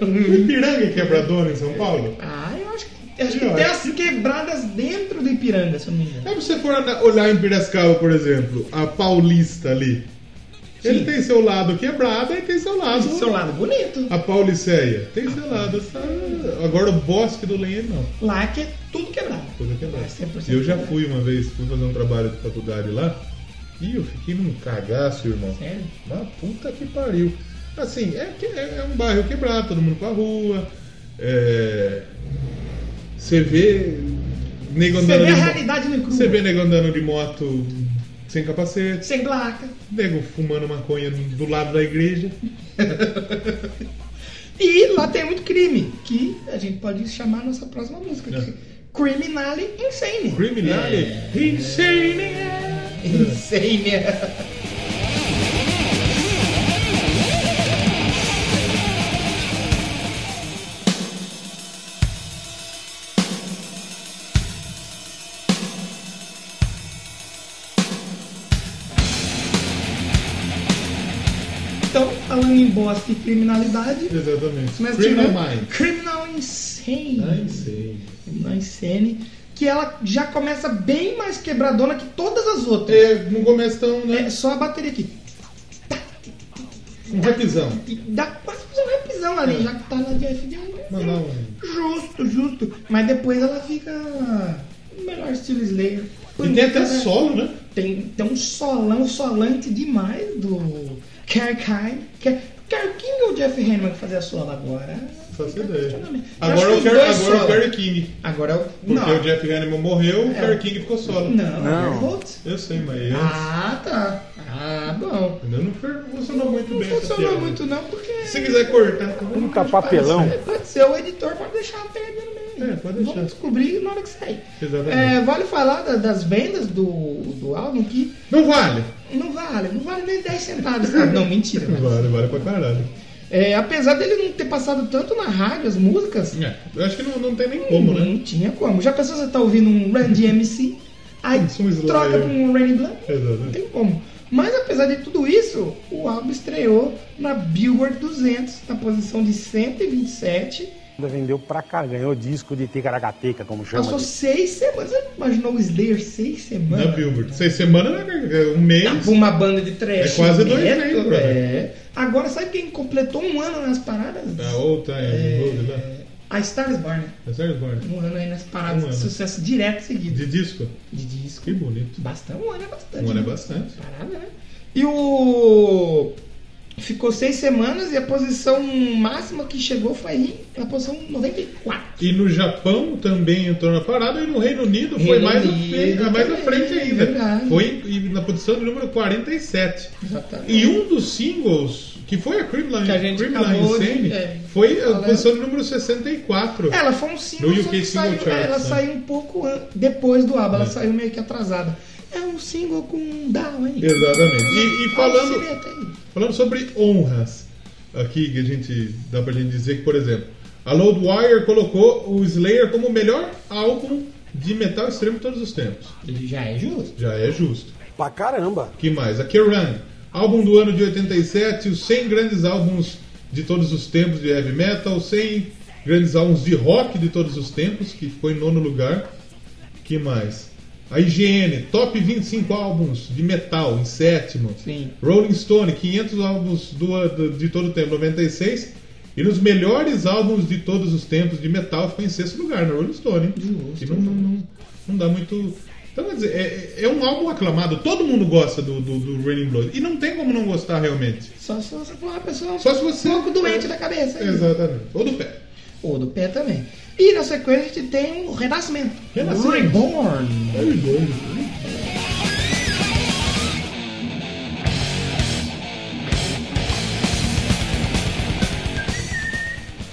Speaker 2: O Ipiranga é quebradona em São Paulo?
Speaker 1: Ah, eu acho que, acho que
Speaker 2: Eu
Speaker 1: tem
Speaker 2: acho É
Speaker 1: as quebradas dentro do Ipiranga, se eu não me engano.
Speaker 2: Aí você for ana- olhar em Piracicaba, por exemplo, a Paulista ali. Ele
Speaker 1: Sim.
Speaker 2: tem seu lado quebrado e tem seu lado.
Speaker 1: Seu lado bonito.
Speaker 2: A Pauliceia. Tem seu lado. essa- Agora o bosque do Lenha não.
Speaker 1: Lá que é tudo quebrado.
Speaker 2: Coisa quebrada.
Speaker 1: É 100%
Speaker 2: Eu já
Speaker 1: quebrado.
Speaker 2: fui uma vez, fui fazer um trabalho de faculdade lá. E eu fiquei num cagaço, irmão.
Speaker 1: Sério?
Speaker 2: Uma puta que pariu. Assim, é, que- é- é um bairro quebrado, todo mundo pra rua. É... Você vê. Nego
Speaker 1: Você
Speaker 2: andando
Speaker 1: vê a
Speaker 2: de mo-
Speaker 1: realidade no cru.
Speaker 2: Você vê nego andando de moto sem capacete,
Speaker 1: Sem placa.
Speaker 2: nego fumando maconha do lado da igreja.
Speaker 1: E lá tem muito crime, que a gente pode chamar a nossa próxima música.
Speaker 2: É.
Speaker 1: Que Criminale Insane.
Speaker 2: Criminale.
Speaker 1: É.
Speaker 2: Insane. né?
Speaker 1: Insane. Então, falando em bosta e criminalidade,
Speaker 2: Exatamente.
Speaker 1: mas
Speaker 2: Criminal
Speaker 1: tirando-
Speaker 2: Minds.
Speaker 1: Criminal Insane.
Speaker 2: Ah, Insane.
Speaker 1: Criminal Insane. Que ela já começa bem mais quebradona que todas as outras.
Speaker 2: É, não começa tão, né?
Speaker 1: É só a bateria aqui. É.
Speaker 2: Um rapizão.
Speaker 1: E Dá quase pra fazer um rapzão ali,
Speaker 2: É.
Speaker 1: já que tá na DF de um.
Speaker 2: Mas não, mano.
Speaker 1: Justo, justo. Mas depois ela fica. o Melhor estilo Slayer.
Speaker 2: E tem até
Speaker 1: Cara,
Speaker 2: solo, né?
Speaker 1: Tem, tem um solão solante demais do Kerkheim. Ker- é Kerr King ou Jeff Hanneman que fazia solo agora?
Speaker 2: Faço ideia.
Speaker 1: Acho
Speaker 2: Agora
Speaker 1: que
Speaker 2: o
Speaker 1: os
Speaker 2: Kerry
Speaker 1: dois
Speaker 2: agora é o
Speaker 1: solo.
Speaker 2: Kerry King.
Speaker 1: Agora é o.
Speaker 2: Porque
Speaker 1: não.
Speaker 2: o Jeff Hanneman morreu, o
Speaker 1: É.
Speaker 2: Kerry King ficou solo.
Speaker 1: Não,
Speaker 5: Não.
Speaker 1: não. Volt.
Speaker 2: Eu sei, mas eu-
Speaker 1: Ah, tá. Ah, bom.
Speaker 2: ainda não fer- funcionou muito
Speaker 1: Não
Speaker 2: bem. essa
Speaker 1: funcionou
Speaker 2: piada.
Speaker 1: muito não, porque.
Speaker 2: Se quiser cortar, tá
Speaker 5: Puta papelão.
Speaker 1: É, Pode ser, o editor pode deixar a perna no meio.
Speaker 2: É, pode deixar.
Speaker 1: Vamos descobrir na hora que sair.
Speaker 2: Exatamente.
Speaker 1: É, vale falar da- das vendas do, do álbum que
Speaker 2: Não vale.
Speaker 1: não vale, não vale nem 10 centavos. cara. Não, mentira. né?
Speaker 2: Vale, vale pra caralho.
Speaker 1: É, apesar dele não ter passado tanto na rádio as músicas,
Speaker 2: É, eu acho que não, não tem nem como, né?
Speaker 1: não tinha como. Já pensou você tá ouvindo um Randy MC, aí
Speaker 2: Um Slayer.
Speaker 1: troca com um Randy Blunt? Não
Speaker 2: Exatamente.
Speaker 1: tem como. Mas apesar de tudo isso, o álbum estreou na Billboard 200, na posição de 127.
Speaker 6: Ainda vendeu pra cá, ganhou disco de ticaracateca, como chama.
Speaker 1: Passou seis semanas. Você imaginou o Slayer seis
Speaker 2: Na
Speaker 1: semanas?
Speaker 2: é Billboard. Seis semanas, né? um mês.
Speaker 1: Pra uma banda de trash.
Speaker 2: É quase dois
Speaker 1: metal,
Speaker 2: meses, brother.
Speaker 1: é. Agora, sabe quem completou um ano nas paradas?
Speaker 2: Da outra, é. Gold lá.
Speaker 1: A Stars Born.
Speaker 2: É sério, Eduardo?
Speaker 1: Um ano aí nas paradas
Speaker 2: Um
Speaker 1: de
Speaker 2: ano.
Speaker 1: sucesso direto seguido.
Speaker 2: De disco?
Speaker 1: De disco.
Speaker 2: Que bonito.
Speaker 1: Bastante, um ano é bastante.
Speaker 2: Um ano é
Speaker 1: né?
Speaker 2: bastante.
Speaker 1: Parada, né? E o. Ficou seis semanas e a posição máxima que chegou foi aí, na posição 94.
Speaker 2: E no Japão também entrou na parada e no Reino Unido foi
Speaker 1: Reino
Speaker 2: mais,
Speaker 1: Unido
Speaker 2: à frente, é mais
Speaker 1: também,
Speaker 2: à
Speaker 1: é
Speaker 2: frente ainda.
Speaker 1: verdade.
Speaker 2: Foi em- na posição de número 47.
Speaker 1: Exatamente.
Speaker 2: E um dos singles que foi a Creamline,
Speaker 1: Que a gente
Speaker 2: Creamline
Speaker 1: acabou de-
Speaker 2: Sane,
Speaker 1: é,
Speaker 2: foi a
Speaker 1: falando.
Speaker 2: posição número 64.
Speaker 1: Ela foi um single,
Speaker 2: No
Speaker 1: só
Speaker 2: UK
Speaker 1: que
Speaker 2: Single
Speaker 1: saiu,
Speaker 2: Charts,
Speaker 1: ela
Speaker 2: né?
Speaker 1: saiu um pouco an- depois do ABBA, ela saiu meio que atrasada. É um single com um down, hein?
Speaker 2: Exatamente. E, e falando,
Speaker 1: Olha o cimento aí.
Speaker 2: falando sobre honras, aqui que a gente dá pra gente dizer que, por exemplo, a Loudwire colocou o Slayer como o melhor álbum de metal extremo de todos os tempos.
Speaker 1: Ele já é justo.
Speaker 2: Já é justo.
Speaker 6: Pra caramba.
Speaker 2: que mais? A Kerrang, álbum do ano de 87, os 100 grandes álbuns de todos os tempos de heavy metal, 100 grandes álbuns de rock de todos os tempos, que ficou em nono lugar. que mais? A IGN, top 25 álbuns de metal, em sétimo.
Speaker 1: Sim.
Speaker 2: Rolling Stone, 500 álbuns do, do- de todo o tempo, 96. E nos melhores álbuns de todos os tempos de metal ficou em sexto lugar, na Rolling Stone. hein? Que
Speaker 1: tá
Speaker 2: não, não, não, não dá muito. Então, quer dizer, é, é um álbum aclamado, todo mundo gosta do, do, do Raining Blood. E não tem como não gostar realmente.
Speaker 1: Só se você "Ah, for uma pessoa
Speaker 2: Só se você.
Speaker 1: um pouco doente da cabeça. hein?
Speaker 2: Exatamente. Ou do pé.
Speaker 1: Ou do pé também. E na sequência a gente tem o Renascimento.
Speaker 2: Renascimento.
Speaker 1: Reborn.
Speaker 2: Aí, bom. Eu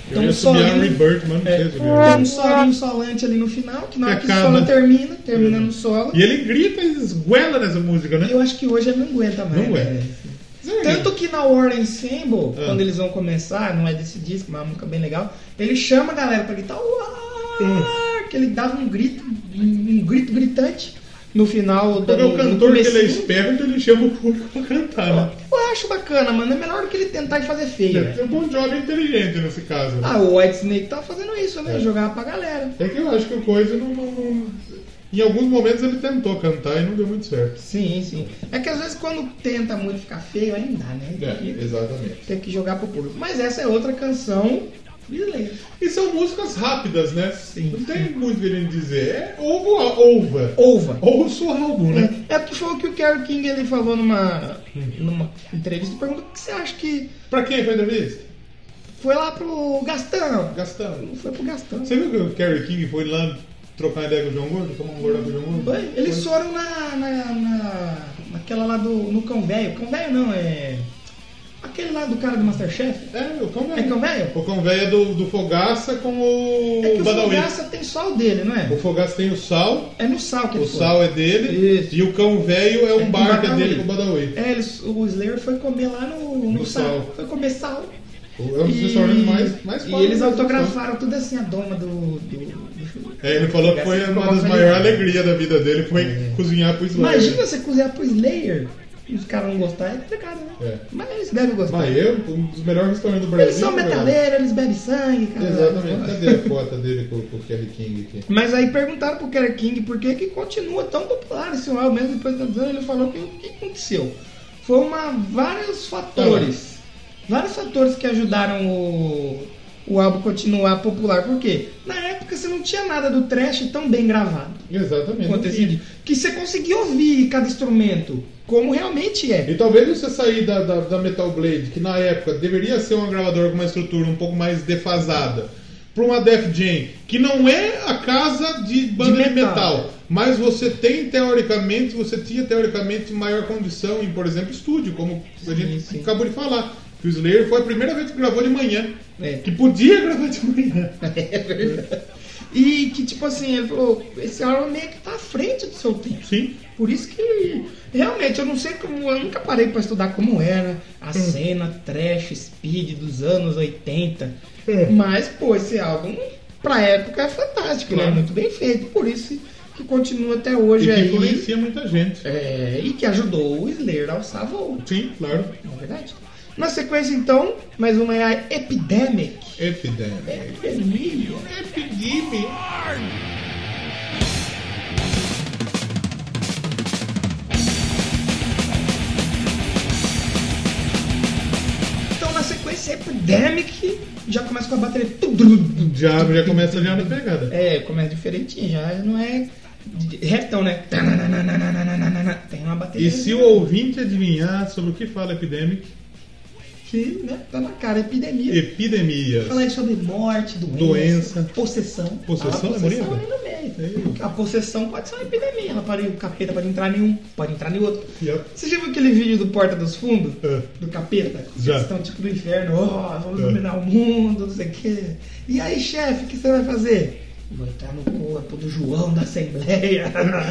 Speaker 1: Então,
Speaker 2: ia
Speaker 1: só
Speaker 2: subir a
Speaker 1: indo-
Speaker 2: Rebirth, mas não
Speaker 1: É.
Speaker 2: sei subir a
Speaker 1: Tem um
Speaker 2: Rebirth.
Speaker 1: solinho solante ali no final, que na hora que o
Speaker 2: Acaba.
Speaker 1: solo termina, termina no solo.
Speaker 2: E ele grita e esguela nessa música, né?
Speaker 1: Eu acho que hoje ele não aguenta mais.
Speaker 2: Não é.
Speaker 1: né? Tanto que na War Ensemble,
Speaker 2: Ah.
Speaker 1: quando eles vão começar, não é desse disco, mas é uma música bem legal, ele chama a galera pra gritar War!
Speaker 2: Hum.
Speaker 1: Que ele dava um grito, um grito gritante no final
Speaker 2: Porque o
Speaker 1: no
Speaker 2: cantor que ele é
Speaker 1: comecinho.
Speaker 2: esperto, ele chama o público pra cantar, né?
Speaker 1: Eu acho bacana, mano. É melhor do que ele tentar fazer feio. né?
Speaker 2: É um bom job inteligente nesse caso. né?
Speaker 1: Ah, o White Snake tá fazendo isso, né? Jogar pra galera.
Speaker 2: É que eu acho que o Coisa não, não- não- Em alguns momentos ele tentou cantar e não deu muito certo.
Speaker 1: Sim, sim. É que às vezes quando tenta muito ficar feio, aí não dá, né?
Speaker 2: É. exatamente.
Speaker 1: Tem que jogar pro público. Mas essa é outra canção de Slayer.
Speaker 2: E são músicas rápidas, né?
Speaker 1: Sim.
Speaker 2: Não tem muito o que a gente dizer. É ovo É ou ouva.
Speaker 1: Ova.
Speaker 2: Ouça o álbum, né?
Speaker 1: É, é porque foi o que o Kerry King ele falou numa, numa entrevista e perguntou o que você acha que
Speaker 2: Pra quem foi da vez?
Speaker 1: foi lá pro Gastão.
Speaker 2: Gastão.
Speaker 1: Não foi pro Gastão.
Speaker 2: Você viu que o Kerry King foi lá trocar ideia com o João Gordo? Tomar um gordão com o João Gordo?
Speaker 1: Foi? Eles foram na, na, na- naquela lá do. no Cão Velho. Cão Velho não, é. Aquele lá do cara do Masterchef.
Speaker 2: É, o
Speaker 1: É Cão
Speaker 2: Convé.
Speaker 1: Velho?
Speaker 2: O Convé é do, do Fogaça com o,
Speaker 1: É que o
Speaker 2: Badawi.
Speaker 1: Fogaça tem sal dele, não
Speaker 2: O
Speaker 1: é?
Speaker 2: Fogaça tem o Sal,
Speaker 1: É no sal que
Speaker 2: o
Speaker 1: ele foi.
Speaker 2: Sal é dele,
Speaker 1: Isso.
Speaker 2: e o Cão Velho é
Speaker 1: É
Speaker 2: um
Speaker 1: com
Speaker 2: bar que é
Speaker 1: Badawi.
Speaker 2: dele com o Badawi.
Speaker 1: É, eles, o Slayer foi comer lá no, no,
Speaker 2: No
Speaker 1: sal.
Speaker 2: sal.
Speaker 1: Foi comer sal.
Speaker 2: É um dos restaurantes mais, mais né?
Speaker 1: e
Speaker 2: fodas
Speaker 1: eles
Speaker 2: da
Speaker 1: autografaram tudo assim, a doma do- do, do
Speaker 2: É, ele falou que foi uma das maiores alegrias da vida dele, foi cozinhar pro Slayer.
Speaker 1: é Imagina você cozinhar pro Slayer e os caras não gostarem, é complicado, né?
Speaker 2: É.
Speaker 1: Mas eles devem gostar.
Speaker 2: Mas eu, um dos melhores restaurantes do Brasil.
Speaker 1: eles são
Speaker 2: cara.
Speaker 1: metaleiros, eles bebem sangue, cara.
Speaker 2: Exatamente. Cadê a foto dele com, com o Kerry King aqui?
Speaker 1: Mas aí perguntaram pro Kerry King por que que continua tão popular esse álbum, mesmo depois de tantos anos, ele falou que o que aconteceu? Foi uma, vários
Speaker 2: Tá
Speaker 1: fatores. Vários fatores que ajudaram o, o álbum continuar popular. Por quê? Na época você não tinha nada do trash tão bem gravado.
Speaker 2: Exatamente.
Speaker 1: acontecido. Que você conseguia ouvir cada instrumento como realmente é.
Speaker 2: E talvez você sair da, da, da Metal Blade, que na época deveria ser uma gravadora com uma estrutura um pouco mais defasada, para uma Def Jam, que não é a casa de banda de metal.
Speaker 1: metal.
Speaker 2: mas você tem teoricamente, você tinha teoricamente maior condição em, por exemplo, estúdio, como a gente
Speaker 1: sim.
Speaker 2: acabou de falar. Que o Slayer foi a primeira vez que gravou de manhã.
Speaker 1: É.
Speaker 2: Que podia gravar de manhã.
Speaker 1: E que, tipo assim, ele falou, esse álbum meio que tá à frente do seu tempo.
Speaker 2: Sim.
Speaker 1: Por isso que, realmente, eu não sei como, eu nunca parei pra estudar como era
Speaker 2: É.
Speaker 1: a cena trash, speed dos anos 80.
Speaker 2: É.
Speaker 1: Mas, pô, esse álbum, pra época, é fantástico, né?
Speaker 2: Claro.
Speaker 1: Muito bem feito, por isso que continua até
Speaker 2: E
Speaker 1: hoje é
Speaker 2: que
Speaker 1: aí.
Speaker 2: influencia muita gente.
Speaker 1: É, e que ajudou o Slayer a alçar voo,
Speaker 2: Sim, claro.
Speaker 1: não é verdade? Na sequência, então, mais uma é a Epidemic.
Speaker 2: Epidemic.
Speaker 1: Epidemia.
Speaker 2: Epidemic.
Speaker 1: Então na sequência Epidemic já começa com a bateria. tu, dru, dru.
Speaker 2: Já, já começa já na pegada.
Speaker 1: É, começa diferentinho, já não é de- de- retão, né? Tanananananananana. Tem uma bateria.
Speaker 2: E se o ouvinte adivinhar sobre o que fala Epidemic,
Speaker 1: que né, tá na cara, epidemia.
Speaker 2: Epidemias.
Speaker 1: Falar aí é sobre morte, doença,
Speaker 2: Doença.
Speaker 1: possessão.
Speaker 2: Possessão
Speaker 1: Ah,
Speaker 2: é
Speaker 1: possessão
Speaker 2: bonita?
Speaker 1: ainda bem.
Speaker 2: Ei.
Speaker 1: A possessão pode ser uma epidemia. Ela pode, o capeta pode entrar em um, pode entrar em outro.
Speaker 2: Yep.
Speaker 1: Você já viu aquele vídeo do Porta dos Fundos?
Speaker 2: É.
Speaker 1: Do capeta?
Speaker 2: Já.
Speaker 1: Eles estão tipo do inferno, ó, vamos
Speaker 2: É.
Speaker 1: dominar o mundo, não sei o quê. E aí, chefe, o que você vai fazer? Vou entrar no corpo do João da Assembleia.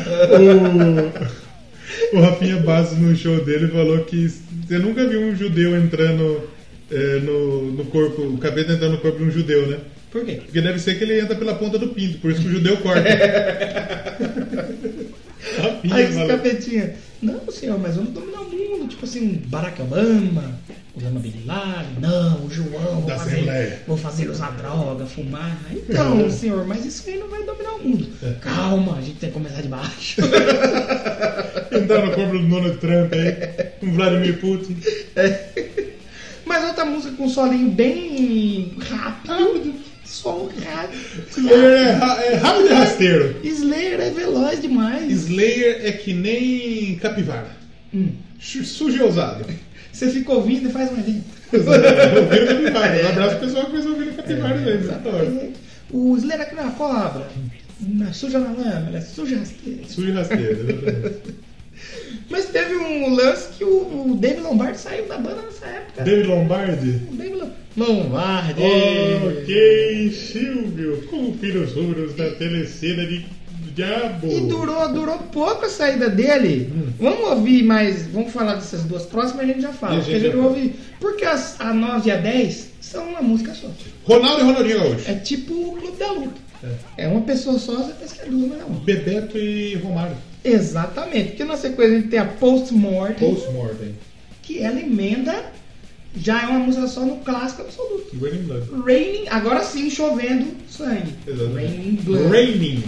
Speaker 2: O, o Rafinha Bastos no show dele falou que você nunca viu um judeu entrando é, no, no corpo, o capeta entrando no corpo de um judeu, né?
Speaker 1: Por quê?
Speaker 2: Porque deve ser que ele entra pela ponta do pinto, por isso que o judeu corta. Rafinha,
Speaker 1: Aí os
Speaker 2: maluco.
Speaker 1: capetinhas, não senhor, mas vamos dominar o mundo, tipo assim, Barack Obama, Osama Bin Laden, não, o João, vou
Speaker 2: Da
Speaker 1: fazer,
Speaker 2: Assembleia. É.
Speaker 1: vou fazer usar droga, fumar. Então, senhor, mas isso aí não vai dominar o mundo. Calma, a gente tem que começar de baixo.
Speaker 2: Entrar no corpo do Donald Trump aí, com Vladimir Putin. É.
Speaker 1: mas outra música com um solinho bem rápido, um som rápido.
Speaker 2: Slayer é, ra- é rápido e rasteiro.
Speaker 1: Slayer é veloz demais.
Speaker 2: Slayer é que nem capivara.
Speaker 1: Hum.
Speaker 2: Su- Sujo e ousado.
Speaker 1: Você fica ouvindo e faz mais dentro.
Speaker 2: Ouviram capivara. Um abraço pro pessoal que fez ouvir capivara
Speaker 1: É.
Speaker 2: aí, nessa hora.
Speaker 1: O Slayer é que nem uma cobra. na- Suja na lama, ela é suja rasteira.
Speaker 2: Sujo e rasteiro, exatamente.
Speaker 1: Mas teve um lance que o, o David Lombardi saiu da banda nessa época.
Speaker 2: David Lombardi.
Speaker 1: O David Lo- Lombardi.
Speaker 2: Ok, Silvio, confira os números da telecena de Diabo.
Speaker 1: E durou, durou pouco a saída dele. Vamos ouvir mais. Vamos falar dessas duas próximas e a gente já fala.
Speaker 2: E a
Speaker 1: Porque a
Speaker 2: gente
Speaker 1: gente
Speaker 2: já
Speaker 1: vai ouvir. Porque as, a 9 e a 10 são uma música só.
Speaker 2: Ronaldo e Ronaldinho Gaúcho.
Speaker 1: É tipo o Clube da Luta. É, uma pessoa só, você pensa que é duas, mas não.
Speaker 2: Bebeto e Romário.
Speaker 1: Exatamente. Porque na sequência a gente tem a Post-Mortem,
Speaker 2: Post-mortem.
Speaker 1: que ela emenda. Já é uma música só no clássico absoluto.
Speaker 2: Raining Blood.
Speaker 1: Raining, agora sim chovendo sangue.
Speaker 2: Exatamente.
Speaker 1: Raining blood.
Speaker 2: Raining.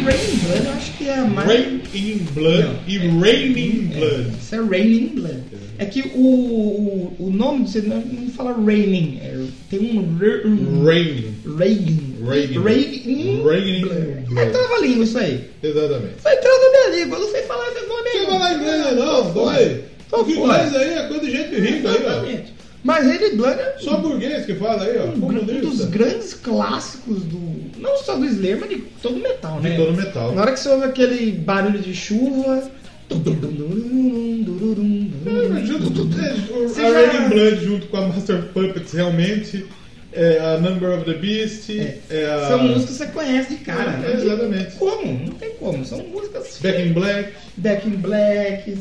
Speaker 1: Raining blood eu acho que é a mais.
Speaker 2: Raining Blood
Speaker 1: Não.
Speaker 2: e Raining Blood.
Speaker 1: Isso é Raining blood. É que o, o, o nome você não, não fala Raining, é, tem um. r- um-
Speaker 2: Raining.
Speaker 1: Raining.
Speaker 2: Raining.
Speaker 1: Raining.
Speaker 2: Raining
Speaker 1: blood.
Speaker 2: blood.
Speaker 1: É trava-língua isso aí.
Speaker 2: Exatamente.
Speaker 1: Foi trava da minha língua, eu não sei falar esse nome aí.
Speaker 2: Chega lá inglês, não, né? dói.
Speaker 1: Tô
Speaker 2: Que
Speaker 1: fora.
Speaker 2: inglês aí é coisa de gente rica aí,
Speaker 1: Exatamente. Mas Raining blood é
Speaker 2: ó. Só burguês que fala aí, ó.
Speaker 1: um dos
Speaker 2: Comunista.
Speaker 1: grandes clássicos do. Não só do Slayer, mas de todo metal, né?
Speaker 2: De todo metal.
Speaker 1: Na hora que você ouve aquele barulho de chuva.
Speaker 2: Junto-
Speaker 1: Você
Speaker 2: A
Speaker 1: já-
Speaker 2: Raining Blood junto com a Master of Puppets realmente é a Number of the Beast é, a
Speaker 1: São músicas que você conhece de cara.
Speaker 2: É,
Speaker 1: né?
Speaker 2: exatamente.
Speaker 1: Como? Não tem como. São músicas.
Speaker 2: Back in Black
Speaker 1: Back in Black.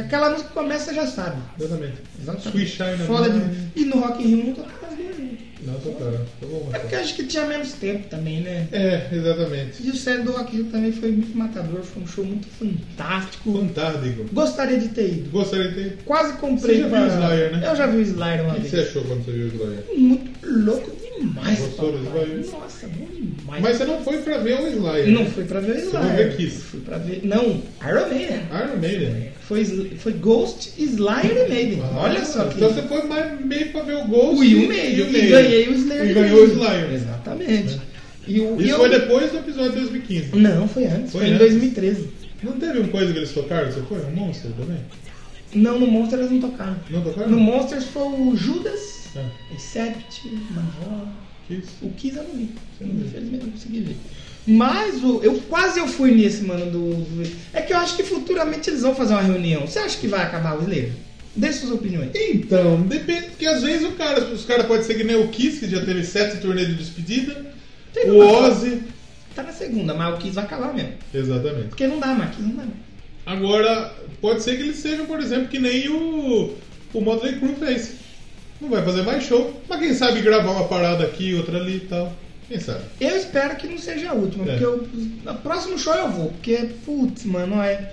Speaker 1: Aquela música que começa você já sabe.
Speaker 2: exatamente Sweet
Speaker 1: Exatamente.
Speaker 2: Shine
Speaker 1: Foda
Speaker 2: Night.
Speaker 1: de... E no Rock in Rio não tocava as duas. juntas.
Speaker 2: Não, tô cara, tô bom,
Speaker 1: É
Speaker 2: mas
Speaker 1: porque
Speaker 2: tá.
Speaker 1: eu acho que tinha menos tempo também, né?
Speaker 2: É, exatamente
Speaker 1: E o set do Rock in Rio também foi muito matador. Foi um show muito fantástico.
Speaker 2: Fantástico
Speaker 1: Gostaria de ter ido.
Speaker 2: Gostaria de ter
Speaker 1: Quase comprei.
Speaker 2: Você já viu o Slayer, né?
Speaker 1: Eu já vi o Slayer uma
Speaker 2: O que
Speaker 1: vez.
Speaker 2: você achou quando você viu o Slayer?
Speaker 1: Muito louco demais,
Speaker 2: Gostou do
Speaker 1: papai.
Speaker 2: Slayer?
Speaker 1: Nossa, bom demais.
Speaker 2: Mas você não foi pra ver o Slayer né?
Speaker 1: Não fui pra ver o Slayer.
Speaker 2: foi ver Kiss.
Speaker 1: Fui pra ver... Não, Iron Maiden.
Speaker 2: Iron Maiden
Speaker 1: Foi, Sl- foi Ghost, Slayer e Maiden. Olha só que...
Speaker 2: Então você foi mais meio pra ver o Ghost
Speaker 1: O e o Maiden. E ganhei o Slayer.
Speaker 2: E
Speaker 1: de
Speaker 2: ganhou o
Speaker 1: Maiden.
Speaker 2: Slayer
Speaker 1: Exatamente. E o... e
Speaker 2: Isso
Speaker 1: eu-
Speaker 2: foi depois do episódio de 2015
Speaker 1: Não, foi antes.
Speaker 2: Foi
Speaker 1: Foi, em
Speaker 2: antes?
Speaker 1: 2013.
Speaker 2: Não teve uma coisa que eles tocaram? Você foi? Um monstro também?
Speaker 1: Não, no Monsters eles não tocaram.
Speaker 2: Não tocaram?
Speaker 1: No Monsters foi o Judas,
Speaker 2: É.
Speaker 1: Except, Manhor...
Speaker 2: Que isso?
Speaker 1: O Kiss eu não vi. Eu, Infelizmente não consegui ver. Mas o, eu quase eu fui nesse, mano, do, do- É que eu acho que futuramente eles vão fazer uma reunião. Você acha que vai acabar o Slayer? Dê suas opiniões.
Speaker 2: Então, depende, porque às vezes o cara, os caras podem ser que nem o Kiss, que já teve sete turnês de despedida.
Speaker 1: Teve
Speaker 2: o
Speaker 1: uma-
Speaker 2: Ozzy.
Speaker 1: Tá na segunda, mas o Kiss vai acabar mesmo.
Speaker 2: Exatamente.
Speaker 1: Porque não dá mais, Kiss não dá mais.
Speaker 2: Agora, pode ser que eles sejam, por exemplo, que nem o, o Motley Crue fez. Não vai fazer mais show, mas quem sabe gravar uma parada aqui, outra ali e tal. Quem sabe?
Speaker 1: Eu espero que não seja a última,
Speaker 2: É.
Speaker 1: porque eu, no próximo show eu vou. Porque, putz, mano, é.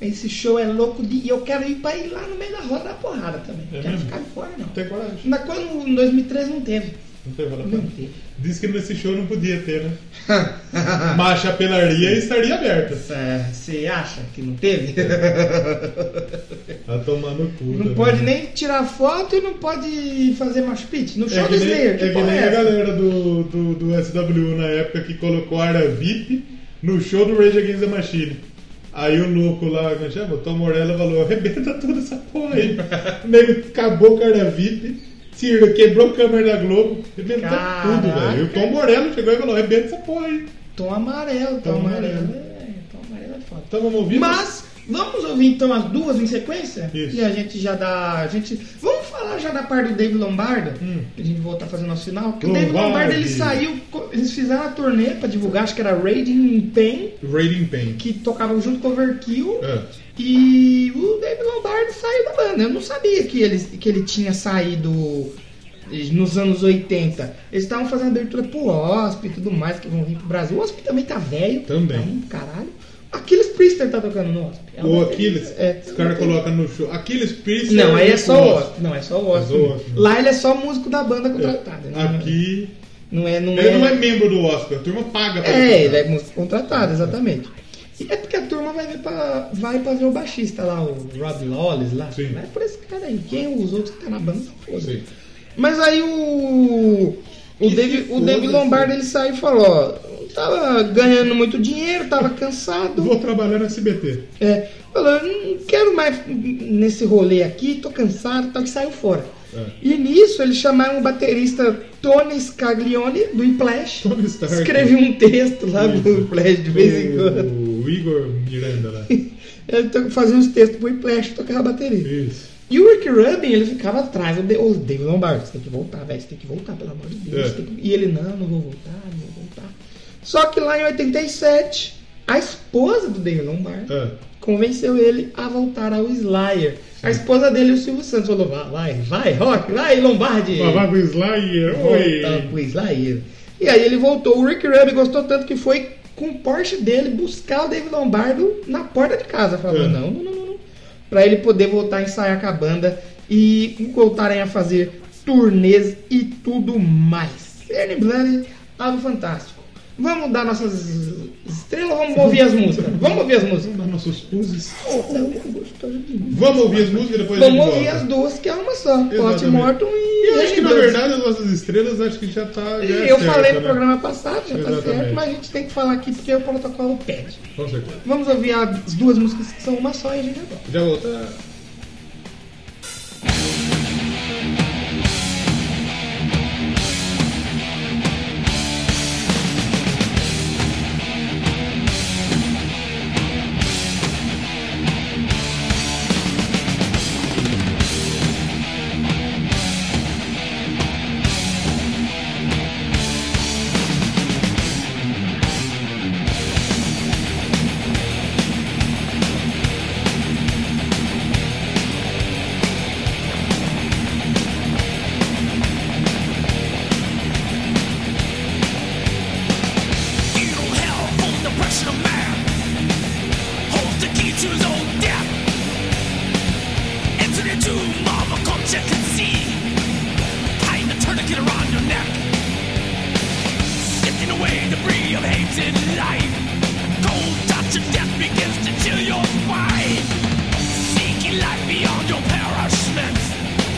Speaker 1: Esse show é louco de. E eu quero ir pra ir lá no meio da roda da porrada também.
Speaker 2: É
Speaker 1: quero
Speaker 2: mesmo?
Speaker 1: ficar de fora, não.
Speaker 2: Não tem coragem.
Speaker 1: Na, quando, em 2003 não teve.
Speaker 2: Não tem
Speaker 1: Não
Speaker 2: coragem.
Speaker 1: teve.
Speaker 2: Diz que nesse show não podia ter, né? Mas a
Speaker 1: É,
Speaker 2: chapelaria estaria aberta.
Speaker 1: Você acha que não teve?
Speaker 2: A A tomar no Tá cu.
Speaker 1: Não
Speaker 2: também.
Speaker 1: pode nem tirar foto e não pode fazer mais pitch. No show
Speaker 2: É
Speaker 1: do
Speaker 2: que nem,
Speaker 1: Slayer, que
Speaker 2: é que
Speaker 1: porra
Speaker 2: nem
Speaker 1: é
Speaker 2: a
Speaker 1: essa?
Speaker 2: galera do, do, do SW na época que colocou a área VIP no show do Rage Against the Machine. Aí o louco lá, como é chama? O Tom Morello falou, arrebenta toda essa porra aí. o nego acabou com a área VIP, tira, quebrou a câmera da Globo, arrebentou tudo,
Speaker 1: Caraca.
Speaker 2: velho. E o Tom Morello chegou e falou, arrebenta essa porra aí.
Speaker 1: Tom amarelo, tom,
Speaker 2: Tom
Speaker 1: amarelo.
Speaker 2: amarelo.
Speaker 1: É, tom amarelo é foda.
Speaker 2: Então vamos ouvir?
Speaker 1: Mas, vamos ouvir então as duas em sequência?
Speaker 2: Isso.
Speaker 1: E a gente já dá. A gente, vamos falar já da parte do David Lombardo?
Speaker 2: Hum.
Speaker 1: Que a gente voltar a fazer nosso sinal. Que o David
Speaker 2: Lombardi.
Speaker 1: Lombardo ele saiu. co- Eles fizeram a turnê pra divulgar, acho que era Raiding Pain,
Speaker 2: Raiding Pain.
Speaker 1: que tocavam junto com o Overkill.
Speaker 2: É.
Speaker 1: E o David Lombardo saiu da banda. Eu não sabia que ele, que ele tinha saído nos anos 80. Eles estavam fazendo abertura pro Osp e tudo mais, que vão vir pro Brasil. O Osp também tá velho.
Speaker 2: Também.
Speaker 1: Tá um caralho. Aquiles Priester tá tocando no Osp. É
Speaker 2: O
Speaker 1: uma-
Speaker 2: Aquiles,
Speaker 1: É.
Speaker 2: os caras colocam no show. Aquiles Priest.
Speaker 1: Não, aí é só o
Speaker 2: o
Speaker 1: Osp. Não, é só o Osp.
Speaker 2: É só o Osp.
Speaker 1: Lá ele é só músico da banda contratada. né?
Speaker 2: Aqui.
Speaker 1: Não é, não
Speaker 2: Ele não é membro do Oscar, a turma paga pra
Speaker 1: É, ele
Speaker 2: ele.
Speaker 1: é músico contratado, exatamente. E é porque a turma vai, ver pra, vai pra ver o baixista lá, o Rob Lawless lá.
Speaker 2: Sim.
Speaker 1: Vai por esse cara aí. Quem os outros que tá na banda, foda
Speaker 2: Sim.
Speaker 1: Mas aí o. O
Speaker 2: Que
Speaker 1: David,
Speaker 2: se
Speaker 1: o David
Speaker 2: foda, né?
Speaker 1: Lombardo ele saiu e falou: ó, tava ganhando muito dinheiro, tava cansado.
Speaker 2: Vou trabalhar no SBT.
Speaker 1: É, falou, não quero mais nesse rolê aqui, tô cansado, tal, que saiu fora.
Speaker 2: É.
Speaker 1: E nisso eles chamaram o baterista Tony Scaglione do Implash.
Speaker 2: Tony Stark.
Speaker 1: Escreveu um texto lá do Implash de vez em quando.
Speaker 2: O Igor Miranda lá.
Speaker 1: Ele to- fazia uns textos pro Implash tocava bateria.
Speaker 2: Isso.
Speaker 1: E o Rick Rubin, ele ficava atrás, o, De- o David Lombardo, você tem que voltar, velho, você tem que voltar, pelo amor de Deus.
Speaker 2: É.
Speaker 1: você tem que-" E ele, não, não vou voltar, não vou voltar. Só que lá em 87, a esposa do David Lombardo
Speaker 2: Ah,
Speaker 1: convenceu ele a voltar ao Slayer. A esposa dele, o Silvio Santos, falou: vai, vai, vai, Rock, vai, Lombardi.
Speaker 2: Babá com Slayer, oi!
Speaker 1: Volta pro Slayer. E aí ele voltou. O Rick Rubin gostou tanto que foi com o Porsche dele buscar o David Lombardo na porta de casa. Falou:
Speaker 2: É.
Speaker 1: não, não, não, não, não. Pra ele poder voltar a ensaiar com a banda e voltarem a fazer turnês e tudo mais. Ernie Blunt, algo fantástico. Vamos dar nossas estrelas, vamos ouvir as músicas. Vamos ouvir as músicas.
Speaker 2: Vamos dar nossos puzzles.
Speaker 1: Vamos
Speaker 2: Vamos ouvir as músicas e depois a gente
Speaker 1: ouvir
Speaker 2: volta.
Speaker 1: as duas, que é uma só. Pote
Speaker 2: Exatamente.
Speaker 1: Morton e.
Speaker 2: Eu acho que na
Speaker 1: Angry Birds.
Speaker 2: verdade as nossas estrelas acho que já tá. já é
Speaker 1: Eu
Speaker 2: certa,
Speaker 1: falei no
Speaker 2: né?
Speaker 1: programa passado, já tá
Speaker 2: Exatamente.
Speaker 1: certo, mas a gente tem que falar aqui porque é o protocolo pede.
Speaker 2: Com certeza.
Speaker 1: Vamos ouvir as duas músicas que são uma só e a gente já volta.
Speaker 2: Já volta.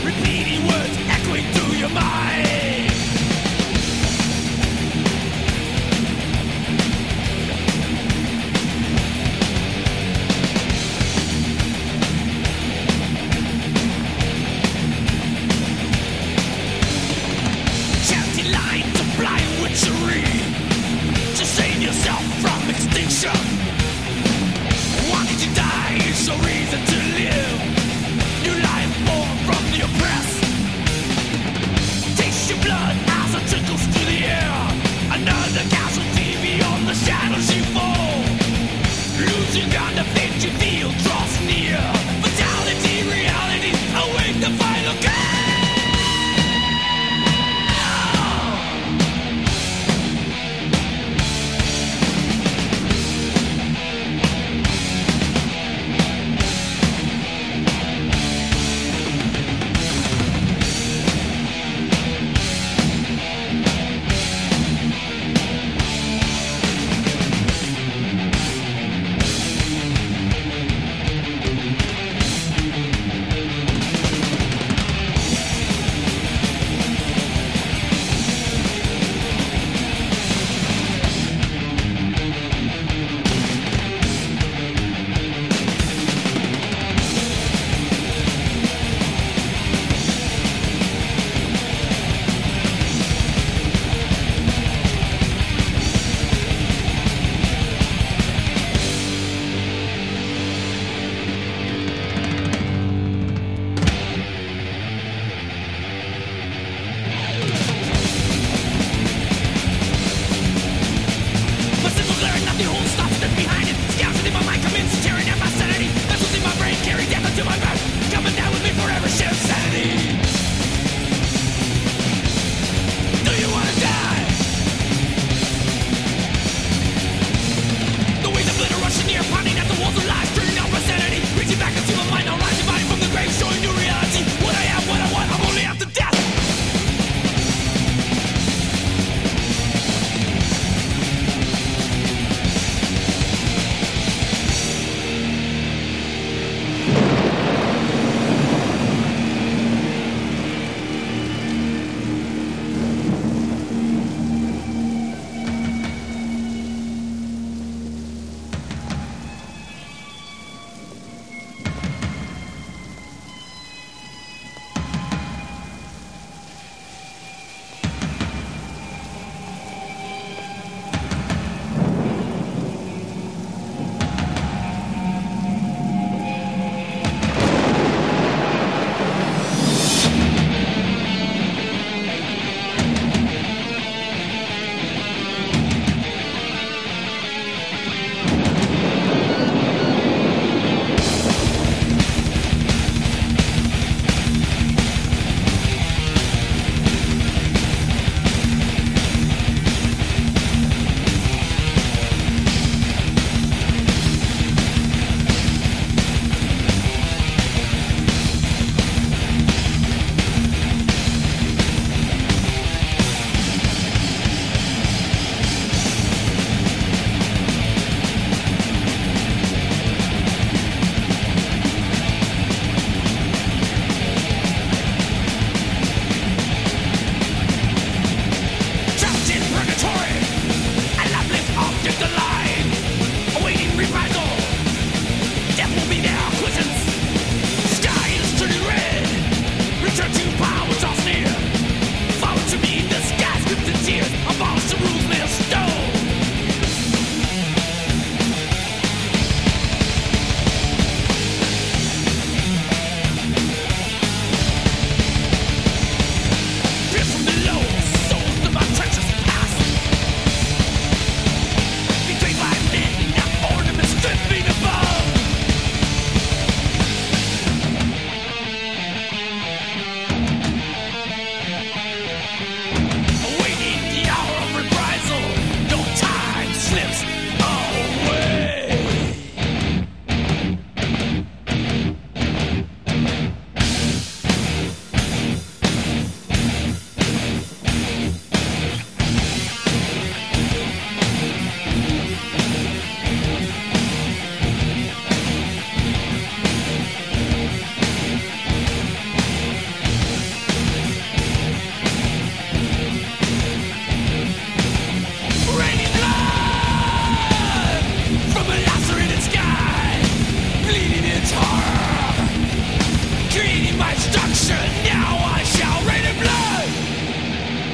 Speaker 7: Repeating words echoing through your mind County lines of blind witchery to save yourself out the whole stop that's behind it. Gouging in my mind, commences tearing at my sanity. Vessels in my brain carry death into my mouth. Coming down with me forever, shift sanity. Do you wanna die? The waves of glitter rushing near, pounding at the walls of lies, turning out my sanity. Reaching back into my mind, now rising, fighting from the grave, showing new reality. What I am, what I want, I'm only after death. Trapped in purgatory, a loveless object alive, awaiting reprisal. Death will be their acquittance. Sky is turning red. Return to power, it's all near. Follow to me, the sky scripts in tears. Abolish the rules made of stone. Drift from below, souls of our treacherous past. Betrayed by men, not ornaments, stripped me above. Awaiting the hour of reprisal, no time slips away. Raining blood from a lacerated sky, bleeding its horror, creating my structure. Now I shall rain in blood.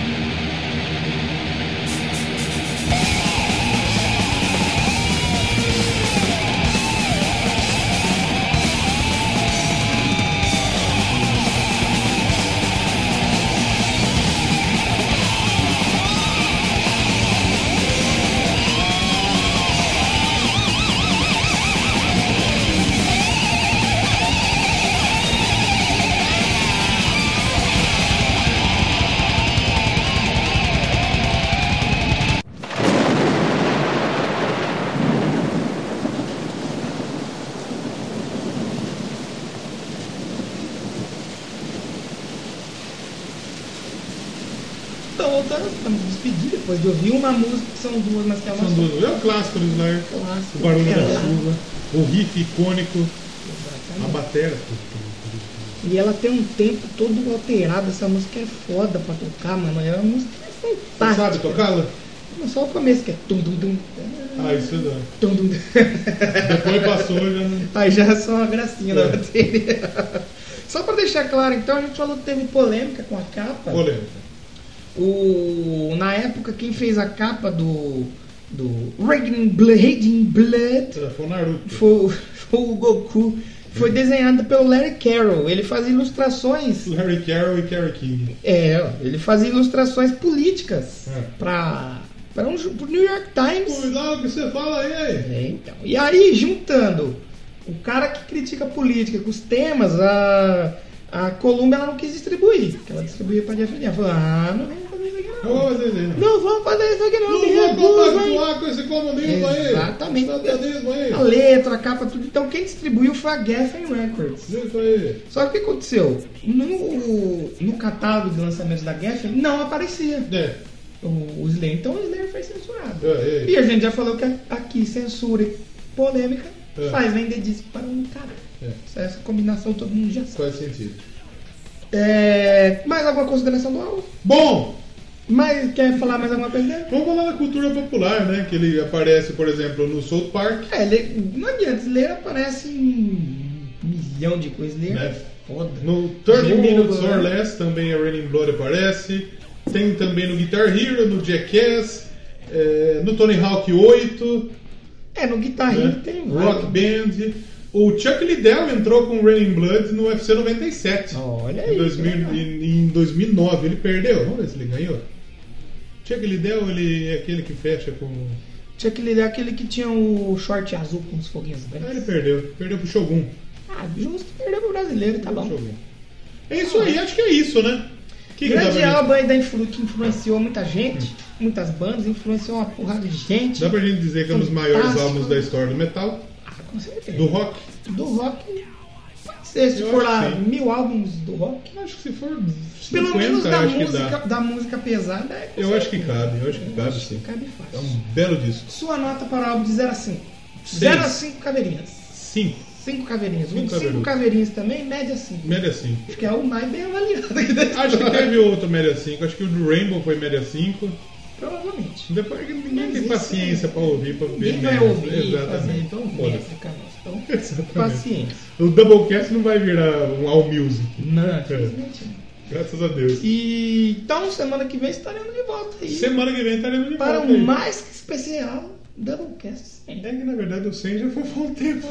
Speaker 1: Então voltando pra me despedir depois de ouvir uma música, que são duas, mas que é uma
Speaker 2: São
Speaker 1: só.
Speaker 2: duas- É o clássico do Slayer.
Speaker 1: Clássico.
Speaker 2: O barulho
Speaker 1: É
Speaker 2: da
Speaker 1: lá.
Speaker 2: chuva. O riff icônico. A
Speaker 1: Exatamente.
Speaker 2: batera.
Speaker 1: E ela tem um tempo todo alterado, essa música é foda pra tocar, mano. É uma música
Speaker 2: Você
Speaker 1: fantástica.
Speaker 2: sabe tocá-la?
Speaker 1: Não só o começo, que é tum dum dum.
Speaker 2: Ah, isso não.
Speaker 1: Tum, dum, dum.
Speaker 2: Depois passou já. não-
Speaker 1: Aí já é só uma gracinha
Speaker 2: É.
Speaker 1: na bateria. Só pra deixar claro, então, a gente falou que teve polêmica com a capa.
Speaker 2: Polêmica.
Speaker 1: O, na época, quem fez a capa do, do Raging Blood, Raging Blood
Speaker 2: Foi o Naruto.
Speaker 1: foi, o- foi o Goku. Foi desenhada pelo Larry Carroll. Ele faz ilustrações.
Speaker 2: Larry Carroll e Kerry King.
Speaker 1: É, ó, ele fazia ilustrações políticas
Speaker 2: É.
Speaker 1: pra para um ju- pro New York Times.
Speaker 2: Cuidado o que você fala aí.
Speaker 1: É, então. E aí, juntando o cara que critica a política com os temas, a, a Colômbia ela não quis distribuir. Porque ela distribuía para a FNA. Falou, ah, não vamos fazer isso aqui
Speaker 2: Não
Speaker 1: não.
Speaker 2: vou fazer isso aí, não.
Speaker 1: Não vamos fazer isso aqui não. me
Speaker 2: Não vou
Speaker 1: recuso, hein?"
Speaker 2: compactuar com esse comunismo aí.
Speaker 1: Exatamente.
Speaker 2: Satanismo aí.
Speaker 1: A letra, a capa, tudo. Então quem distribuiu foi a Geffen Records.
Speaker 2: Isso aí.
Speaker 1: Só que o que aconteceu? No, no catálogo de lançamentos da Geffen não aparecia
Speaker 2: É.
Speaker 1: o, o Slayer. Então o Slayer foi censurado.
Speaker 2: É, é.
Speaker 1: E a gente já falou que aqui censura e polêmica
Speaker 2: É.
Speaker 1: faz vender disco para um cara.
Speaker 2: É.
Speaker 1: Essa combinação todo mundo já sabe.
Speaker 2: Faz sentido.
Speaker 1: É, mais alguma consideração do álbum?
Speaker 2: Bom,
Speaker 1: Mas quer falar mais alguma coisa dele?
Speaker 2: vamos falar da cultura popular, né? Que ele aparece, por exemplo, no South Park.
Speaker 1: É, ele, não adianta, Slayer aparece em um milhão de coisas. Slayer
Speaker 2: Né?
Speaker 1: é foda.
Speaker 2: No 30
Speaker 1: Jogo,
Speaker 2: Minutes or
Speaker 1: né?
Speaker 2: Less também a Raining Blood aparece. Tem também no Guitar Hero, no Jackass, é, no Tony Hawk 8,
Speaker 1: É, no Guitar Hero
Speaker 2: né?
Speaker 1: tem
Speaker 2: Rock Band. O Chuck Liddell entrou com o Raining Blood no UFC 97.
Speaker 1: Olha
Speaker 2: em,
Speaker 1: aí,
Speaker 2: 2000
Speaker 1: que legal.
Speaker 2: em, em 2009. Ele perdeu, vamos ver se ele ganhou. Chuck Liddell, ele é aquele que fecha com.
Speaker 1: Tinha aquele, é aquele que tinha o short azul com os foguinhos
Speaker 2: Ah,
Speaker 1: brancos.
Speaker 2: ele perdeu. Perdeu pro Shogun.
Speaker 1: Ah, justo, perdeu pro brasileiro, tá bom.
Speaker 2: Shogun. É isso aí, acho que é isso, né? O que que dá pra
Speaker 1: Grande
Speaker 2: gente-
Speaker 1: álbum aí da influ- que influenciou muita gente, muitas bandas, influenciou uma porrada de gente.
Speaker 2: Dá pra gente dizer que é um dos maiores
Speaker 1: Fantástico.
Speaker 2: álbuns da história do metal,
Speaker 1: Ah, com certeza.
Speaker 2: do rock.
Speaker 1: Do rock, pode ser, se
Speaker 2: Eu
Speaker 1: for
Speaker 2: acho
Speaker 1: lá
Speaker 2: que sim.
Speaker 1: mil álbuns do rock.
Speaker 2: Acho que se for 50,
Speaker 1: Pelo menos da
Speaker 2: acho
Speaker 1: música,
Speaker 2: que dá.
Speaker 1: da música pesada. é com
Speaker 2: Eu acho que
Speaker 1: certeza.
Speaker 2: cabe, eu acho que
Speaker 1: Eu
Speaker 2: cabe
Speaker 1: acho que
Speaker 2: sim.
Speaker 1: Cabe
Speaker 2: É
Speaker 1: fácil.
Speaker 2: um belo disco.
Speaker 1: Sua nota para o álbum de 0 a 5.
Speaker 2: Seis.
Speaker 1: 0 a 5 caveirinhas.
Speaker 2: Cinco,
Speaker 1: 5 caveirinhas.
Speaker 2: Cinco
Speaker 1: 5
Speaker 2: caveirinhas.
Speaker 1: caveirinhas também, média 5.
Speaker 2: média 5.
Speaker 1: Que é o mais bem avaliado aqui dentro.
Speaker 2: Acho que é. teve outro média 5, acho que o do Rainbow foi média 5.
Speaker 1: Provavelmente.
Speaker 2: Depois que
Speaker 1: Mas
Speaker 2: ninguém tem
Speaker 1: isso- é
Speaker 2: paciência pra ouvir, pra ver
Speaker 1: Ninguém vai
Speaker 2: merda.
Speaker 1: ouvir. assim, é fazer,
Speaker 2: Exatamente, então foda-se.
Speaker 1: métrica nossa. Então,
Speaker 2: Exatamente.
Speaker 1: paciência.
Speaker 2: O Doublecast não vai virar um All Music.
Speaker 1: Não,
Speaker 2: É,
Speaker 1: infelizmente não.
Speaker 2: graças a Deus.
Speaker 1: E então, semana que vem estaremos de volta aí.
Speaker 2: Semana que vem tá estaremos de
Speaker 1: para
Speaker 2: volta
Speaker 1: um
Speaker 2: aí.
Speaker 1: mais que especial Doublecast 100.
Speaker 2: É que na verdade o 100 já foi há um tempo.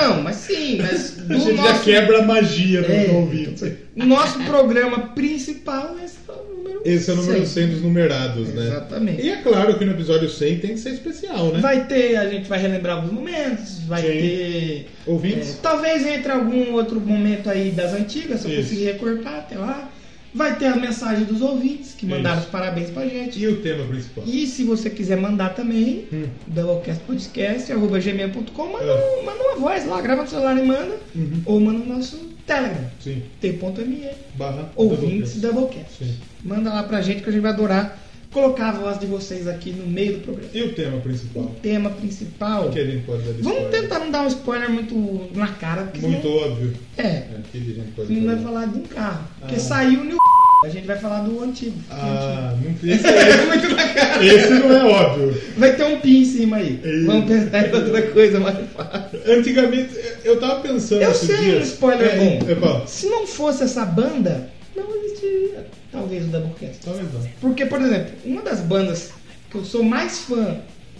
Speaker 1: Não, mas sim, mas
Speaker 2: A
Speaker 1: do
Speaker 2: gente já
Speaker 1: nosso,
Speaker 2: quebra a magia do
Speaker 1: É.
Speaker 2: ouvido.
Speaker 1: nosso programa principal, esse é o número
Speaker 2: Esse é o número
Speaker 1: 100.
Speaker 2: 100 dos numerados, né?
Speaker 1: Exatamente.
Speaker 2: E é claro que no episódio 100 tem que ser especial, né?
Speaker 1: Vai ter, a gente vai relembrar alguns momentos, vai
Speaker 2: Sim.
Speaker 1: ter.
Speaker 2: Ouvintes?
Speaker 1: É, talvez entre algum outro momento aí das antigas, se eu
Speaker 2: Isso.
Speaker 1: conseguir recortar até lá. Vai ter a mensagem dos ouvintes que mandaram os parabéns pra gente.
Speaker 2: E o tema principal?
Speaker 1: E se você quiser mandar também,
Speaker 2: Hum.
Speaker 1: doublecastpodcast.gmail.com, manda,
Speaker 2: É.
Speaker 1: um- manda uma voz lá, grava no celular e manda.
Speaker 2: Uhum.
Speaker 1: Ou manda no nosso Telegram,
Speaker 2: Sim.
Speaker 1: t.me,
Speaker 2: Barra.
Speaker 1: ouvintes
Speaker 2: Doublecast.
Speaker 1: Doublecast.
Speaker 2: Sim.
Speaker 1: Manda lá pra gente que a gente vai adorar colocar a voz de vocês aqui no meio do programa.
Speaker 2: E o tema principal?
Speaker 1: O tema principal...
Speaker 2: O que a gente pode dar de
Speaker 1: Vamos
Speaker 2: spoiler?
Speaker 1: tentar não dar um spoiler muito na cara, porque
Speaker 2: Muito óbvio.
Speaker 1: senão, é,
Speaker 2: É, o que a gente pode
Speaker 1: senão
Speaker 2: falar?
Speaker 1: vai falar de um carro, porque
Speaker 2: Ah.
Speaker 1: saiu o new a gente vai falar assim, né? do antigo.
Speaker 2: Ah, não esse, esse,
Speaker 1: Muito na cara.
Speaker 2: esse não é óbvio.
Speaker 1: Vai ter um pin em cima aí.
Speaker 2: É Isso.
Speaker 1: Vamos tentar em outra coisa mais fácil.
Speaker 2: Antigamente, eu tava pensando
Speaker 1: Eu
Speaker 2: esses
Speaker 1: sei um
Speaker 2: dias.
Speaker 1: spoiler
Speaker 2: é,
Speaker 1: bom.
Speaker 2: É bom.
Speaker 1: Se não fosse essa banda, não existiria talvez o Doublecast.
Speaker 2: Talvez não.
Speaker 1: Porque, por exemplo, uma das bandas que eu sou mais fã,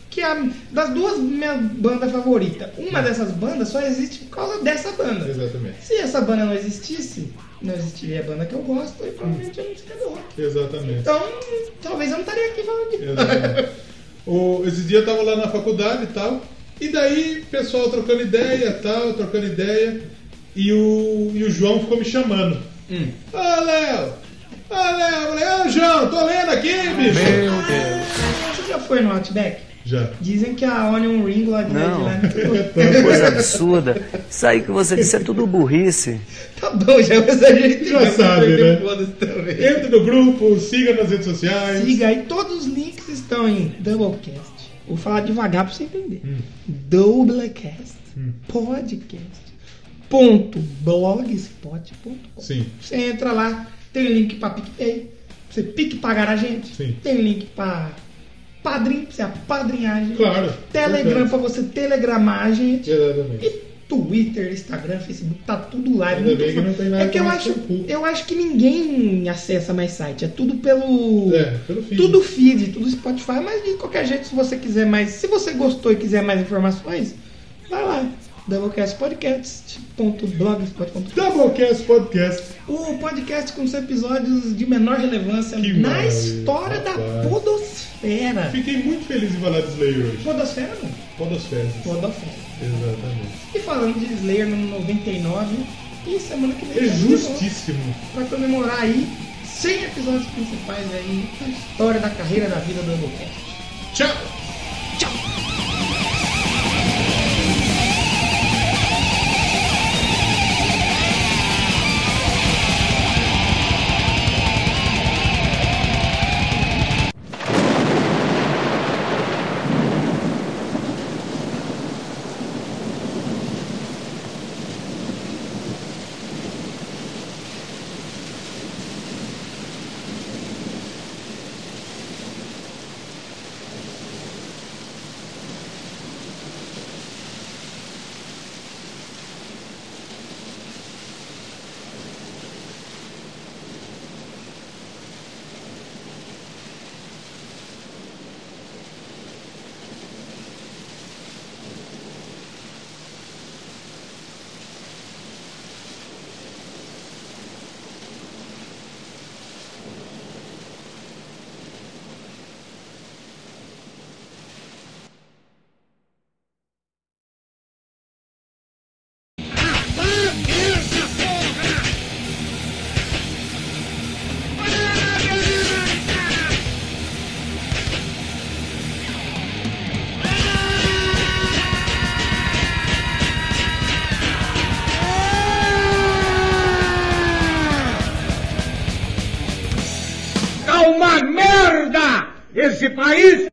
Speaker 1: que é a, das duas minha banda favorita,
Speaker 2: Hum.
Speaker 1: uma dessas bandas só existe por causa dessa banda.
Speaker 2: Exatamente.
Speaker 1: Se essa banda não existisse, não existiria a banda que eu gosto e provavelmente eu não seria do rock.
Speaker 2: Exatamente.
Speaker 1: Então, talvez eu não estaria aqui falando de
Speaker 2: Exatamente. O- esse dia eu tava lá na faculdade e tal. E daí, pessoal trocando ideia e tal, trocando ideia. E o, e o João ficou me chamando. Ô Léo! Ô Léo! Eu falei, ô João, tô lendo aqui, bicho!
Speaker 1: Você já foi no Outback?
Speaker 2: Já.
Speaker 1: Dizem que a Onion Ring lá de
Speaker 8: Não.
Speaker 1: lá é muito boa.
Speaker 8: Que coisa absurda. Isso aí que você disse é tudo burrice.
Speaker 1: Tá bom, já exagerei.
Speaker 2: Já
Speaker 1: demais,
Speaker 2: sabe,
Speaker 1: perdeu
Speaker 2: né?
Speaker 1: foda-se também.
Speaker 2: Entre no grupo, siga nas redes sociais.
Speaker 1: Siga aí, todos os links estão em Doublecast. Vou falar devagar pra você entender.
Speaker 2: Hum.
Speaker 1: Doublecast. Podcast. Ponto blogspot.com
Speaker 2: Sim.
Speaker 1: Você entra lá, tem link pra PicPay, pra você pique pagar a gente,
Speaker 2: Sim.
Speaker 1: tem link pra padrinho, pra você apadrinhar a gente,
Speaker 2: Claro.
Speaker 1: Telegram
Speaker 2: Importante.
Speaker 1: pra você telegramar a gente,
Speaker 2: Exatamente.
Speaker 1: e Twitter, Instagram, Facebook, tá tudo lá. É,
Speaker 2: Ainda
Speaker 1: muito
Speaker 2: bem que
Speaker 1: fácil.
Speaker 2: não tem nada
Speaker 1: é que eu
Speaker 2: mais
Speaker 1: acho,
Speaker 2: tranquilo.
Speaker 1: eu acho que ninguém acessa mais site, é tudo pelo.
Speaker 2: É, pelo feed.
Speaker 1: Tudo feed, tudo Spotify, mas de qualquer jeito, se você quiser mais, se você gostou e quiser mais informações, vai lá, doublecastpodcast.blogspot.com
Speaker 2: Doublecast Podcast.
Speaker 1: o podcast com os episódios de menor relevância
Speaker 2: Que
Speaker 1: na
Speaker 2: maravilha,
Speaker 1: história da
Speaker 2: rapaz.
Speaker 1: podosfera. Podosfera.
Speaker 2: Fiquei muito feliz em falar de Slayer hoje.
Speaker 1: Podosfera não.
Speaker 2: Podosfera.
Speaker 1: Podosfera.
Speaker 2: Exatamente.
Speaker 1: E falando de Slayer no 99, e semana que vem.
Speaker 2: É
Speaker 1: estamos de volta
Speaker 2: justíssimo.
Speaker 1: Pra comemorar aí 100 episódios principais aí da história da carreira da vida do Doublecast.
Speaker 2: Tchau!
Speaker 3: É uma merda! Esse país